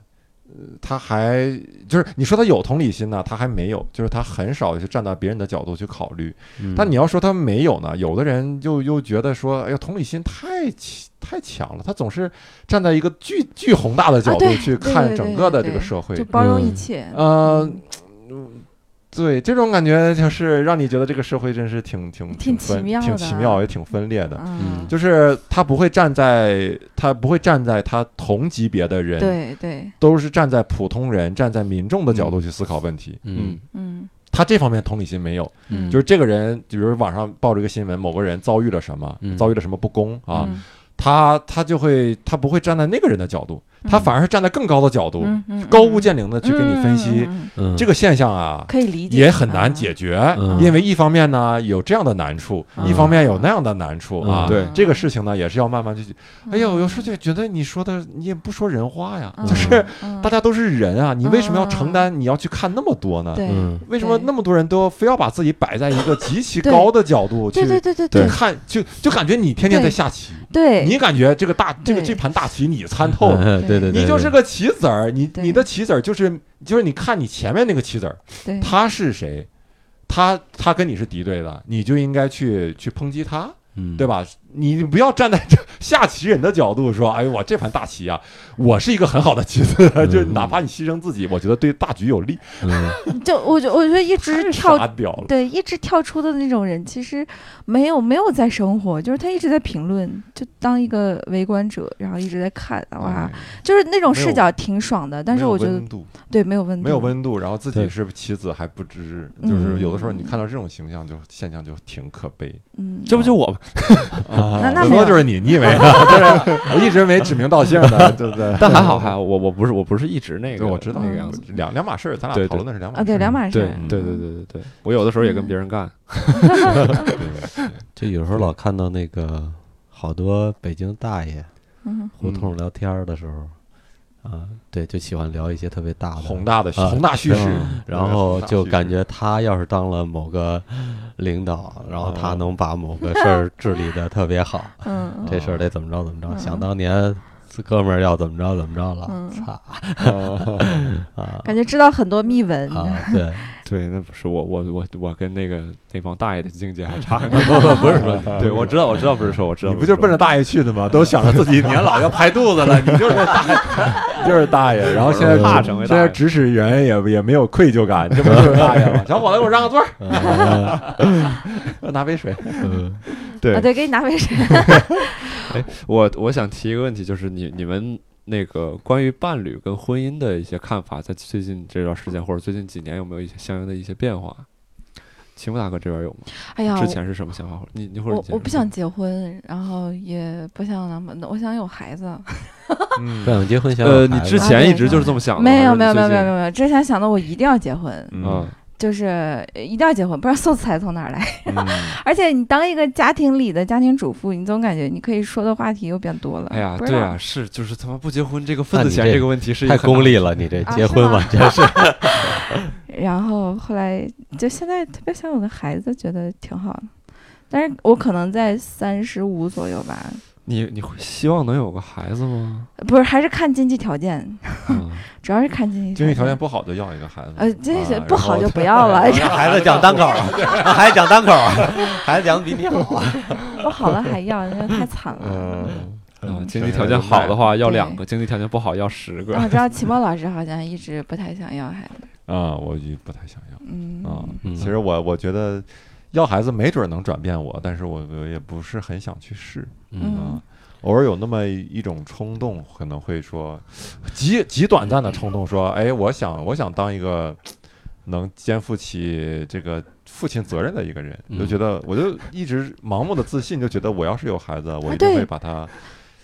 [SPEAKER 5] 他还就是你说他有同理心呢，他还没有，就是他很少去站在别人的角度去考虑。
[SPEAKER 3] 嗯
[SPEAKER 5] 但你要说他没有呢，有的人又又觉得说，哎呀，同理心太强太强了，他总是站在一个巨巨宏大的角度
[SPEAKER 2] 啊对
[SPEAKER 5] 去
[SPEAKER 2] 对
[SPEAKER 5] 看
[SPEAKER 2] 对
[SPEAKER 5] 整
[SPEAKER 2] 对
[SPEAKER 5] 个的
[SPEAKER 2] 对
[SPEAKER 5] 这个社会
[SPEAKER 2] 就。包容一
[SPEAKER 3] 嗯
[SPEAKER 2] 切。
[SPEAKER 5] 呃，对，这种感觉就是让你觉得这个社会真是挺挺
[SPEAKER 2] 挺奇
[SPEAKER 5] 分
[SPEAKER 2] 妙
[SPEAKER 5] 挺
[SPEAKER 2] 的
[SPEAKER 5] 奇妙也挺分裂的。
[SPEAKER 2] 嗯，
[SPEAKER 5] 就是他不会站在他不会站在他同级别的人，
[SPEAKER 2] 对对，
[SPEAKER 5] 都是站在普通人、站在民众的角度去思考问题。
[SPEAKER 3] 嗯
[SPEAKER 2] 嗯
[SPEAKER 5] 他这方面同理心没有，
[SPEAKER 3] 嗯
[SPEAKER 5] 就是这个人，比如网上报这个新闻，某个人遭遇了什么，
[SPEAKER 3] 嗯
[SPEAKER 5] 遭遇了什么不公啊，
[SPEAKER 2] 嗯
[SPEAKER 5] 他他就会他不会站在那个人的角度，
[SPEAKER 2] 嗯
[SPEAKER 5] 他反而是站在更高的角度，
[SPEAKER 2] 嗯嗯
[SPEAKER 5] 高屋建瓴的去给你分析、
[SPEAKER 2] 嗯嗯嗯嗯
[SPEAKER 3] 嗯
[SPEAKER 5] 这个现象啊。
[SPEAKER 2] 可以理解，
[SPEAKER 5] 也很难解决，
[SPEAKER 3] 嗯
[SPEAKER 5] 因为一方面呢有这样的难处，
[SPEAKER 2] 嗯
[SPEAKER 5] 一方面有那样的难处啊。
[SPEAKER 3] 嗯
[SPEAKER 1] 对
[SPEAKER 5] 这个事情呢也是要慢慢去
[SPEAKER 2] 嗯。
[SPEAKER 5] 哎呀，我有时候就觉得你说的你也不说人话呀，
[SPEAKER 2] 嗯
[SPEAKER 5] 就是
[SPEAKER 2] 嗯
[SPEAKER 5] 大家都是人啊，你为什么要承
[SPEAKER 2] 嗯
[SPEAKER 5] 担？你要去看那么多呢？
[SPEAKER 2] 对
[SPEAKER 3] 嗯
[SPEAKER 5] 为什么
[SPEAKER 2] 对
[SPEAKER 5] 那么多人都非要把自己摆在一个极其
[SPEAKER 2] 对
[SPEAKER 5] 高的角度去
[SPEAKER 2] 对对对对
[SPEAKER 5] 去看？就就感觉你天天在下棋，
[SPEAKER 2] 对，
[SPEAKER 5] 你感觉这个大这个
[SPEAKER 2] 对
[SPEAKER 5] 这盘大棋你参透了，
[SPEAKER 3] 嗯 对对对，
[SPEAKER 5] 你就是个棋子儿，你
[SPEAKER 2] 对
[SPEAKER 5] 你的棋子儿就是就是你看你前面那个棋子儿，
[SPEAKER 2] 对
[SPEAKER 5] 他是谁？他他跟你是敌对的，你就应该去去抨击他，对
[SPEAKER 3] 吧？
[SPEAKER 5] 吧？你不要站在这下棋人的角度说，哎，我这盘大棋啊，我是一个很好的棋子，就是哪怕你牺牲自己，我觉得对大局有利，
[SPEAKER 3] 嗯
[SPEAKER 2] 就我觉我觉得一直跳
[SPEAKER 5] 傻屌了。
[SPEAKER 2] 对，一直跳出的那种人，其实没有没有在生活，就是他一直在评论，就当一个围观者，然后一直在看，哇，
[SPEAKER 5] 哎
[SPEAKER 2] 就是那种
[SPEAKER 5] 没有
[SPEAKER 2] 视角挺爽的，但
[SPEAKER 5] 没
[SPEAKER 2] 是
[SPEAKER 5] 有
[SPEAKER 2] 我觉得嗯
[SPEAKER 5] 温度
[SPEAKER 2] 对没有温度，
[SPEAKER 5] 没有温度，然后自己
[SPEAKER 3] 对
[SPEAKER 5] 是棋子还不知，就是
[SPEAKER 2] 嗯
[SPEAKER 5] 有的时候你看到这种形象就现象就挺可悲。
[SPEAKER 2] 嗯，
[SPEAKER 1] 这不就我吗？
[SPEAKER 2] 那那没
[SPEAKER 5] 我说
[SPEAKER 2] 有
[SPEAKER 5] 就是你，你以为啊？就是我 一直没指名道姓的，对不对？
[SPEAKER 1] 但还好，还好，我我不是我不是一直那个，
[SPEAKER 5] 对，我知道
[SPEAKER 1] 那个样子。
[SPEAKER 5] 两两码事儿，咱
[SPEAKER 1] 对
[SPEAKER 5] 俩
[SPEAKER 1] 对
[SPEAKER 5] 讨论的是两码
[SPEAKER 2] 啊
[SPEAKER 5] 事
[SPEAKER 2] 对
[SPEAKER 5] 儿。
[SPEAKER 2] 两码事
[SPEAKER 1] 对
[SPEAKER 2] 儿，
[SPEAKER 1] 对对对对对，我有的时候也跟别人
[SPEAKER 5] 嗯
[SPEAKER 1] 干，
[SPEAKER 5] 对
[SPEAKER 3] 就有时候老看到那个好多北京大爷
[SPEAKER 2] 嗯，
[SPEAKER 3] 胡同聊天儿的时候，啊，对，就喜欢聊一些特别大的
[SPEAKER 5] 宏大的
[SPEAKER 3] 啊
[SPEAKER 5] 宏大叙事
[SPEAKER 3] 嗯，然后就感觉他要是当了某个领导，然后他能把某个事儿治理的特别好，
[SPEAKER 2] 嗯
[SPEAKER 3] 这事儿得怎么着怎么着。
[SPEAKER 2] 嗯
[SPEAKER 3] 想当年，这哥们儿要怎么着怎么着了，
[SPEAKER 2] 嗯
[SPEAKER 3] 操
[SPEAKER 5] 觉
[SPEAKER 3] 啊
[SPEAKER 2] 感觉知道很多秘闻，
[SPEAKER 3] 啊！ 对，
[SPEAKER 1] 对，那不是我我我我跟那个那帮大爷的境界还 差很
[SPEAKER 3] 不是说
[SPEAKER 1] 对，我知道我知道不是说我知道，
[SPEAKER 5] 你不就是奔着大爷去的吗？都想着自己年老要拍肚子了，你就是大爷，就是大爷。然后现在
[SPEAKER 1] 怕成为
[SPEAKER 5] 现
[SPEAKER 1] 大爷
[SPEAKER 5] 在指使人也也没有愧疚感，这不就是大爷吗？小伙子，给我让个座儿，
[SPEAKER 3] 嗯
[SPEAKER 5] 拿杯水。
[SPEAKER 3] 嗯
[SPEAKER 1] 对
[SPEAKER 2] 啊对，给你拿 杯水，
[SPEAKER 1] 我我想提一个问题，就是你你们那个关于伴侣跟婚姻的一些看法，在最近这段时间或者最近几年有没有一些相应的一些变化？秦福大哥这边有吗？
[SPEAKER 2] 哎呀，
[SPEAKER 1] 之
[SPEAKER 2] 我
[SPEAKER 1] 前是什么想法？或者你你或者你
[SPEAKER 2] 我
[SPEAKER 1] 先
[SPEAKER 2] 我不
[SPEAKER 1] 说
[SPEAKER 2] 想结婚，然后也不想男朋友，我想有孩
[SPEAKER 1] 啊
[SPEAKER 2] 子。
[SPEAKER 3] 不想结婚想
[SPEAKER 1] 呃，
[SPEAKER 3] 有
[SPEAKER 1] 你
[SPEAKER 3] 孩
[SPEAKER 1] 之
[SPEAKER 3] 子
[SPEAKER 1] 前一直就是这么想的吗？
[SPEAKER 2] 没有
[SPEAKER 1] 还
[SPEAKER 2] 没有
[SPEAKER 1] 是
[SPEAKER 2] 没
[SPEAKER 1] 你
[SPEAKER 2] 有
[SPEAKER 1] 最
[SPEAKER 2] 没有没
[SPEAKER 1] 近
[SPEAKER 2] 有没有，之前想的我一定要结婚，
[SPEAKER 5] 嗯
[SPEAKER 2] 就是呃一定要结婚，不知道素材从哪儿来。
[SPEAKER 5] 嗯，
[SPEAKER 2] 而且你当一个家庭里的家庭主妇，你总感觉你可以说的话题又变多了。
[SPEAKER 1] 哎呀，
[SPEAKER 2] 不知
[SPEAKER 1] 对
[SPEAKER 2] 道
[SPEAKER 1] 啊，，是就是他妈不结婚这个
[SPEAKER 3] 那
[SPEAKER 1] 份子
[SPEAKER 3] 你
[SPEAKER 1] 钱
[SPEAKER 3] 这
[SPEAKER 1] 这个问题是一个
[SPEAKER 3] 太
[SPEAKER 1] 很
[SPEAKER 3] 功
[SPEAKER 1] 大
[SPEAKER 3] 利了，你这
[SPEAKER 2] 啊
[SPEAKER 3] 结
[SPEAKER 2] 是
[SPEAKER 3] 婚
[SPEAKER 2] 吗
[SPEAKER 3] 完全 是
[SPEAKER 2] 然后后来就现在特别想有个孩子，觉得挺好的。但是我可能在三十五左右吧，
[SPEAKER 1] 你你会希望能有个孩子 吗？
[SPEAKER 2] 不是，还是看经济条件，
[SPEAKER 1] 嗯
[SPEAKER 2] 主要是看经济
[SPEAKER 5] 经济条件不好就要一个孩子，
[SPEAKER 2] 呃，经济条
[SPEAKER 5] 啊
[SPEAKER 2] 件不好就不要
[SPEAKER 5] 然后
[SPEAKER 2] 了，
[SPEAKER 3] 孩子讲单口儿，让孩子讲单口儿，孩子讲的比你好啊。
[SPEAKER 2] 不好了还要，那太惨了。
[SPEAKER 5] 嗯，
[SPEAKER 1] 啊，
[SPEAKER 5] 嗯
[SPEAKER 1] 经济条件好的话要
[SPEAKER 2] 对嗯
[SPEAKER 1] 两个，经济条件不好要十个。
[SPEAKER 2] 我啊知道齐墨老师好像一直不太想要孩子，
[SPEAKER 5] 啊，我也不太想要。
[SPEAKER 2] 嗯，
[SPEAKER 5] 啊
[SPEAKER 3] 嗯
[SPEAKER 5] 其实我我觉得要孩子没准儿能转变我，但是我我也不是很想去试
[SPEAKER 2] 嗯
[SPEAKER 5] 啊。偶尔有那么一种冲动，可能会说极极短暂的冲动，说哎，我想我想当一个能肩负起这个父亲责任的一个人，
[SPEAKER 3] 嗯
[SPEAKER 5] 就觉得我就一直盲目的自信，就觉得我要是有孩子，我一
[SPEAKER 2] 对
[SPEAKER 5] 定会把他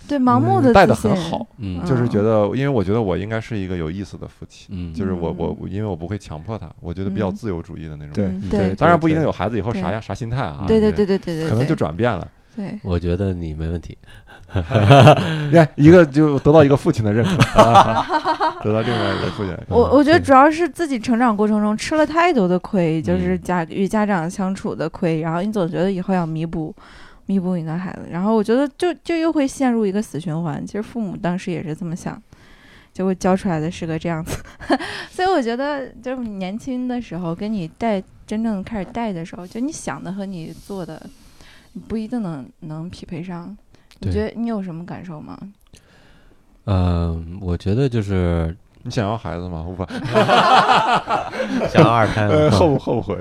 [SPEAKER 2] 对，盲目
[SPEAKER 5] 嗯
[SPEAKER 2] 的
[SPEAKER 5] 带的很好，，
[SPEAKER 3] 嗯
[SPEAKER 5] 就是觉得因为我觉得我应该是一个有意思的父亲，
[SPEAKER 3] 嗯
[SPEAKER 5] 就是我我
[SPEAKER 2] 嗯
[SPEAKER 5] 我因为我不会强迫他，我觉得比较
[SPEAKER 2] 嗯
[SPEAKER 5] 自由主义的那种。
[SPEAKER 1] 对
[SPEAKER 2] 嗯
[SPEAKER 1] 嗯
[SPEAKER 2] 对
[SPEAKER 1] 对，
[SPEAKER 5] 当然不一定有孩子以后
[SPEAKER 2] 对
[SPEAKER 5] 啥样啥心态啊，
[SPEAKER 2] 对对对对对对，
[SPEAKER 5] 可能就
[SPEAKER 2] 对
[SPEAKER 5] 转变了，
[SPEAKER 2] 对，
[SPEAKER 3] 我觉得你没问题，
[SPEAKER 5] 哎，一个就得到一个父亲的认可，啊 得到另外一个父亲的认可。
[SPEAKER 2] 我我觉得
[SPEAKER 3] 嗯对
[SPEAKER 2] 主要是自己成长过程中吃了太多的亏，就是
[SPEAKER 3] 嗯
[SPEAKER 2] 家与家长相处的亏，然后你总觉得以后要弥补。弥补你的孩子，然后我觉得就就又会陷入一个死循环。其实父母当时也是这么想，结果教出来的是个这样子。 所以我觉得，就是你年轻的时候，跟你带真正开始带的时候，就你想的和你做的，你不一定能能匹配上。你
[SPEAKER 3] 对
[SPEAKER 2] 觉得你有什么感受吗？
[SPEAKER 3] 嗯，我觉得就是
[SPEAKER 5] 你想要孩子吗？后悔，
[SPEAKER 3] 想要二胎嘛
[SPEAKER 5] 呃，后不后悔？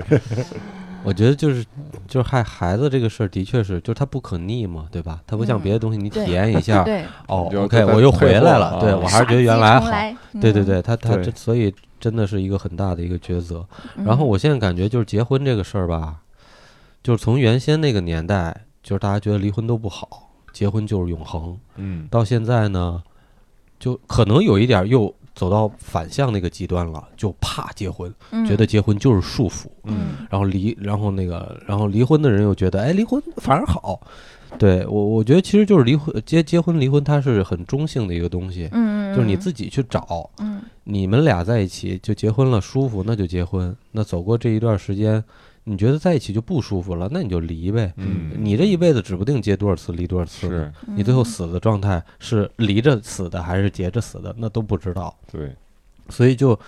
[SPEAKER 3] 我觉得就是就是害孩子这个事儿，的确是，就是它不可逆嘛，对吧？它不像
[SPEAKER 2] 嗯
[SPEAKER 3] 别的东西，你
[SPEAKER 2] 对
[SPEAKER 3] 体验一下，
[SPEAKER 2] 对，
[SPEAKER 3] 哦
[SPEAKER 5] 你就
[SPEAKER 3] ，OK，
[SPEAKER 5] 再
[SPEAKER 3] 我又
[SPEAKER 5] 退
[SPEAKER 3] 回
[SPEAKER 5] 货
[SPEAKER 3] 来
[SPEAKER 5] 了
[SPEAKER 3] 了。
[SPEAKER 5] 啊
[SPEAKER 3] 对我还是觉
[SPEAKER 2] 杀
[SPEAKER 3] 得原
[SPEAKER 2] 鸡
[SPEAKER 3] 来
[SPEAKER 2] 重
[SPEAKER 3] 好。
[SPEAKER 2] 来
[SPEAKER 3] 对对
[SPEAKER 2] 嗯
[SPEAKER 3] 对，他他
[SPEAKER 1] 对
[SPEAKER 3] 这所以真的是一个很大的一个抉择。
[SPEAKER 2] 嗯
[SPEAKER 3] 然后我现在感觉就是结婚这个事儿吧，就是从原先那个年代，就是大家觉得离婚都不好，结婚就是永恒，
[SPEAKER 5] 嗯，
[SPEAKER 3] 到现在呢，就可能有一点儿又走到反向那个极端了，就怕结婚，觉得结婚就是束缚，
[SPEAKER 2] 嗯
[SPEAKER 3] 然后离，然后那个，然后离婚的人又觉得，哎，离婚反而好。对我，我觉得其实就是离婚结结婚离婚，它是很中性的一个东西，
[SPEAKER 2] 嗯，
[SPEAKER 3] 就是你
[SPEAKER 2] 嗯
[SPEAKER 3] 自己去找，
[SPEAKER 2] 嗯
[SPEAKER 3] 你们俩在一起就结婚了，舒服那就结婚。那走过这一段时间，你觉得在一起就不舒服了，那你就离呗。
[SPEAKER 5] 嗯
[SPEAKER 3] 你这一辈子指不定结多少次，离多少次呢。
[SPEAKER 5] 是
[SPEAKER 2] 嗯
[SPEAKER 3] 你最后死的状态是离着死的还是结着死的，那都不知道。
[SPEAKER 5] 对，
[SPEAKER 3] 所以就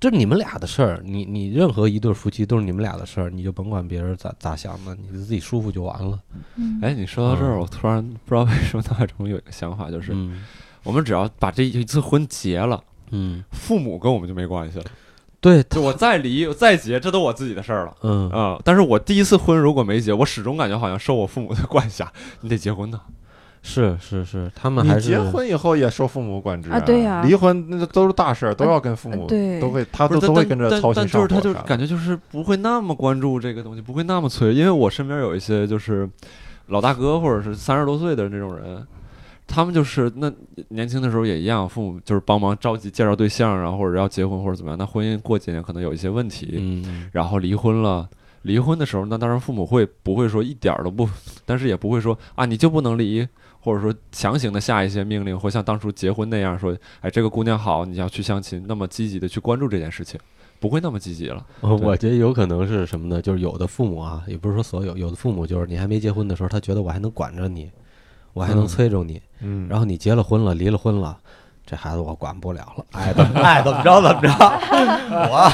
[SPEAKER 3] 这是你们俩的事儿，你你任何一对夫妻都是你们俩的事儿，你就甭管别人咋咋想的，你自己舒服就完了。
[SPEAKER 2] 嗯
[SPEAKER 1] 哎，你说到这儿，
[SPEAKER 3] 嗯
[SPEAKER 1] 我突然不知道为什么脑海中有一个想法，就是、
[SPEAKER 3] 嗯
[SPEAKER 1] 我们只要把这一次婚结了，
[SPEAKER 3] 嗯，
[SPEAKER 1] 父母跟我们就没关系了。
[SPEAKER 3] 对，
[SPEAKER 1] 就我再离，我再结，这都我自己的事儿了。
[SPEAKER 3] 嗯
[SPEAKER 1] 啊、但是我第一次婚如果没结，我始终感觉好像受我父母的管辖，你得结婚呢。
[SPEAKER 3] 是是是，他们还
[SPEAKER 5] 你
[SPEAKER 3] 是
[SPEAKER 5] 结婚以后也受父母管制
[SPEAKER 2] 啊对呀呃
[SPEAKER 5] 离婚那都是大事儿，都要跟父母，
[SPEAKER 2] 对
[SPEAKER 5] 都会他
[SPEAKER 1] 不
[SPEAKER 5] 啊都
[SPEAKER 1] 是，
[SPEAKER 5] 都
[SPEAKER 1] 但
[SPEAKER 5] 会跟着
[SPEAKER 1] 但
[SPEAKER 5] 操
[SPEAKER 1] 但
[SPEAKER 5] 心
[SPEAKER 1] 就
[SPEAKER 5] 上
[SPEAKER 1] 是
[SPEAKER 5] 火
[SPEAKER 1] 他就是
[SPEAKER 5] 啥的
[SPEAKER 1] 感觉就是不会那么关注这个东西，不会那么催，因为我身边有一些就是老大哥或者是三十多岁的那种人。他们就是那年轻的时候也一样，父母就是帮忙着急介绍对象，然后或者要结婚或者怎么样。那婚姻过几年可能有一些问题，
[SPEAKER 3] 嗯
[SPEAKER 1] 然后离婚了。离婚的时候，那当然父母会不会说一点儿都不， 但是也不会说啊你就不能离，或者说强行的下一些命令，或像当初结婚那样说，哎这个姑娘好，你要去相亲，那么积极的去关注这件事情，不会那么积极了。
[SPEAKER 3] 我
[SPEAKER 5] 嗯
[SPEAKER 3] 我觉得有可能是什么呢？就是有的父母啊，也不是说所有，有的父母就是你还没结婚的时候，他觉得我还能管着你，我还能
[SPEAKER 1] 嗯
[SPEAKER 3] 催着你，
[SPEAKER 5] 嗯，
[SPEAKER 3] 然后你结了婚了，离了婚了。这孩子我管不了了，爱怎么爱怎么着 怎么着，我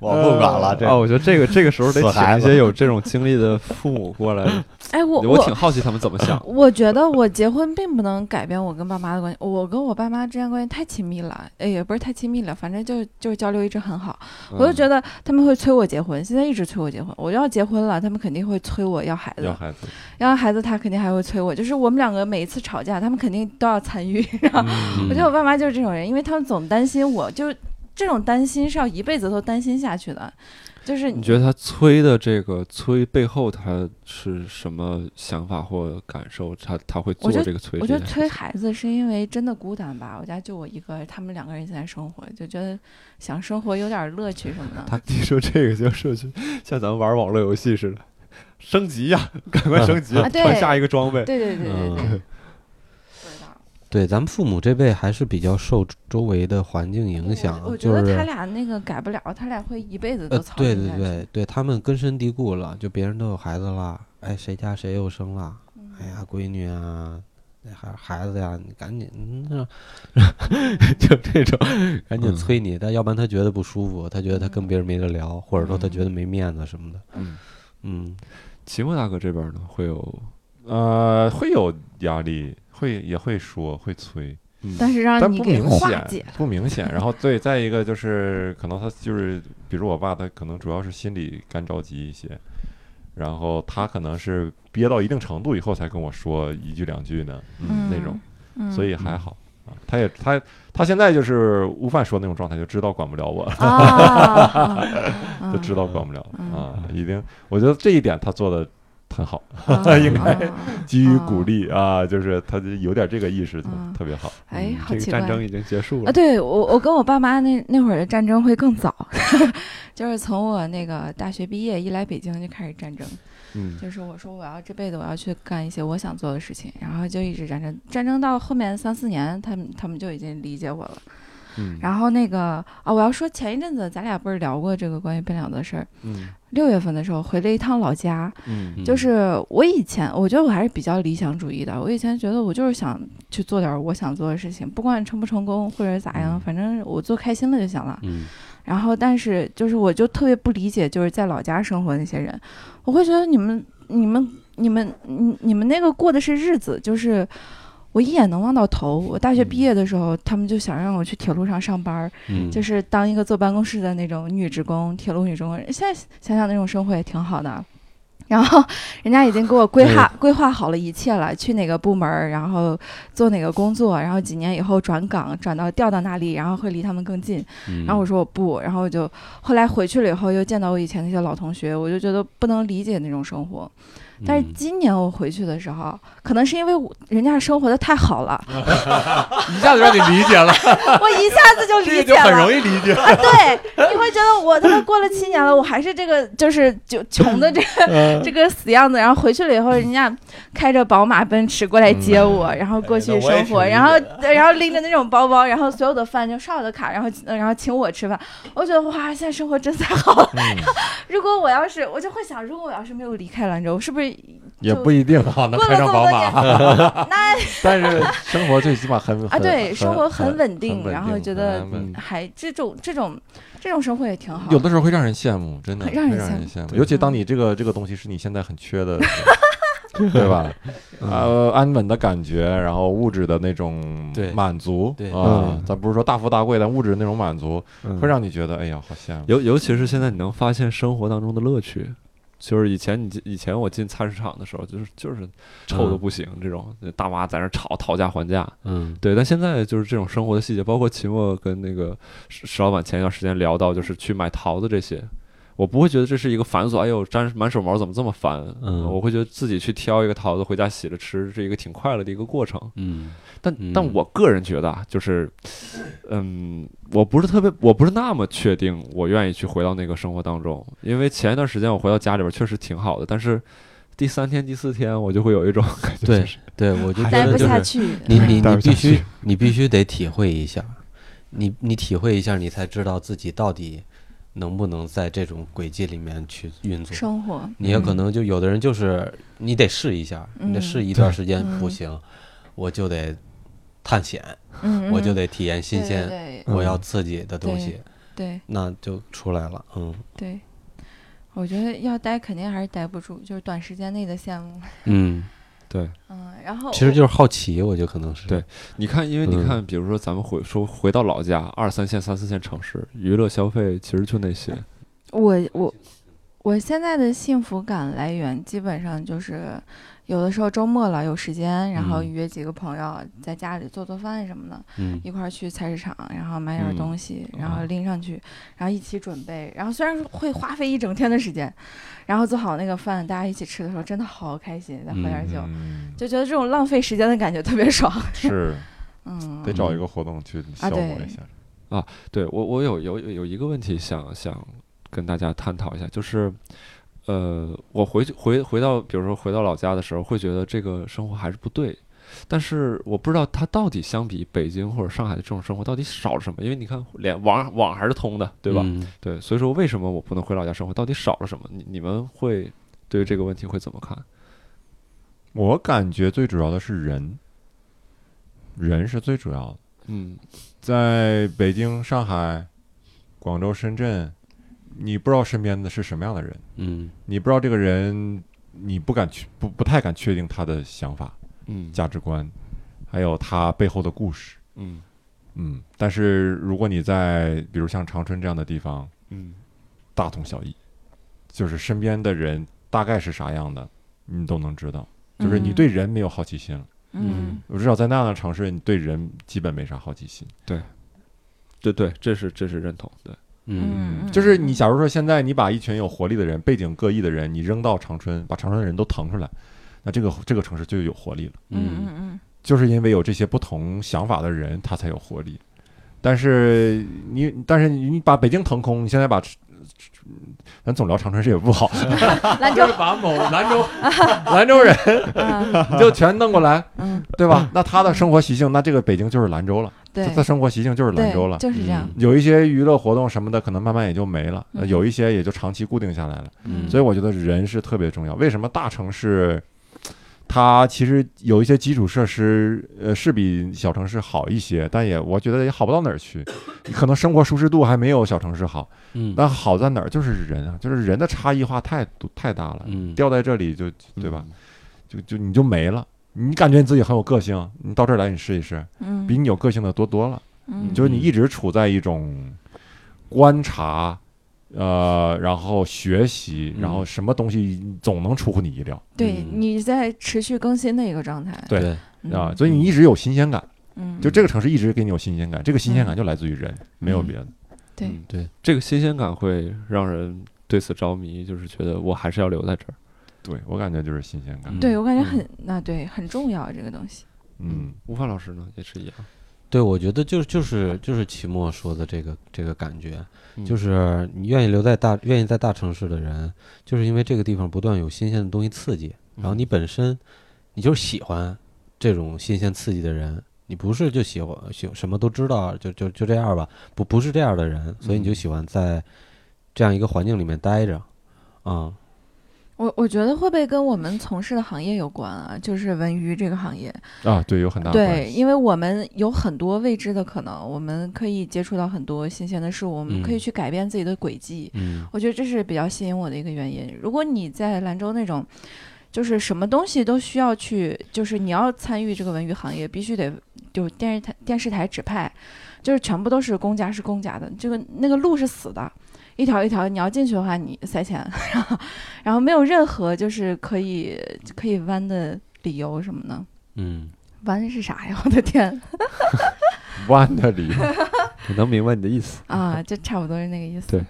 [SPEAKER 3] 我不管了。这
[SPEAKER 1] 啊，我觉得这个这个时候得
[SPEAKER 3] 死
[SPEAKER 1] 请
[SPEAKER 3] 孩
[SPEAKER 1] 一
[SPEAKER 3] 子
[SPEAKER 1] 些有这种经历的父母过来，
[SPEAKER 2] 哎， 我
[SPEAKER 1] 我挺好奇他们怎么想。
[SPEAKER 2] 我觉得我结婚并不能改变我跟爸妈的关系，我跟我爸妈之间关系太亲密了，哎，也不是太亲密了，反正就就是交流一直很好。
[SPEAKER 3] 嗯
[SPEAKER 2] 我就
[SPEAKER 1] 得
[SPEAKER 2] 觉得他们会催我结婚，现在一直催我结婚，我要结婚了，他们肯定会催我要
[SPEAKER 1] 嗯
[SPEAKER 2] 孩
[SPEAKER 5] 要
[SPEAKER 2] 子，
[SPEAKER 5] 孩子，
[SPEAKER 2] 要孩子他肯定还会催我，就是我们两个每一次吵架，他们肯定都要参与。 然后
[SPEAKER 3] 嗯
[SPEAKER 2] 我觉得我爸妈就是这种人，因为他们总担心我，就这种担心是要一辈子都担心下去的，就是
[SPEAKER 1] 你觉得他催的这个催背后他是什么想法或感受？他他会做
[SPEAKER 2] 我觉得
[SPEAKER 1] 这个催
[SPEAKER 2] 我
[SPEAKER 1] 这
[SPEAKER 2] 觉
[SPEAKER 1] 件
[SPEAKER 2] 得
[SPEAKER 1] 事情？
[SPEAKER 2] 催孩子是因为真的孤单吧，我家就我一个，他们两个人现在生活，就觉得想生活有点乐趣什么的。
[SPEAKER 1] 他你说这个就是就像咱们玩网络游戏似的，升级呀、赶快升级，
[SPEAKER 2] 啊对
[SPEAKER 1] 换下一个装备。
[SPEAKER 2] 对对对对对，
[SPEAKER 3] 嗯
[SPEAKER 2] 不知道
[SPEAKER 3] 对，咱们父母这辈还是比较受周围的环境影响
[SPEAKER 2] 我，我觉
[SPEAKER 3] 就
[SPEAKER 2] 得他
[SPEAKER 3] 是
[SPEAKER 2] 俩那个改不了，他俩会一辈子
[SPEAKER 3] 呃
[SPEAKER 2] 都，操
[SPEAKER 3] 对
[SPEAKER 2] 心
[SPEAKER 3] 对
[SPEAKER 2] 下去。
[SPEAKER 3] 对对，他们根深蒂固了，就别人都有孩子了，哎，谁家谁又生了，哎
[SPEAKER 2] 嗯
[SPEAKER 3] 呀，闺女啊，那孩孩子呀，你赶紧，嗯， 就这种，赶紧
[SPEAKER 1] 嗯
[SPEAKER 3] 催你，但要不然他觉得不舒服，他觉得他跟
[SPEAKER 2] 嗯
[SPEAKER 3] 别人没得聊，或者说他觉
[SPEAKER 1] 嗯
[SPEAKER 3] 得没面子什么的，
[SPEAKER 1] 嗯，
[SPEAKER 3] 嗯，
[SPEAKER 1] 奇墨大哥这边呢会有，
[SPEAKER 5] 呃，会有压力，会也会说，会催，
[SPEAKER 1] 嗯
[SPEAKER 2] 但是让
[SPEAKER 5] 但
[SPEAKER 2] 你
[SPEAKER 5] 不
[SPEAKER 2] 给
[SPEAKER 5] 明
[SPEAKER 2] 化解
[SPEAKER 5] 显，，不明显。然后对，再一个就是可能他就是，比如我爸，他可能主要是心里干着急一些，然后他可能是憋到一定程度以后才跟我说一句两句呢，
[SPEAKER 2] 嗯
[SPEAKER 5] 那种，
[SPEAKER 2] 嗯
[SPEAKER 5] 所以 还好。啊，他也他他现在就是悟饭说那种状态，就知道管不了我了，
[SPEAKER 2] 啊啊，啊
[SPEAKER 5] 就知道管不了了
[SPEAKER 2] 嗯
[SPEAKER 5] 啊。已经，我觉得这一点他做的很好，
[SPEAKER 2] 啊
[SPEAKER 5] 应该
[SPEAKER 2] 啊
[SPEAKER 5] 基于鼓励啊，就是他就有点这个意识，就
[SPEAKER 2] 嗯
[SPEAKER 5] 特别好。
[SPEAKER 2] 哎，好
[SPEAKER 1] 这个
[SPEAKER 2] 奇怪
[SPEAKER 1] 战争已经结束了
[SPEAKER 2] 啊，。对我，我跟我爸妈那那会儿的战争会更早， 就是从我那个大学毕业一来北京就开始战争，
[SPEAKER 1] 嗯，
[SPEAKER 2] 就是我说我要这辈子我要去干一些我想做的事情，然后就一直战争，战争到后面三四年，他们他们就已经理解我了，
[SPEAKER 5] 嗯，
[SPEAKER 2] 然后那个啊、我要说前一阵子咱俩不是聊过这个关于奔两的事儿？
[SPEAKER 5] 嗯
[SPEAKER 2] 六月份的时候回了一趟老家，
[SPEAKER 5] 嗯
[SPEAKER 2] 就是我以前我觉得我还是比较理想主义的，我以前觉得我就是想去做点我想做的事情，不管成不成功或者咋样，
[SPEAKER 3] 嗯
[SPEAKER 2] 反正我做开心了就行了。
[SPEAKER 3] 嗯
[SPEAKER 2] 然后，但是就是我就特别不理解，就是在老家生活的那些人，我会觉得你们、你们、你们、你、你们那个过的是日子，就是我一眼能望到头。我大学毕业的时候，他们就想让我去铁路上上班儿，
[SPEAKER 3] 嗯，
[SPEAKER 2] 就是是当一个坐办公室的那种女职工，铁路女职工。现在想想那种生活也挺好的。然后人家已经给我规划、规划好了一切了，去哪个部门儿，然后做哪个工作，然后几年以后转岗，转到调到哪里，然后会离他们更近。然后我
[SPEAKER 3] 说
[SPEAKER 2] 说我不，然后我就后来回去了以后又见到我以前那些老同学，我就觉得不能理解那种生活。
[SPEAKER 3] 嗯
[SPEAKER 2] 但是今年我回去的时候，可能是因为我人家生活的太好了，
[SPEAKER 3] 一下子让你理 解了，
[SPEAKER 2] 我一下子就理解了。
[SPEAKER 3] 易理解。
[SPEAKER 2] 啊，对，你会觉得我他妈过了七年了，我还是这个就是就穷的这个、
[SPEAKER 5] 嗯
[SPEAKER 2] 这个死样子。然后回去了以后，人家开着宝马奔驰过来接我，
[SPEAKER 5] 嗯
[SPEAKER 2] 然后过去生活，
[SPEAKER 5] 哎
[SPEAKER 2] 然后然后拎着那种包包，然后所 有的饭就刷我的卡，然后呃然后请我吃饭。我觉得哇，现在生活真太好了。
[SPEAKER 5] 嗯
[SPEAKER 2] 如果我要是，我就会想，如果我要是没有离开兰州，是不是
[SPEAKER 5] 也不一定 啊哈，能
[SPEAKER 2] 过了
[SPEAKER 5] 开
[SPEAKER 2] 这
[SPEAKER 5] 上
[SPEAKER 2] 么多
[SPEAKER 5] 宝马
[SPEAKER 2] 年，， 那
[SPEAKER 5] 但是生活最起码很
[SPEAKER 2] 啊对，生活
[SPEAKER 5] 很
[SPEAKER 2] 很稳定，然后觉得
[SPEAKER 5] 很稳定
[SPEAKER 2] 还这种这种这种生活也挺好。
[SPEAKER 5] 有的时候会让人羡慕，真的
[SPEAKER 2] 会让
[SPEAKER 5] 会
[SPEAKER 2] 人
[SPEAKER 5] 让
[SPEAKER 2] 羡
[SPEAKER 5] 人
[SPEAKER 2] 慕
[SPEAKER 5] 羡慕，
[SPEAKER 3] 对
[SPEAKER 5] 尤其当你这呃个这个东西是你现在很缺 的。对吧？
[SPEAKER 3] 嗯
[SPEAKER 5] 呃，安稳的感觉，然后物质的那种
[SPEAKER 3] 对
[SPEAKER 5] 满足，
[SPEAKER 3] 对嗯
[SPEAKER 5] 啊
[SPEAKER 1] 嗯，
[SPEAKER 5] 咱不是说大富大贵，但物质的那种满足，会让你觉得，哎呀，好羡慕。
[SPEAKER 1] 尤尤其是现在，你能发现生活当中的乐趣，就是以前你进以前我进菜市场的时候，就是就是
[SPEAKER 2] 嗯
[SPEAKER 1] 臭的不行，这种大妈在那吵讨价还价，
[SPEAKER 3] 嗯
[SPEAKER 1] 对。但现在就是这种生活的细节，包括秦墨跟那个石石老板前一段时间聊到，就是去买桃子这些。我不会觉得这是一个繁琐，哎呦，粘满手毛怎么这么烦？
[SPEAKER 3] 嗯
[SPEAKER 1] 我会觉得自己去挑一个桃子回家洗了吃，是一个挺快乐的一个过程。
[SPEAKER 3] 嗯
[SPEAKER 1] 但
[SPEAKER 3] 嗯
[SPEAKER 1] 但我个人觉得啊，就是，嗯，我不是特别，我不是那么确定，我愿意去回到那个生活当中，因为前一段时间我回到家里边确实挺好的，但是第三天、第四天我就会有一种 感觉，
[SPEAKER 3] 对
[SPEAKER 1] 就是
[SPEAKER 3] 对，我就觉
[SPEAKER 2] 待
[SPEAKER 3] 得
[SPEAKER 2] 不
[SPEAKER 3] 就
[SPEAKER 2] 下
[SPEAKER 3] 是
[SPEAKER 2] 去。
[SPEAKER 3] 你你
[SPEAKER 5] 待
[SPEAKER 3] 你
[SPEAKER 5] 不下
[SPEAKER 3] 必须
[SPEAKER 5] 去
[SPEAKER 3] 你必须得体会一下，你你体会一下，你才知道自己到底能不能在这种轨迹里面去运作。
[SPEAKER 2] 生活，
[SPEAKER 3] 你也可
[SPEAKER 2] 嗯
[SPEAKER 3] 能就有的人就是你得试一下，你得
[SPEAKER 2] 嗯
[SPEAKER 3] 试一段时间
[SPEAKER 2] 嗯
[SPEAKER 3] 不行，我就得探险，
[SPEAKER 2] 嗯，
[SPEAKER 3] 我就
[SPEAKER 2] 嗯
[SPEAKER 3] 得体验新鲜，
[SPEAKER 2] 对
[SPEAKER 3] 我要刺激的东西，
[SPEAKER 2] 对
[SPEAKER 3] 那就出来了。嗯
[SPEAKER 2] 对对，我觉得要待肯定还是待不住，就是短时间内的羡慕。
[SPEAKER 3] 嗯，
[SPEAKER 1] 对。
[SPEAKER 2] 嗯，然后
[SPEAKER 3] 其实就是好奇，我觉得可能是
[SPEAKER 1] 对你看，因为你
[SPEAKER 3] 嗯
[SPEAKER 1] 看，比如说咱们回说回到老家，二三线、三四线城市，娱乐消费其实就那些，
[SPEAKER 2] 我我我现在的幸福感来源基本上就是有的时候周末了有时间，然后
[SPEAKER 3] 嗯
[SPEAKER 2] 约几个朋友在家里做做饭什么的，
[SPEAKER 3] 嗯
[SPEAKER 2] 一块儿去菜市场，然后买点儿
[SPEAKER 1] 嗯
[SPEAKER 2] 东西，然
[SPEAKER 5] 哦
[SPEAKER 1] 啊
[SPEAKER 2] 后拎上去，然后一起准备。然后虽然说会花费一整天的时间，然后做好那个饭，大家一起吃的时候真的好开心，再喝点儿酒，
[SPEAKER 5] 嗯，
[SPEAKER 2] 就觉得这种浪费时间的感觉特别爽。
[SPEAKER 5] 是
[SPEAKER 2] 嗯， 啊
[SPEAKER 5] 得找一个活动去消磨一下。
[SPEAKER 1] 对我，我有有有一个问题想想跟大家探讨一下，就是，呃，我回去回回到，比如说回到老家的时候，会觉得这个生活还是不对，但是我不知道它到底相比北京或者上海的这种生活到底少了什么，因为你看连网网还是通的，对吧？
[SPEAKER 3] 嗯
[SPEAKER 1] 对，所以说为什么我不能回老家生活，到底少了什么？你你们会对于这个问题会怎么看？
[SPEAKER 5] 我感觉最主要的是人，人是最主要的。
[SPEAKER 1] 嗯
[SPEAKER 5] 在北京、上海、广州、深圳，你不知道身边的是什么样的人，
[SPEAKER 3] 嗯
[SPEAKER 5] 你不知道这个人，你不敢去不不太敢确定他的想法、
[SPEAKER 1] 嗯
[SPEAKER 5] 价值观，还有他背后的故事。
[SPEAKER 1] 嗯
[SPEAKER 5] 嗯，但是如果你在比如像长春这样的地方，
[SPEAKER 1] 嗯
[SPEAKER 5] 大同小异，就是身边的人大概是啥样的，你都能知道。就是你
[SPEAKER 2] 嗯
[SPEAKER 5] 对人没有好奇心了，
[SPEAKER 2] 嗯
[SPEAKER 5] 我至少在那样的城市，你对人基本没啥好奇心。
[SPEAKER 1] 对对，这是这是认同，对，
[SPEAKER 3] 嗯
[SPEAKER 5] 就是你，假如说现在你把一群有活力的人、背景各异的人，你扔到长春，把长春的人都腾出来，那这个这个城市就有活力了。
[SPEAKER 2] 嗯
[SPEAKER 3] 嗯
[SPEAKER 2] 嗯
[SPEAKER 5] 就是因为有这些不同想法的人，他才有活力。但是你，但是你把北京腾空，你现在把，咱总聊长春这也不 好，
[SPEAKER 2] 嗯，兰州，
[SPEAKER 5] 把某 兰州兰州人
[SPEAKER 2] 嗯
[SPEAKER 5] 你就全弄过来，
[SPEAKER 2] 嗯，
[SPEAKER 5] 对吧？那他的生活习性，那这个北京就是兰州了。
[SPEAKER 2] 对
[SPEAKER 5] 他的生活习性就是兰州
[SPEAKER 2] 对，
[SPEAKER 5] 了。
[SPEAKER 2] 就是这样。
[SPEAKER 3] 嗯
[SPEAKER 5] 有一些娱乐活动什么的，可能慢慢也就没了，呃
[SPEAKER 2] 嗯
[SPEAKER 5] 有一些也就长期固定下来了。
[SPEAKER 3] 嗯
[SPEAKER 5] 所以我觉得人是特别重要。为什么大城市它其实有一些基础设施，呃，是比小城市好一些，但也我觉得也好不到哪儿去，可能生活舒适度还没有小城市好。
[SPEAKER 3] 嗯
[SPEAKER 5] 但好在哪儿？就是人啊，就是人的差异化太多太大了。
[SPEAKER 3] 嗯，
[SPEAKER 5] 掉在这里就对吧？？就就你就没了。你感觉你自己很有个性，你到这儿来你试一试，
[SPEAKER 2] 嗯，
[SPEAKER 5] 比你有个性的多多了。
[SPEAKER 2] 嗯
[SPEAKER 5] 就是你一直处在一种观察，呃，然后学习，
[SPEAKER 3] 嗯
[SPEAKER 5] 然后什么东西总能出乎你意料
[SPEAKER 2] 对
[SPEAKER 3] 嗯
[SPEAKER 2] 你在持续更新的一个状态。
[SPEAKER 5] 对
[SPEAKER 3] 对，
[SPEAKER 2] 嗯
[SPEAKER 5] 啊，所以你一直有新鲜感。
[SPEAKER 2] 嗯，
[SPEAKER 5] 就这个城市一直给你有新鲜感，这个新鲜感就来自于人，没有别的。
[SPEAKER 2] 对
[SPEAKER 1] 嗯
[SPEAKER 3] 对，
[SPEAKER 1] 这个新鲜感会让人对此着迷，就是觉得我还是要留在这儿。
[SPEAKER 5] 对我感觉就是新鲜感。
[SPEAKER 3] 嗯
[SPEAKER 2] 对我感觉很那对很重要这个东西。
[SPEAKER 5] 嗯，
[SPEAKER 1] 吴范老师呢也是一样，
[SPEAKER 3] 对，我觉得就是就是就是齐墨说的这个这个感觉，
[SPEAKER 1] 嗯
[SPEAKER 3] 就是你愿意留在大愿意在大城市的人，就是因为这个地方不断有新鲜的东西刺激，然后你本身你就是喜欢这种新鲜刺激的人，你不是就喜欢喜什么都知道就就就这样吧，不不是这样的人，所以你就
[SPEAKER 1] 嗯
[SPEAKER 3] 喜欢在这样一个环境里面待着，啊、
[SPEAKER 2] 我我觉得会不会跟我们从事的行业有关啊？就是文娱这个行业，
[SPEAKER 5] 啊，对，有很大的关
[SPEAKER 2] 对，
[SPEAKER 5] 系。
[SPEAKER 2] 因为我们有很多未知的可能，我们可以接触到很多新鲜的事物，我们可以
[SPEAKER 3] 嗯
[SPEAKER 2] 去改变自己的轨迹。
[SPEAKER 3] 嗯
[SPEAKER 2] 我觉得这是比较吸引我的一个原因。如果你在兰州那种，就是什么东西都需要去，就是你要参与这个文娱行业，必须得就电视台电视台指派，就是全部都是公家是公家的，这个那个路是死的，一条一条，你要进去的话你塞钱， 然后然后没有任何就是可以可以弯的理由什么的。
[SPEAKER 3] 嗯，
[SPEAKER 2] 弯是啥呀？我 的天！
[SPEAKER 5] 弯的 理由，
[SPEAKER 1] 我能明白你的意思。
[SPEAKER 2] 啊，就差不多是那个意思。
[SPEAKER 1] 对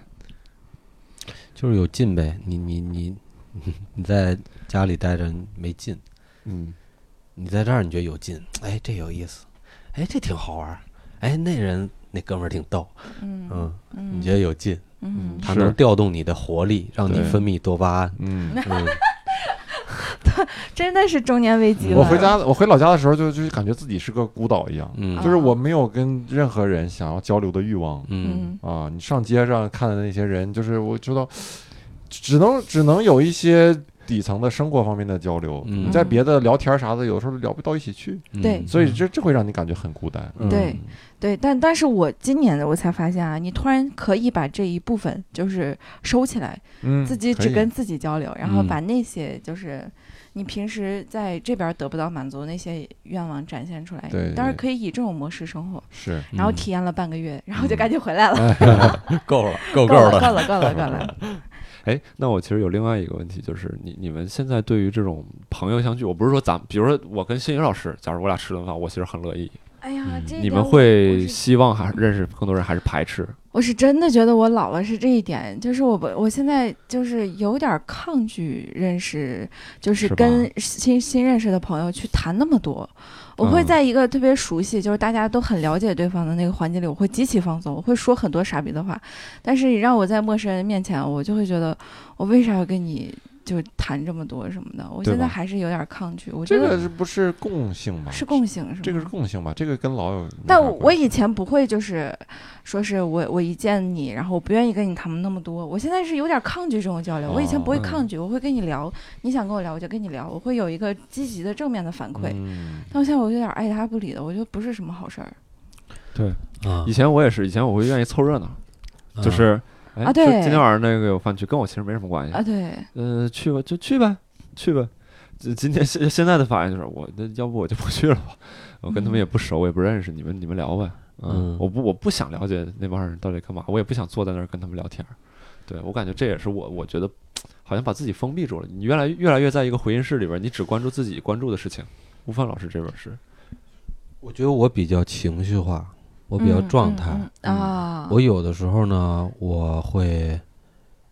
[SPEAKER 3] 就是有劲呗，你你你 你在家里待着没劲。
[SPEAKER 5] 嗯，
[SPEAKER 3] 你在这儿你觉得有劲，哎，这有意思，哎，这挺好玩儿，哎，那人那哥们儿挺逗，
[SPEAKER 2] 嗯
[SPEAKER 3] 嗯，
[SPEAKER 2] 嗯，
[SPEAKER 3] 你觉得有劲，
[SPEAKER 2] 嗯
[SPEAKER 3] 它
[SPEAKER 5] 是
[SPEAKER 3] 能调动你的活力，让你
[SPEAKER 5] 对
[SPEAKER 3] 分泌多巴胺，
[SPEAKER 5] 嗯，
[SPEAKER 3] 嗯，
[SPEAKER 2] 真的是中年危机了。
[SPEAKER 5] 我回家，我回老家的时候就就感觉自己是个孤岛一样，
[SPEAKER 2] 啊
[SPEAKER 3] 嗯
[SPEAKER 5] 就是我没有跟任何人想要交流的欲望。
[SPEAKER 3] 嗯
[SPEAKER 2] 嗯
[SPEAKER 5] 啊，你上街上看的那些人，就是我知道， 只能只能有一些底层的生活方面的交流。
[SPEAKER 3] 嗯
[SPEAKER 5] 你在别的聊天啥的，有时候聊不到一起去，
[SPEAKER 3] 嗯
[SPEAKER 2] 对
[SPEAKER 5] 所以这这会让你感觉很孤单。
[SPEAKER 3] 嗯
[SPEAKER 2] 对对，但但是我今年的我才发现啊，你突然可以把这一部分就是收起来，
[SPEAKER 5] 嗯，
[SPEAKER 2] 自己
[SPEAKER 5] 可
[SPEAKER 2] 只
[SPEAKER 5] 以
[SPEAKER 2] 跟自己交流，然后
[SPEAKER 3] 嗯
[SPEAKER 2] 把那些就是你平时在这边得不到满足那些愿望展现出来。
[SPEAKER 5] 对
[SPEAKER 2] 你当然
[SPEAKER 5] 对
[SPEAKER 2] 可以以这种模式生活，
[SPEAKER 5] 是
[SPEAKER 2] 然后
[SPEAKER 3] 嗯
[SPEAKER 2] 体验了半个月，然后就赶紧回来了，
[SPEAKER 3] 够了，够
[SPEAKER 2] 够了，够了，够了，够了。
[SPEAKER 1] 哎，那我其实有另外一个问题，就是你你们现在对于这种朋友相聚，我不是说咱，比如说我跟新宇老师，假如我俩吃顿饭，我其实很乐意。
[SPEAKER 2] 哎呀，
[SPEAKER 3] 嗯
[SPEAKER 2] 这一
[SPEAKER 1] 你
[SPEAKER 2] 点
[SPEAKER 1] 们
[SPEAKER 2] 我
[SPEAKER 1] 会
[SPEAKER 2] 我是
[SPEAKER 1] 希望还是认识更多人，还是排斥？
[SPEAKER 2] 我是真的觉得我老了是这一点，就是我不，我现在就是有点儿抗拒认识，就是
[SPEAKER 1] 是吧
[SPEAKER 2] 跟新新认识的朋友去谈那么多。我会
[SPEAKER 1] 嗯
[SPEAKER 2] 在一个特别熟悉，就是大家都很了解对方的那个环境里，我会极其放松，我会说很多傻逼的话。但是你让我在陌生人面前，我就会觉得我为啥要跟你就谈这么多什么的？我
[SPEAKER 5] 对
[SPEAKER 2] 现在
[SPEAKER 5] 吧
[SPEAKER 2] 还是有点儿抗拒。我觉
[SPEAKER 5] 这
[SPEAKER 2] 得
[SPEAKER 5] 个是不是共性吧？
[SPEAKER 2] 是共性，是吗？
[SPEAKER 5] 这个是共性吧？这个跟老有没啥关系。
[SPEAKER 2] 但我以前不会，就是说是我我一见你，然后我不愿意跟你谈那么多。我现在是有点抗拒这种交流。我以前不会
[SPEAKER 1] 哦
[SPEAKER 3] 嗯
[SPEAKER 2] 抗拒，我会跟你聊，你想跟我聊我就跟你聊，我会有一个积极的正面的反馈。
[SPEAKER 5] 嗯，
[SPEAKER 2] 但我现在我有点爱答不理的，我觉得不是什么好事儿。
[SPEAKER 5] 嗯
[SPEAKER 3] 啊
[SPEAKER 1] 以，前我也是，以前我会愿意凑热闹，
[SPEAKER 3] 啊
[SPEAKER 1] 就是。哎
[SPEAKER 2] 啊
[SPEAKER 1] 就
[SPEAKER 2] 对
[SPEAKER 1] 今天晚上那个有饭局，跟我其实没什么关系
[SPEAKER 2] 啊，。对，
[SPEAKER 1] 呃，去吧，就去呗，去呗。这今天现现在的反应就是，我那要不我就不去了吧，我跟他们也不熟，我也不认识，你们你们聊呗。
[SPEAKER 3] 嗯
[SPEAKER 1] 我不我不想了解那帮人到底干嘛，我也不想坐在那儿跟他们聊天儿。对我感觉这也是我我觉得好像把自己封闭住了。你越来越来越在一个回音室里边儿，你只关注自己关注的事情。吴范老师这边儿是，
[SPEAKER 3] 嗯我觉得我比较情绪化，我比较
[SPEAKER 2] 嗯
[SPEAKER 3] 状态，
[SPEAKER 2] 嗯嗯啊，
[SPEAKER 3] 我有的时候呢，我会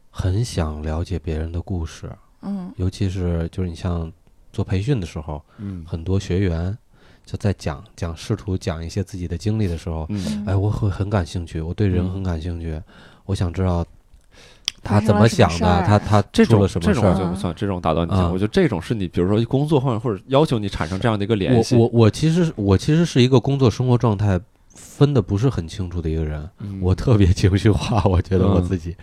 [SPEAKER 3] 很想了解别人的故事，
[SPEAKER 2] 嗯
[SPEAKER 3] 尤其是就是你像做培训的时候，
[SPEAKER 1] 嗯
[SPEAKER 3] 很多学员就在讲讲试图讲一些自己的经历的时候，
[SPEAKER 1] 嗯
[SPEAKER 3] 哎，我会很感兴趣，我对人
[SPEAKER 1] 嗯
[SPEAKER 3] 很感兴趣，我想知道
[SPEAKER 2] 发
[SPEAKER 3] 他
[SPEAKER 2] 生
[SPEAKER 3] 怎
[SPEAKER 2] 了
[SPEAKER 3] 么
[SPEAKER 2] 什么
[SPEAKER 3] 想
[SPEAKER 2] 事
[SPEAKER 3] 的，
[SPEAKER 2] 儿
[SPEAKER 3] 他他
[SPEAKER 1] 这
[SPEAKER 3] 出
[SPEAKER 1] 种
[SPEAKER 3] 了什
[SPEAKER 1] 这
[SPEAKER 3] 么事
[SPEAKER 1] 种我
[SPEAKER 3] 儿。
[SPEAKER 1] 就不算，这种打断你一下，
[SPEAKER 3] 啊
[SPEAKER 1] 我觉得这种是你比如说工作上或者要求你产生这样的一个联
[SPEAKER 3] 我
[SPEAKER 1] 系。
[SPEAKER 3] 我我其实我其实是一个工作生活状态分的不是很清楚的一个人，
[SPEAKER 1] 嗯
[SPEAKER 3] 我特别情绪化，我觉得我
[SPEAKER 1] 嗯
[SPEAKER 3] 自己。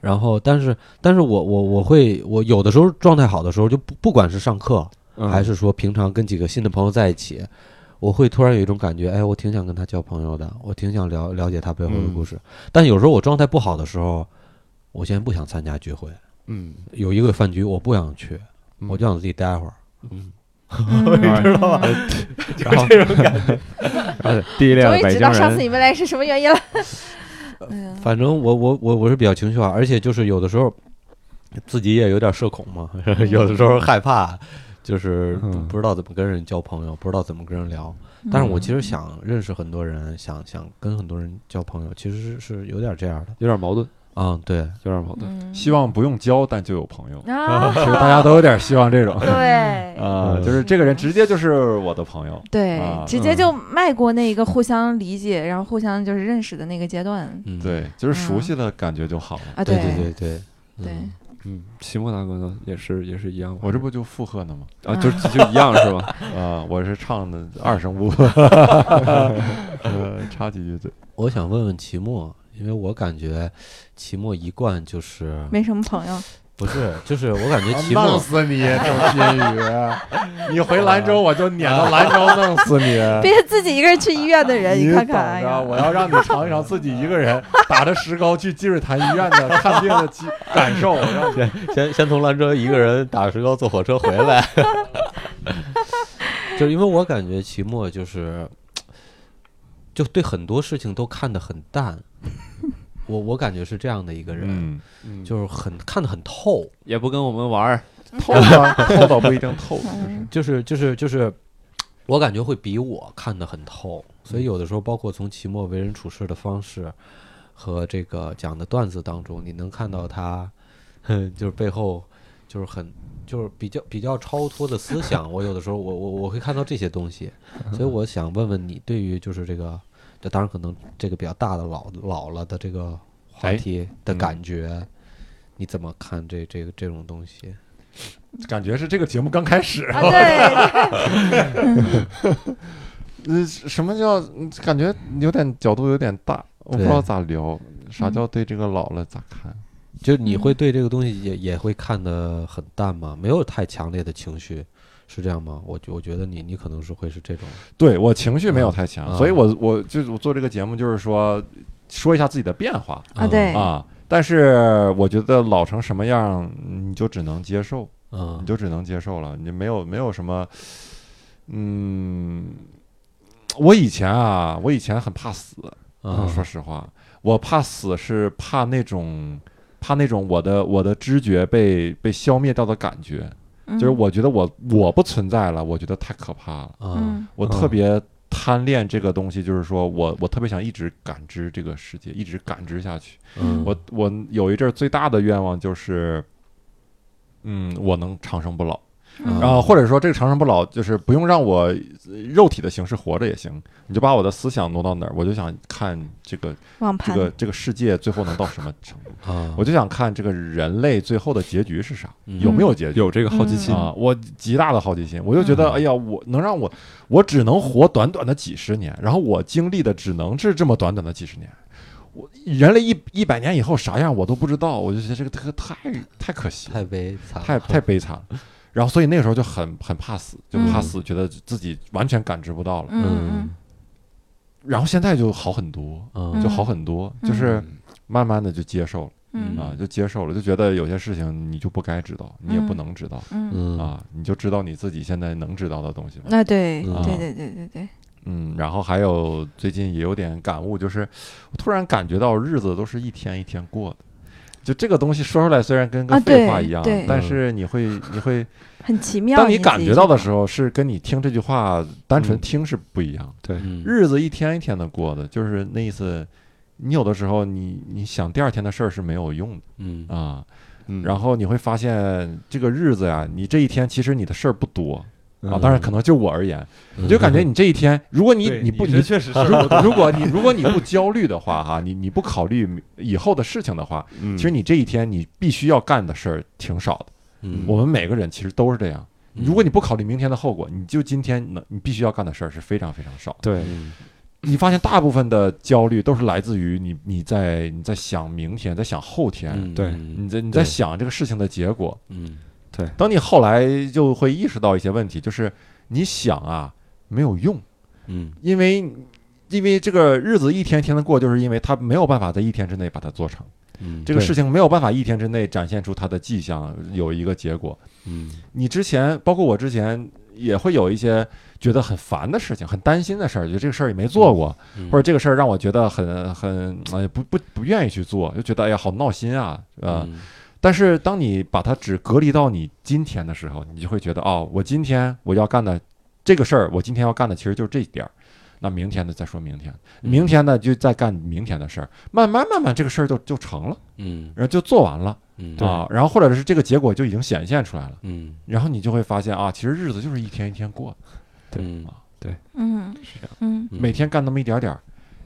[SPEAKER 3] 然后，但是，但是我我我会，我有的时候状态好的时候，就不不管是上课，
[SPEAKER 1] 嗯
[SPEAKER 3] 还是说平常跟几个新的朋友在一起，我会突然有一种感觉，哎，我挺想跟他交朋友的，我挺想了了解他背后的故事。
[SPEAKER 1] 嗯
[SPEAKER 3] 但有时候我状态不好的时候，我现在不想参加聚会，
[SPEAKER 1] 嗯，
[SPEAKER 3] 有一个饭局我不想去，
[SPEAKER 1] 嗯
[SPEAKER 3] 我就想自己 待会儿。
[SPEAKER 1] 嗯
[SPEAKER 2] 嗯
[SPEAKER 5] 知道吧
[SPEAKER 1] 然后这种感觉，第一
[SPEAKER 2] 终
[SPEAKER 1] 恋
[SPEAKER 2] 于
[SPEAKER 1] 北
[SPEAKER 2] 知
[SPEAKER 1] 京
[SPEAKER 2] 道上次
[SPEAKER 1] 人，
[SPEAKER 2] 你们来是什么原因了。哎呀，
[SPEAKER 3] 反正我我我我是比较情绪化，而且就是有的时候自己也有点社恐嘛， 有的时候害怕，就是不,、
[SPEAKER 1] 嗯
[SPEAKER 3] 不知道怎么跟人交朋友，不知道怎么跟人聊。但是我
[SPEAKER 2] 嗯
[SPEAKER 3] 其实想认识很多人，想想跟很多人交朋友，其实是是有点这样的。
[SPEAKER 1] 有点矛盾，
[SPEAKER 3] 啊、对，
[SPEAKER 1] 有点矛盾。
[SPEAKER 2] 嗯
[SPEAKER 5] 希望不用交，但就有朋友。
[SPEAKER 2] 啊，
[SPEAKER 5] 其实大家都有点希望这种
[SPEAKER 2] 对
[SPEAKER 5] 啊，就是这个人直接就是我的朋友。
[SPEAKER 2] 对
[SPEAKER 5] 啊，
[SPEAKER 2] 直接就迈过那一个互相理解，然后互相就是认识的那个阶段
[SPEAKER 3] 嗯，
[SPEAKER 5] 对，就是熟悉的感觉就好了。
[SPEAKER 2] 啊，
[SPEAKER 3] 对
[SPEAKER 2] 对
[SPEAKER 3] 对对对
[SPEAKER 2] 对
[SPEAKER 3] 嗯
[SPEAKER 1] 嗯，期末大哥呢也是也是一样吧，
[SPEAKER 5] 我这不就附和呢吗？
[SPEAKER 1] 啊就就一样是 吧？
[SPEAKER 5] 啊，我是唱的二声部， 呃，插几句嘴。
[SPEAKER 3] 我想问问齐墨，因为我感觉齐墨一贯就是
[SPEAKER 2] 没什么朋 友，
[SPEAKER 3] 不是， 就是我感觉齐
[SPEAKER 5] 弄
[SPEAKER 3] 墨
[SPEAKER 5] 死你，郑 新宇！你回兰州，我就 撵到兰州弄死你！
[SPEAKER 3] 啊
[SPEAKER 2] 别自己一个人去医院的人，
[SPEAKER 5] 你
[SPEAKER 2] 看
[SPEAKER 5] 等
[SPEAKER 2] 看，哎
[SPEAKER 5] 着，
[SPEAKER 2] 呀，
[SPEAKER 5] 我要让你尝一尝自己一个人打着石膏去积水潭医院的看病的机 感受。我让你
[SPEAKER 3] 先 先从兰州一个人打石膏坐火车回来， 就是因为我感觉齐墨就是就对很多事情都看得很淡， 我我感觉是这样的一个人，
[SPEAKER 5] 嗯，
[SPEAKER 1] 就
[SPEAKER 3] 就是很看得很透，
[SPEAKER 1] 也不跟我们玩儿，
[SPEAKER 5] 透吗？透倒不一定透，就是
[SPEAKER 2] 嗯
[SPEAKER 3] 就是就是就是，我感觉会比我看得很透，所以有的时候包括从齐墨为人处事的方式和这个讲的段子当中，你能看到他，哼，就是背后就是很就是比较比较超脱的思想。我有的时候我我我会看到这些东西，所以我想问问你，对于就是这个，这当然可能这个比较大的老老了的这个话
[SPEAKER 5] 哎
[SPEAKER 3] 题的
[SPEAKER 5] 嗯
[SPEAKER 3] 感觉，你怎么看这这个这种东西？
[SPEAKER 5] 感觉是这个节目刚开始。
[SPEAKER 2] 啊，对，
[SPEAKER 5] 呃，什么叫嗯感觉有点角度有点大，我不知道
[SPEAKER 3] 对
[SPEAKER 5] 咋聊。啥叫对这个老了咋看？
[SPEAKER 3] 就你
[SPEAKER 2] 嗯
[SPEAKER 3] 会对这个东西也也会看得很淡吗？没有太强烈的情绪，是这样吗？我觉我觉得你你可能是会是这种，
[SPEAKER 5] 对我情绪没有太强，
[SPEAKER 3] 啊
[SPEAKER 5] 所以我我就我做这个节目就是说说一下自己的变化
[SPEAKER 2] 啊对
[SPEAKER 5] 啊。但是我觉得老成什么样，你就只能接受，
[SPEAKER 3] 嗯
[SPEAKER 5] 你就只能接受了，你没有没有什么，嗯，我以前啊，我以前很怕死，
[SPEAKER 3] 嗯
[SPEAKER 5] 说实话，我怕死是怕那种怕那种我的我的知觉被被消灭掉的感觉，
[SPEAKER 2] 嗯
[SPEAKER 5] 就是我觉得我我不存在了，我觉得太可怕了。
[SPEAKER 3] 嗯
[SPEAKER 2] 嗯，
[SPEAKER 5] 我
[SPEAKER 3] 嗯
[SPEAKER 5] 特别贪恋这个东西，就是说我我特别想一直感知这个世界，一直感知下去。
[SPEAKER 3] 嗯，
[SPEAKER 5] 我我有一阵儿最大的愿望就是，嗯，我能长生不老。
[SPEAKER 2] 嗯
[SPEAKER 5] 然后啊或者说这个长生不老就是不用让我呃肉体的形式活着也行，你就把我的思想挪到哪儿，我就想看这个
[SPEAKER 2] 网
[SPEAKER 5] 这
[SPEAKER 2] 盘，
[SPEAKER 5] 个这个世界最后能到什么程度，
[SPEAKER 3] 啊，
[SPEAKER 5] 我就想看这个人类最后的结局是啥，
[SPEAKER 3] 嗯
[SPEAKER 5] 有没有结局？
[SPEAKER 1] 有这个好奇心，
[SPEAKER 5] 啊，我极大的好奇心，我就觉得，
[SPEAKER 3] 嗯
[SPEAKER 5] 哎呀，我能让我，我只能活短短的几十年，然后我经历的只能是这么短短的几十年。我人类一一百年以后啥样我都不知道，我就觉得这个这个太太可惜了，
[SPEAKER 3] 太悲
[SPEAKER 2] 啊
[SPEAKER 3] 惨了，
[SPEAKER 5] 太太悲惨了。然后所以那个时候就很很怕死，就怕
[SPEAKER 2] 嗯
[SPEAKER 5] 死，觉得自己完全感知不到了。
[SPEAKER 2] 嗯
[SPEAKER 3] 嗯
[SPEAKER 5] 然后现在就好很多，
[SPEAKER 3] 嗯
[SPEAKER 5] 就好很多，就是慢慢的就接受了、
[SPEAKER 2] 嗯
[SPEAKER 5] 啊，就接受了，就觉得有些事情你就不该知道，你也不
[SPEAKER 2] 嗯
[SPEAKER 5] 能知道。
[SPEAKER 2] 嗯，
[SPEAKER 3] 嗯
[SPEAKER 5] 啊，你就知道你自己现在能知道的东西了。
[SPEAKER 2] 那对
[SPEAKER 5] 啊
[SPEAKER 3] 嗯
[SPEAKER 2] 对对对对对，
[SPEAKER 5] 嗯，然后还有最近也有点感悟，就是我突然感觉到日子都是一天一天过的。就这个东西说出来，虽然跟个
[SPEAKER 2] 啊
[SPEAKER 5] 废话
[SPEAKER 2] 对
[SPEAKER 5] 一样，
[SPEAKER 2] 对
[SPEAKER 5] 但是你会你会，
[SPEAKER 2] 很奇妙。
[SPEAKER 5] 当你感
[SPEAKER 2] 自己
[SPEAKER 5] 觉到的
[SPEAKER 2] 觉
[SPEAKER 5] 时候，是跟你听这句话单纯
[SPEAKER 1] 嗯
[SPEAKER 5] 听是不一样。
[SPEAKER 1] 对，
[SPEAKER 3] 嗯
[SPEAKER 5] 日子一天一天的过的，就是那意思。你有的时候你你想第二天的事儿是没有用
[SPEAKER 3] 嗯
[SPEAKER 5] 的啊，
[SPEAKER 1] 嗯
[SPEAKER 5] 然后你会发现这个日子呀，你这一天其实你的事儿不多啊，
[SPEAKER 1] 嗯
[SPEAKER 5] 当然可能就我而言，
[SPEAKER 3] 嗯
[SPEAKER 5] 你就感觉你这一天，如果 你
[SPEAKER 1] 对
[SPEAKER 5] 你不
[SPEAKER 1] 这
[SPEAKER 5] 你
[SPEAKER 1] 确实是
[SPEAKER 5] 如果如果你如果你不焦虑的话，哈，你你不考虑以后的事情的话，
[SPEAKER 1] 嗯
[SPEAKER 5] 其实你这一天你必须要干的事儿挺少的。
[SPEAKER 3] 嗯
[SPEAKER 5] 我们每个人其实都是这样。
[SPEAKER 3] 嗯
[SPEAKER 5] 如果你不考虑明天的后果，你就今天能你必须要干的事儿是非常非常少的。
[SPEAKER 1] 对
[SPEAKER 3] 嗯
[SPEAKER 5] 你发现大部分的焦虑都是来自于你你在你在想明天，在想后天，
[SPEAKER 3] 嗯
[SPEAKER 1] 对
[SPEAKER 5] 你
[SPEAKER 3] 嗯
[SPEAKER 5] 在你在
[SPEAKER 3] 对
[SPEAKER 5] 想这个事情的结果。
[SPEAKER 3] 嗯
[SPEAKER 5] 等你后来就会意识到一些问题，就是你想啊没有用，
[SPEAKER 3] 嗯
[SPEAKER 5] 因为因为这个日子一天天的过，就是因为他没有办法在一天之内把它做成，
[SPEAKER 3] 嗯，
[SPEAKER 5] 这个
[SPEAKER 1] 对
[SPEAKER 5] 事情没有办法一天之内展现出它的迹象，有一个结果。
[SPEAKER 3] 嗯
[SPEAKER 5] 你之前，包括我之前。也会有一些觉得很烦的事情，很担心的事儿，就这个事儿也没做过，
[SPEAKER 3] 嗯
[SPEAKER 5] 或者这个事儿让我觉得很很哎不不不愿意去做，就觉得哎呀好闹心啊，呃，
[SPEAKER 3] 嗯
[SPEAKER 5] 但是当你把它只隔离到你今天的时候，你就会觉得哦，我今天我要干的这个事儿，我今天要干的其实就是这一点儿。那明天呢，再说明天，
[SPEAKER 3] 嗯
[SPEAKER 5] 明天呢就再干明天的事儿，慢慢慢慢这个事儿就就成了，
[SPEAKER 3] 嗯
[SPEAKER 5] 然后就做完了
[SPEAKER 3] 嗯
[SPEAKER 5] 啊，然后或者是这个结果就已经显现出来了，
[SPEAKER 3] 嗯
[SPEAKER 5] 然后你就会发现啊，其实日子就是一天一天过，
[SPEAKER 1] 对
[SPEAKER 3] 嗯
[SPEAKER 2] 嗯
[SPEAKER 5] 是这样，
[SPEAKER 2] 嗯
[SPEAKER 5] 每天干那么一点点儿，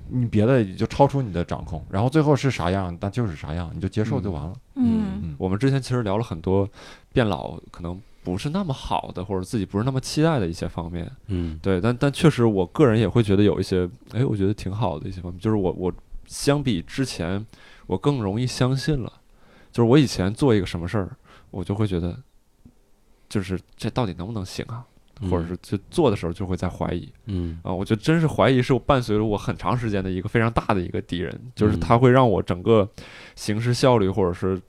[SPEAKER 5] 你别的也就超出你的掌控，然后最后是啥样，那就是啥样，你就接受就完了。
[SPEAKER 2] 嗯
[SPEAKER 5] 嗯
[SPEAKER 1] 我们之前其实聊了很多变老可能不是那么好的，或者自己不是那么期待的一些方面。
[SPEAKER 3] 嗯
[SPEAKER 1] 对，但但确实，我个人也会觉得有一些，哎，我觉得挺好的一些方面，就是我我相比之前，我更容易相信了。就是我以前做一个什么事儿，我就会觉得，就是这到底能不能行啊？或者是就做的时候就会在怀疑
[SPEAKER 3] 嗯
[SPEAKER 1] 啊，我觉得真是怀疑是我伴随了我很长时间的一个非常大的一个敌人，就是
[SPEAKER 3] 嗯
[SPEAKER 1] 它会让我整个行事效率或者是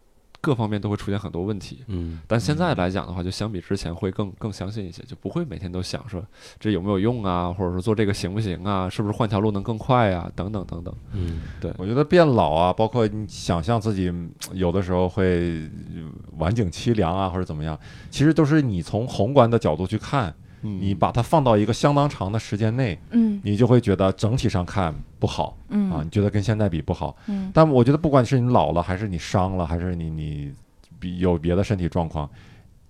[SPEAKER 1] 各方面都会出现很多问题。
[SPEAKER 3] 嗯
[SPEAKER 1] 但现在来讲的话，就相比之前会更更相信一些，就不会每天都想说这有没有用啊，或者说做这个行不行啊，是不是换条路能更快啊，等等等等。
[SPEAKER 3] 嗯
[SPEAKER 5] 我觉得变老啊，包括你想象自己嗯有的时候会呃晚景凄凉啊，或者怎么样，其实都是你从宏观的角度去看，
[SPEAKER 1] 嗯
[SPEAKER 5] 你把它放到一个相当长的时间内，
[SPEAKER 2] 嗯
[SPEAKER 5] 你就会觉得整体上看不好啊，
[SPEAKER 2] 嗯
[SPEAKER 5] 你觉得跟现在比不好。
[SPEAKER 2] 嗯
[SPEAKER 5] 但我觉得不管是你老了，还是你伤了，还是你你比有别的身体状况，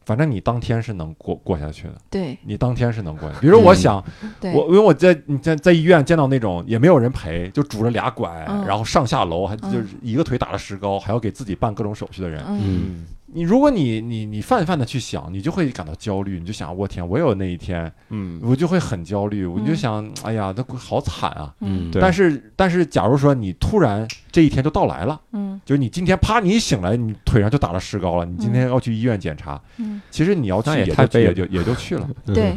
[SPEAKER 5] 反正你当天是能过过下去的，
[SPEAKER 2] 对
[SPEAKER 5] 你当天是能过下去。比如我
[SPEAKER 3] 嗯
[SPEAKER 5] 想，
[SPEAKER 2] 对
[SPEAKER 5] 我因为我在你在在医院见到那种也没有人陪，就拄着俩拐，
[SPEAKER 2] 嗯
[SPEAKER 5] 然后上下楼，还
[SPEAKER 2] 嗯
[SPEAKER 5] 就是一个腿打了石膏，还要给自己办各种手续的人。
[SPEAKER 2] 嗯
[SPEAKER 3] 嗯
[SPEAKER 1] 嗯
[SPEAKER 5] 你如果你你你泛泛的去想，你就会感到焦虑，你就想我天，我有那一天，
[SPEAKER 1] 嗯
[SPEAKER 5] 我就会很焦虑，我就想，哎呀，那好惨啊！
[SPEAKER 2] 嗯
[SPEAKER 3] 嗯
[SPEAKER 1] 对
[SPEAKER 5] 但是但是，假如说你突然这一天就到来了，
[SPEAKER 2] 嗯
[SPEAKER 5] 就是你今天啪，你一醒来，你腿上就打了石膏了，你今天要去医院检查，
[SPEAKER 2] 嗯
[SPEAKER 5] 其实你要去
[SPEAKER 1] 那也
[SPEAKER 5] 也就
[SPEAKER 1] 太
[SPEAKER 5] 去
[SPEAKER 1] 悲
[SPEAKER 5] 也
[SPEAKER 1] 了
[SPEAKER 5] 就也就去了。
[SPEAKER 2] 对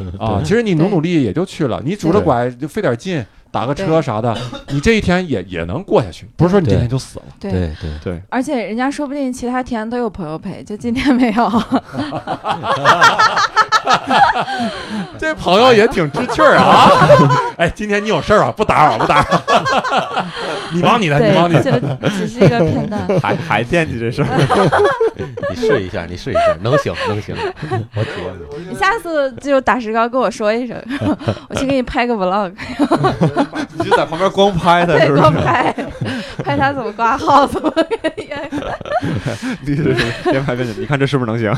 [SPEAKER 1] 对
[SPEAKER 5] 啊，其实你努
[SPEAKER 2] 对
[SPEAKER 5] 努力也就去了，你拄着
[SPEAKER 1] 对
[SPEAKER 5] 拐就费点劲，打个车
[SPEAKER 2] 对
[SPEAKER 5] 啥的，你这一天也也能过下去，不是说你这
[SPEAKER 3] 对
[SPEAKER 5] 天就死了。
[SPEAKER 2] 对，
[SPEAKER 3] 对对，
[SPEAKER 1] 对，
[SPEAKER 2] 而且人家说不定其他天都有朋友陪，就今天没有。
[SPEAKER 5] 这朋友也挺知趣儿啊！ 哎，今天你有事儿啊？不打扰，不打扰。 你忙你的，你忙你
[SPEAKER 2] 对，这
[SPEAKER 5] 的。
[SPEAKER 2] 个只是一个片段。
[SPEAKER 4] 还还惦记这事儿，
[SPEAKER 3] 你试一下，你试一下，能行能行，我体验过。
[SPEAKER 2] 你下次就打石膏跟我说一声， 我去给你拍个 vlog，
[SPEAKER 4] 你就在旁边光拍他，
[SPEAKER 2] 对，
[SPEAKER 4] 是
[SPEAKER 2] 给
[SPEAKER 4] 不
[SPEAKER 2] 我
[SPEAKER 4] 是？
[SPEAKER 2] 拍，拍他怎么挂号，怎么给你。
[SPEAKER 1] 对对对，边拍边讲，你看这是不是能行？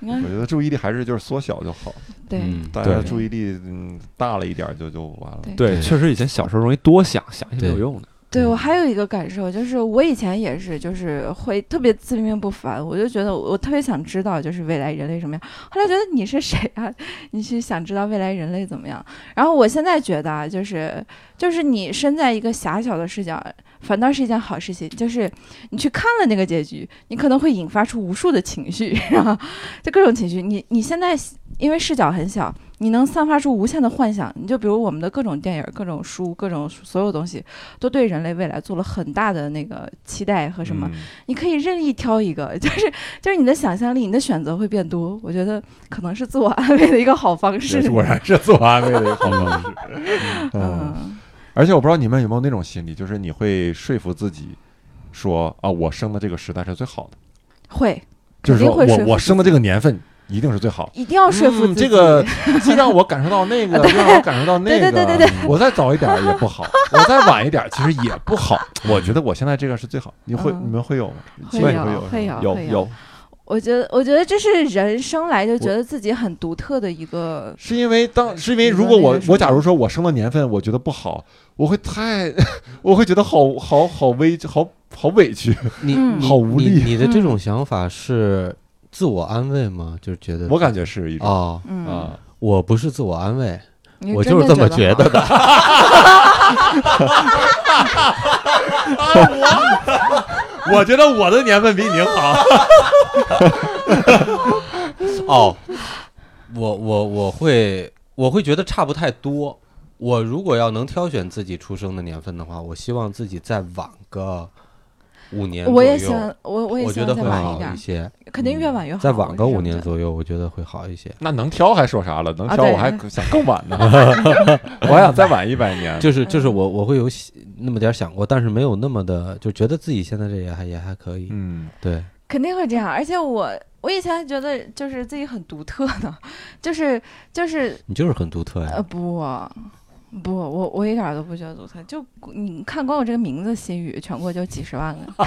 [SPEAKER 2] 你看，
[SPEAKER 5] 嗯觉得注意力还是就是缩小就好，
[SPEAKER 2] 对，
[SPEAKER 3] 嗯
[SPEAKER 5] 大
[SPEAKER 1] 对
[SPEAKER 5] 意力嗯大了一点儿就就完了
[SPEAKER 2] 对
[SPEAKER 1] 对，确实以前小时候容易多想，想一些没有用的。
[SPEAKER 2] 对我还有一个感受，就是我以前也是，就是会特别自命不凡，我就觉得我我特别想知道，就是未来人类什么样。后来觉得你是谁啊？你去想知道未来人类怎么样？然后我现在觉得，啊，就是就是你身在一个狭小的视角，反倒是一件好事情。就是你去看了那个结局，你可能会引发出无数的情绪， 然后就各种情绪。你你现在因为视角很小。你能散发出无限的幻想，你就比如我们的各种电影、各种书、各种所有东西，都对人类未来做了很大的那个期待和
[SPEAKER 5] 嗯
[SPEAKER 2] 什么。你可以任意挑一个， 就是就是你的想象力，你的选择会变多。我觉得可能是自我安慰的一个好方式。
[SPEAKER 5] 这果然 是自我安慰的一个好方式。嗯，
[SPEAKER 2] 嗯
[SPEAKER 5] 而且我不知道你们有没有那种心理，就是你会说服自己说啊，我生的这个时代是最好的，
[SPEAKER 2] 会
[SPEAKER 5] 就是说
[SPEAKER 2] 肯定会
[SPEAKER 5] 我
[SPEAKER 2] 说服
[SPEAKER 5] 我生的这个年份一定是最好的。
[SPEAKER 2] 一定要说服自
[SPEAKER 5] 嗯
[SPEAKER 2] 己。
[SPEAKER 5] 这个，既让我感受到 那个，又让我感受到那个。
[SPEAKER 2] 对对对对
[SPEAKER 5] 我再早一点儿也不 好，我再晚一点儿其实也不好。我觉得我现在这个是最好。你会、
[SPEAKER 2] 嗯
[SPEAKER 5] 你们会有吗？
[SPEAKER 2] 会
[SPEAKER 5] 会
[SPEAKER 2] 有
[SPEAKER 5] 会
[SPEAKER 2] 会
[SPEAKER 5] 是
[SPEAKER 2] 有
[SPEAKER 5] 吧
[SPEAKER 2] 会有我觉得我觉得这是人生来就觉得自己很独特的一个。
[SPEAKER 5] 是因为当是因为如果我我假如说我生的年份我觉得不好，我会太 我会觉得好好好委好好委屈，
[SPEAKER 3] 你
[SPEAKER 2] 嗯
[SPEAKER 3] 你
[SPEAKER 5] 好无力
[SPEAKER 3] 你你的这种想法是自我安慰吗？就是觉得
[SPEAKER 5] 我感觉是一种
[SPEAKER 3] 哦，
[SPEAKER 2] 嗯
[SPEAKER 5] 啊，
[SPEAKER 3] 我不是自我安慰，
[SPEAKER 2] 你
[SPEAKER 3] 我
[SPEAKER 2] 真
[SPEAKER 3] 就是
[SPEAKER 2] 的
[SPEAKER 3] 这么觉
[SPEAKER 2] 得
[SPEAKER 3] 得的。
[SPEAKER 5] 我觉得我的年份比您好。
[SPEAKER 3] 哦，我我我会我会觉得差不太多。我如果要能挑选自己出生的年份的话，我希望自己再晚个五年
[SPEAKER 2] 好。
[SPEAKER 3] 左右。
[SPEAKER 2] 我也喜欢，我我也
[SPEAKER 3] 我
[SPEAKER 2] 希
[SPEAKER 3] 觉
[SPEAKER 2] 望
[SPEAKER 3] 得
[SPEAKER 2] 再
[SPEAKER 3] 会
[SPEAKER 2] 晚一
[SPEAKER 3] 好
[SPEAKER 2] 点儿，
[SPEAKER 3] 些，
[SPEAKER 2] 肯定越晚越好。
[SPEAKER 3] 再嗯晚个
[SPEAKER 2] 我是这么
[SPEAKER 3] 五年
[SPEAKER 2] 觉得
[SPEAKER 3] 左右，我觉得会好一些。
[SPEAKER 5] 那能挑还说啥了？能
[SPEAKER 2] 啊
[SPEAKER 5] 挑
[SPEAKER 2] 对
[SPEAKER 5] 我还想更晚呢， 我还想再晚一百 年。
[SPEAKER 3] 就是就是我我会有喜那么点儿想过，但是没有那么的，就觉得自己现在这也还也还可以。
[SPEAKER 5] 嗯，
[SPEAKER 3] 对，
[SPEAKER 2] 肯定会这样。而且我我以前还觉得就是自己很独特呢，就是就是
[SPEAKER 3] 你就是很独特呀
[SPEAKER 2] 呃。不不，我我一点儿都不觉得独特。就你看，光我这个名字“心语”，全国就几十万个，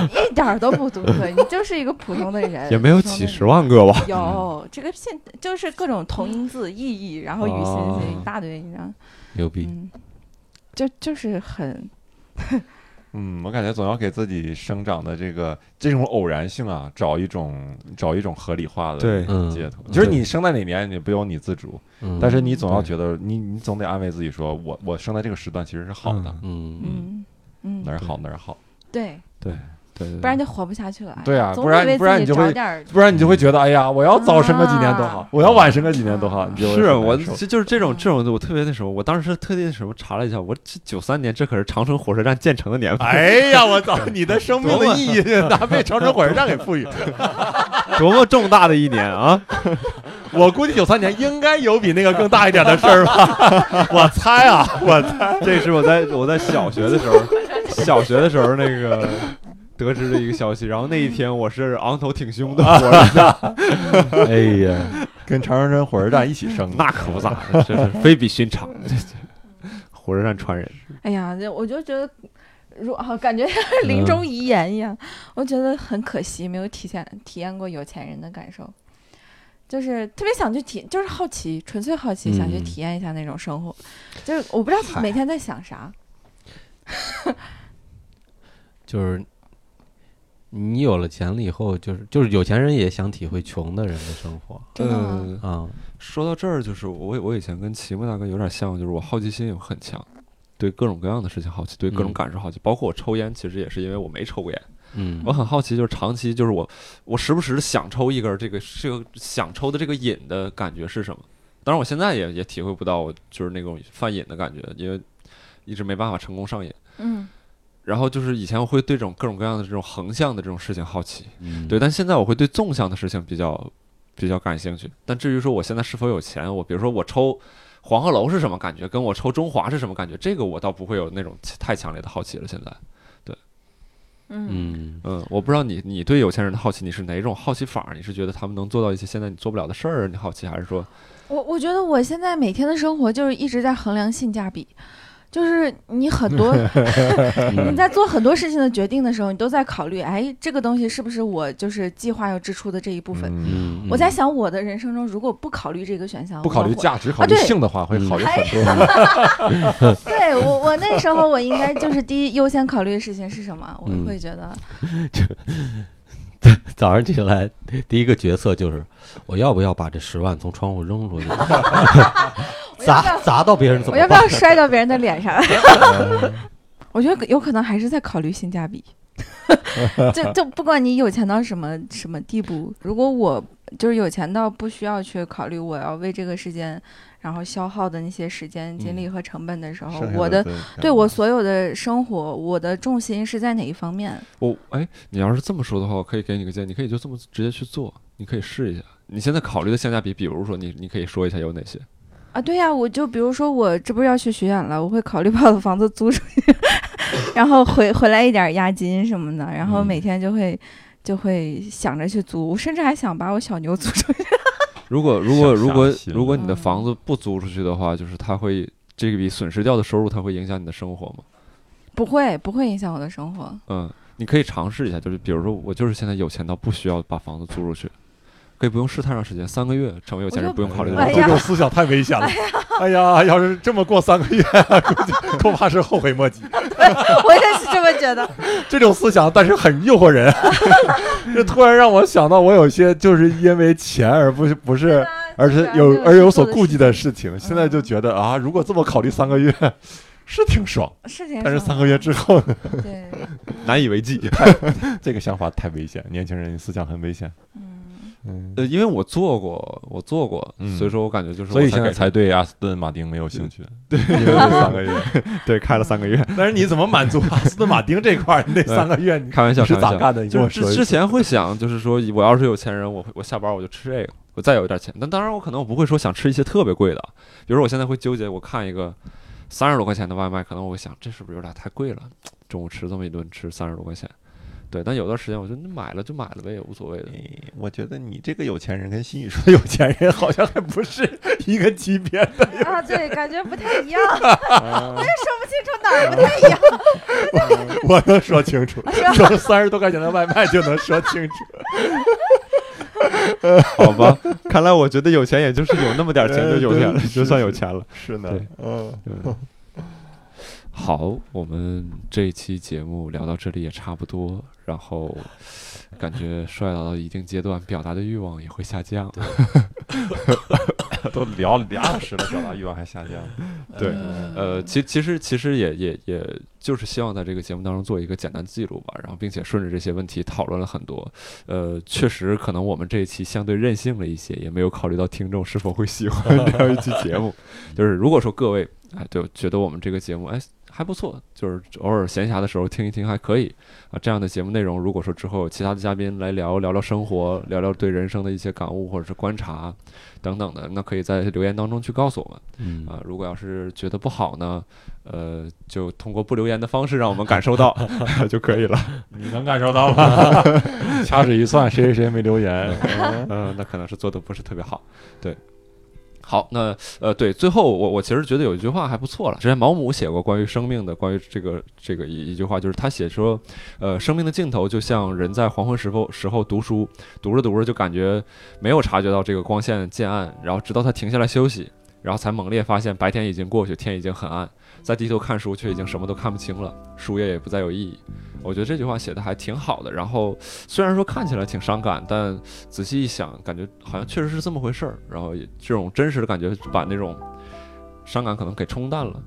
[SPEAKER 2] 一点儿都不独特，你就是一个普通的人，
[SPEAKER 1] 也没有
[SPEAKER 2] 普通的
[SPEAKER 1] 几
[SPEAKER 2] 人
[SPEAKER 1] 十万个吧？
[SPEAKER 5] 嗯
[SPEAKER 2] 有这个现就是各种同音字、意义，然后语
[SPEAKER 3] 哦
[SPEAKER 2] 心这一大堆，你知道？
[SPEAKER 3] 牛逼！
[SPEAKER 2] 嗯，就就是很
[SPEAKER 5] 嗯，我感觉总要给自己生长的这个这种偶然性啊，找一种找一种合理化的
[SPEAKER 1] 对
[SPEAKER 3] 嗯
[SPEAKER 5] 借口。
[SPEAKER 3] 嗯
[SPEAKER 5] 就是你生在哪年，你不由你自主，
[SPEAKER 3] 嗯
[SPEAKER 5] 但是你总要觉得你你总得安慰自己说，我我生在这个时段其实是好的，
[SPEAKER 3] 嗯，
[SPEAKER 2] 嗯嗯
[SPEAKER 5] 哪儿好哪儿好。
[SPEAKER 2] 对，
[SPEAKER 1] 对，对
[SPEAKER 2] 不然就活不下去了。哎
[SPEAKER 5] 对啊
[SPEAKER 2] 总
[SPEAKER 5] 不
[SPEAKER 2] 得
[SPEAKER 5] 然
[SPEAKER 2] 为
[SPEAKER 5] 不
[SPEAKER 2] 自
[SPEAKER 5] 然
[SPEAKER 2] 己
[SPEAKER 5] 你就
[SPEAKER 2] 找
[SPEAKER 5] 会
[SPEAKER 2] 点儿
[SPEAKER 5] 不然你就会觉得，哎呀，我要早生个几年多好
[SPEAKER 2] 啊，
[SPEAKER 5] 我要晚生个几年多好。你就会
[SPEAKER 1] 是
[SPEAKER 5] 很
[SPEAKER 1] 我
[SPEAKER 5] 难受
[SPEAKER 1] 这就是这种
[SPEAKER 2] 嗯
[SPEAKER 1] 这种，我特别那什么，我当时特地那什么查了一下，我这九三年这可是长城火车站建成的年份，
[SPEAKER 5] 哎呀，我 操！你的生命的意义 拿被长城火车站给 赋予，
[SPEAKER 1] 多么重大的一年 啊！
[SPEAKER 5] 我估计九三年应该有比那个更大一点的事儿吧， 我猜啊，我猜。
[SPEAKER 1] 这是我在我在小学的时候，小学的时候那个得知的一个消息，然后那一天我是昂头挺胸的活了一下，
[SPEAKER 3] 哎呀，
[SPEAKER 5] 跟长城火车站一起生的，
[SPEAKER 1] 那可不咋的，这是非比寻常， 这这火车站传人。
[SPEAKER 2] 哎呀，这我就觉得，如啊，感觉
[SPEAKER 5] 嗯
[SPEAKER 2] 临终遗言一样，我觉得很可惜，没有体现体验过有钱人的感受，就是特别想去体，就是好奇，纯粹好奇，想去
[SPEAKER 3] 嗯
[SPEAKER 2] 体验一下那种生活，就是我不知道每天在想啥，
[SPEAKER 3] 就是你有了钱了以后，就是就是有钱人也想体会穷的人的生 活
[SPEAKER 2] 真的吗？
[SPEAKER 5] 嗯
[SPEAKER 1] 呃，
[SPEAKER 3] 啊。
[SPEAKER 1] 说到这儿，就是我我以前跟齐木大哥有点像，就是我好奇心有很强，对各种各样的事情好奇，对各种
[SPEAKER 3] 嗯
[SPEAKER 1] 感受好奇，包括我抽烟，其实也是因为我没抽过烟。
[SPEAKER 3] 嗯，
[SPEAKER 5] 哦
[SPEAKER 1] 我很好奇，就是长期就是我我时不时地想抽一根儿这个这个想抽的这个瘾的感觉是什么？当然，我现在也也体会不到，我就是那种犯瘾的感觉，因为一直没办法成功上瘾。
[SPEAKER 2] 嗯，
[SPEAKER 1] 然后就是以前我会对这种各种各样的这种横向的这种事情好奇，
[SPEAKER 3] 嗯
[SPEAKER 1] 对，但现在我会对纵向的事情比较比较感兴趣。但至于说我现在是否有钱，我比如说我抽黄鹤楼是什么感觉，跟我抽中华是什么感觉，这个我倒不会有那种太强烈的好奇了。现在。
[SPEAKER 2] 嗯，
[SPEAKER 3] 嗯，
[SPEAKER 1] 嗯，我不知道你你对有钱人的好奇，你是哪种好奇法儿？你是觉得他们能做到一些现在你做不了的事儿，你好奇，还是说
[SPEAKER 2] 我我觉得我现在每天的生活就是一直在衡量性价比，就是你很 多你
[SPEAKER 3] 嗯
[SPEAKER 2] 在做很多事情的决定的时候，你都在考虑，哎，这个东西是不是我就是计划要支出的这一部分？
[SPEAKER 5] 嗯，
[SPEAKER 3] 嗯，
[SPEAKER 2] 我在想，我的人生中如果不考虑这个选项，
[SPEAKER 5] 不考虑
[SPEAKER 2] 我会，
[SPEAKER 5] 价值，考虑
[SPEAKER 2] 对
[SPEAKER 5] 性的话，会考虑很多。
[SPEAKER 2] 对我我那时候我应该就是第一优先考虑的事情是什么？我
[SPEAKER 3] 嗯
[SPEAKER 2] 会觉得，
[SPEAKER 3] 早上起来第一个决策就是我要不要把这十万从窗户 扔出
[SPEAKER 2] 我
[SPEAKER 3] 去，
[SPEAKER 2] 要不
[SPEAKER 3] 砸
[SPEAKER 2] 要
[SPEAKER 3] 砸到别人怎
[SPEAKER 2] 我要
[SPEAKER 3] 么
[SPEAKER 2] 不
[SPEAKER 3] 办？
[SPEAKER 2] 要摔到别人的脸 上？ 我觉得有可能还是在考虑性价比， 就就不管你有钱到什么什么地步，如果我就是有钱到不需要去考虑我要为这个时间，然后消耗的那些时间、精
[SPEAKER 3] 嗯
[SPEAKER 2] 力和成本的时候，我 的对
[SPEAKER 5] 嗯
[SPEAKER 2] 我所有的生活，我的重心是在哪一方面？
[SPEAKER 1] 我哎，你要是这么说的话，我可以给你个建议，你可以就这么直接去做，你可以试一下。你现在考虑的性价比，比如说你你可以说一下有哪些？
[SPEAKER 2] 啊，对呀、我就比如说我这不是要去巡演了，我会考虑把 我的房子租出去， 然后回回来一点押金什么的，然后
[SPEAKER 3] 嗯
[SPEAKER 2] 每天就会就会想着去租，我甚至还想把我小牛租出去。
[SPEAKER 1] 如果如果
[SPEAKER 5] 想
[SPEAKER 1] 如果
[SPEAKER 5] 杀心
[SPEAKER 1] 如果你的房子不租出去的
[SPEAKER 5] 嗯
[SPEAKER 1] 话，就是它会这笔损失掉的收入，它会影响你的生活吗？
[SPEAKER 2] 不会，不会影响我的生活。
[SPEAKER 1] 嗯，你可以尝试一下，就是比如说我就是现在有钱到不需要把房子租出去，可以不用试太长时间，三个月成为有钱人
[SPEAKER 2] 我就
[SPEAKER 1] 不用考虑的
[SPEAKER 2] 哎
[SPEAKER 1] 问
[SPEAKER 2] 呀
[SPEAKER 1] 题。
[SPEAKER 5] 这种思想太危险了。 哎呀，要是这么过三个月，估计恐怕是后悔莫及。
[SPEAKER 2] 我也是这么觉得。
[SPEAKER 5] 这种思想，但是很诱惑 人。这突然让我想到，我有些就是因为钱而不是不是 而是
[SPEAKER 2] 对啊这
[SPEAKER 5] 有
[SPEAKER 2] 个
[SPEAKER 5] 而
[SPEAKER 2] 是
[SPEAKER 5] 有所
[SPEAKER 2] 做得
[SPEAKER 5] 顾
[SPEAKER 2] 是
[SPEAKER 5] 忌的事情。现在就觉得啊，如果这么考虑三个月， 是挺爽。
[SPEAKER 2] 是挺
[SPEAKER 5] 但是
[SPEAKER 2] 爽
[SPEAKER 5] 三个月
[SPEAKER 2] 的
[SPEAKER 5] 之后， 呢，
[SPEAKER 2] 对，
[SPEAKER 5] 难以为 继。这个想法太危险，年轻人思想很危险。
[SPEAKER 2] 嗯，
[SPEAKER 3] 嗯，
[SPEAKER 1] 呃，因为我做过，我做过，
[SPEAKER 5] 嗯
[SPEAKER 1] 所以说我感觉就是我
[SPEAKER 5] 所以
[SPEAKER 1] 才
[SPEAKER 5] 现在
[SPEAKER 1] 给
[SPEAKER 5] 才对阿斯顿马丁没有兴趣， 对，因为这三个月。
[SPEAKER 4] 对，开了三个月。
[SPEAKER 5] 但是你怎么满足阿斯顿马丁这块儿？你那三个月你
[SPEAKER 1] 开玩笑，
[SPEAKER 5] 你是
[SPEAKER 1] 开玩
[SPEAKER 5] 咋
[SPEAKER 1] 笑
[SPEAKER 5] 干的？你跟
[SPEAKER 1] 就
[SPEAKER 5] 我
[SPEAKER 1] 是
[SPEAKER 5] 说
[SPEAKER 1] 之
[SPEAKER 5] 一
[SPEAKER 1] 之
[SPEAKER 5] 下。
[SPEAKER 1] 前会想，就是说我要是有钱人，我会我下班我就吃这个，我再有一点钱。但当然我可能我不会说想吃一些特别贵的，比如说我现在会纠结，我看一个三十多块钱的外卖，可能我会想这是不是有点太贵了？中午吃这么一顿吃三十多块钱，对。但有段时间我就那买了就买了呗，也无所谓的。
[SPEAKER 5] 哎我觉得你这个有钱人跟新宇说的有钱人好像还不是一个级别的。
[SPEAKER 2] 啊，对，感觉不太一样，我也
[SPEAKER 5] 啊
[SPEAKER 2] 说不清楚哪儿不太一样。
[SPEAKER 5] 我能说清
[SPEAKER 1] 啊
[SPEAKER 5] 楚，说三十多块钱的外卖就能说清楚。
[SPEAKER 4] 好 吧，看来我觉得有钱也就是有那么点儿钱就有钱了，
[SPEAKER 5] 呃对
[SPEAKER 4] 就算有钱了。
[SPEAKER 5] 是呢
[SPEAKER 1] 对，
[SPEAKER 5] 嗯，
[SPEAKER 1] 好，我们这一期节目聊到这里也差不多，然后感觉衰老到一定阶段，表达的欲望也会下降。
[SPEAKER 5] 都聊俩小时了，表达欲望还下 降。
[SPEAKER 4] 对
[SPEAKER 5] 嗯
[SPEAKER 1] 呃，其其实其实也也也就是希望在这个节目当中做一个简单记录吧，然后并且顺着这些问题讨论了很多。呃，确实可能我们这一期相对任性了一些，也没有考虑到听众是否会喜欢这样一期节目。就是如果说各位哎，对，觉得我们这个节目哎还不错，就是偶尔闲暇的时候听一听还可以啊。这样的节目内容，如果说之后有其他的嘉宾来聊聊聊生活，聊聊对人生的一些感悟或者是观察等等的，那可以在留言当中去告诉我们。
[SPEAKER 3] 嗯
[SPEAKER 1] 啊、如果要是觉得不好呢，呃，就通过不留言的方式让我们感受到 就可以了。
[SPEAKER 5] 你能感受到吗？掐指一算，谁谁谁没留言。
[SPEAKER 1] 嗯、那可能是做的不是特别好。对，好，那呃，对，最后我我其实觉得有一句话还不错了。之前毛姆写过关于生命的，关于这个这个一一句话，就是他写说，呃，生命的尽头就像人在黄昏时候时候读书，读着读着就感觉没有察觉到这个光线渐暗，然后直到他停下来休息，然后才猛烈发现白天已经过去，天已经很暗。再低头看书，却已经什么都看不清了，书页也不再有意义。我觉得这句话写的还挺好的。然后虽然说看起来挺伤感，但仔细一想，感觉好像确实是这么回事儿。然后也这种真实的感觉，把那种伤感可能给冲淡了。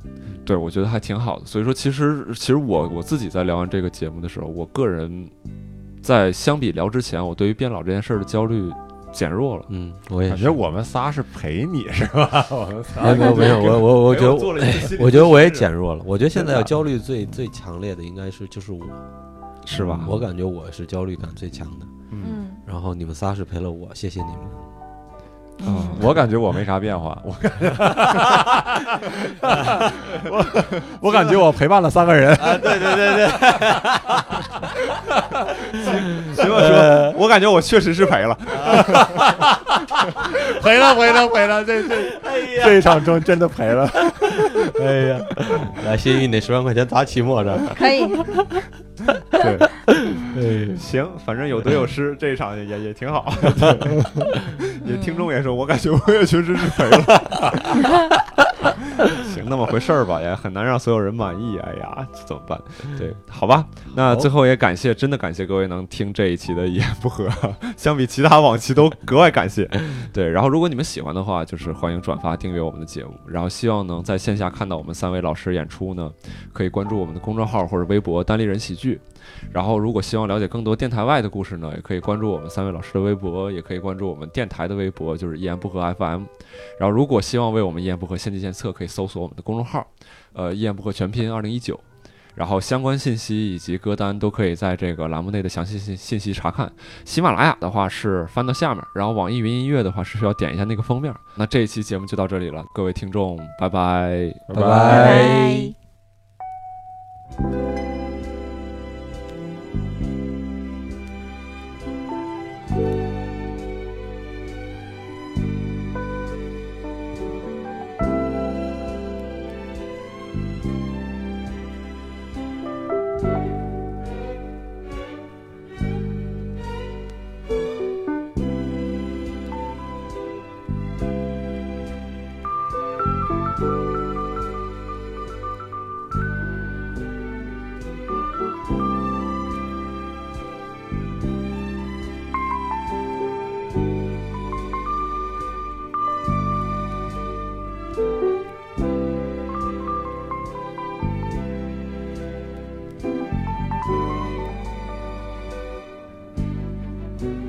[SPEAKER 1] 对，我觉得还挺好的。所以说，其实其实我我自己在聊完这个节目的时候，我个人在相比聊之前，我对于变老这件事儿的焦虑减弱了。
[SPEAKER 3] 嗯，我也
[SPEAKER 5] 感觉我们仨是陪你是吧？我们仨
[SPEAKER 3] 没有没有没有，我我我觉得
[SPEAKER 5] 做了一次心理
[SPEAKER 3] 我觉得我也
[SPEAKER 5] 建设
[SPEAKER 3] 减弱了。我觉得现在
[SPEAKER 5] 真的啊
[SPEAKER 3] 要焦虑最最强烈的应该是就是我，
[SPEAKER 1] 是吧
[SPEAKER 3] 我感觉我是焦虑感最强的。
[SPEAKER 5] 嗯，
[SPEAKER 2] 嗯
[SPEAKER 3] 然后你们仨是陪了我，谢谢你们。
[SPEAKER 2] 嗯，
[SPEAKER 5] 我感觉我没啥变化，我感 我我感觉我陪伴了三个 人，
[SPEAKER 4] 啊，对对对对。行行吧，行吧，我感觉我确实是赔了。
[SPEAKER 5] 陪了陪了陪了，这 这这一场中真的陪了。
[SPEAKER 3] 哎呀，来，新宇，你那十万块钱砸期末上。
[SPEAKER 2] 嗯可以，
[SPEAKER 5] 对，
[SPEAKER 4] 行，反正有得有失，这一场也也也挺好。也听众也说，我感觉我也确实是赔了。 行，那么回事儿吧，也很难让所有人满意。哎呀，这怎么办？对，好吧。那最后也感谢，真的感谢各位能听这一期的一言不合，相比其他往期都格外感谢。
[SPEAKER 1] 对，然后如果你们喜欢的话，就是欢迎转发订阅我们的节目，然后希望能在线下看到我们三位老师演出呢，可以关注我们的公众号或者微博“单立人喜剧”。然后如果希望了解更多电台外的故事呢，也可以关注我们三位老师的微博，也可以关注我们电台的微博，就是一言不合 FM。然后如果希望为我们一言不合献计献策，可以搜索我们的公众号，呃，一言不合全拼二零一九。然后相关信息以及歌单都可以在这个栏目内的详细信信息查看。喜马拉雅的话是翻到下面，然后网易云音乐的话是需要点一下那个封面。那这一期节目就到这里了，各位听众，拜拜。
[SPEAKER 3] 拜
[SPEAKER 2] 拜
[SPEAKER 3] 拜
[SPEAKER 2] 拜。
[SPEAKER 5] 见。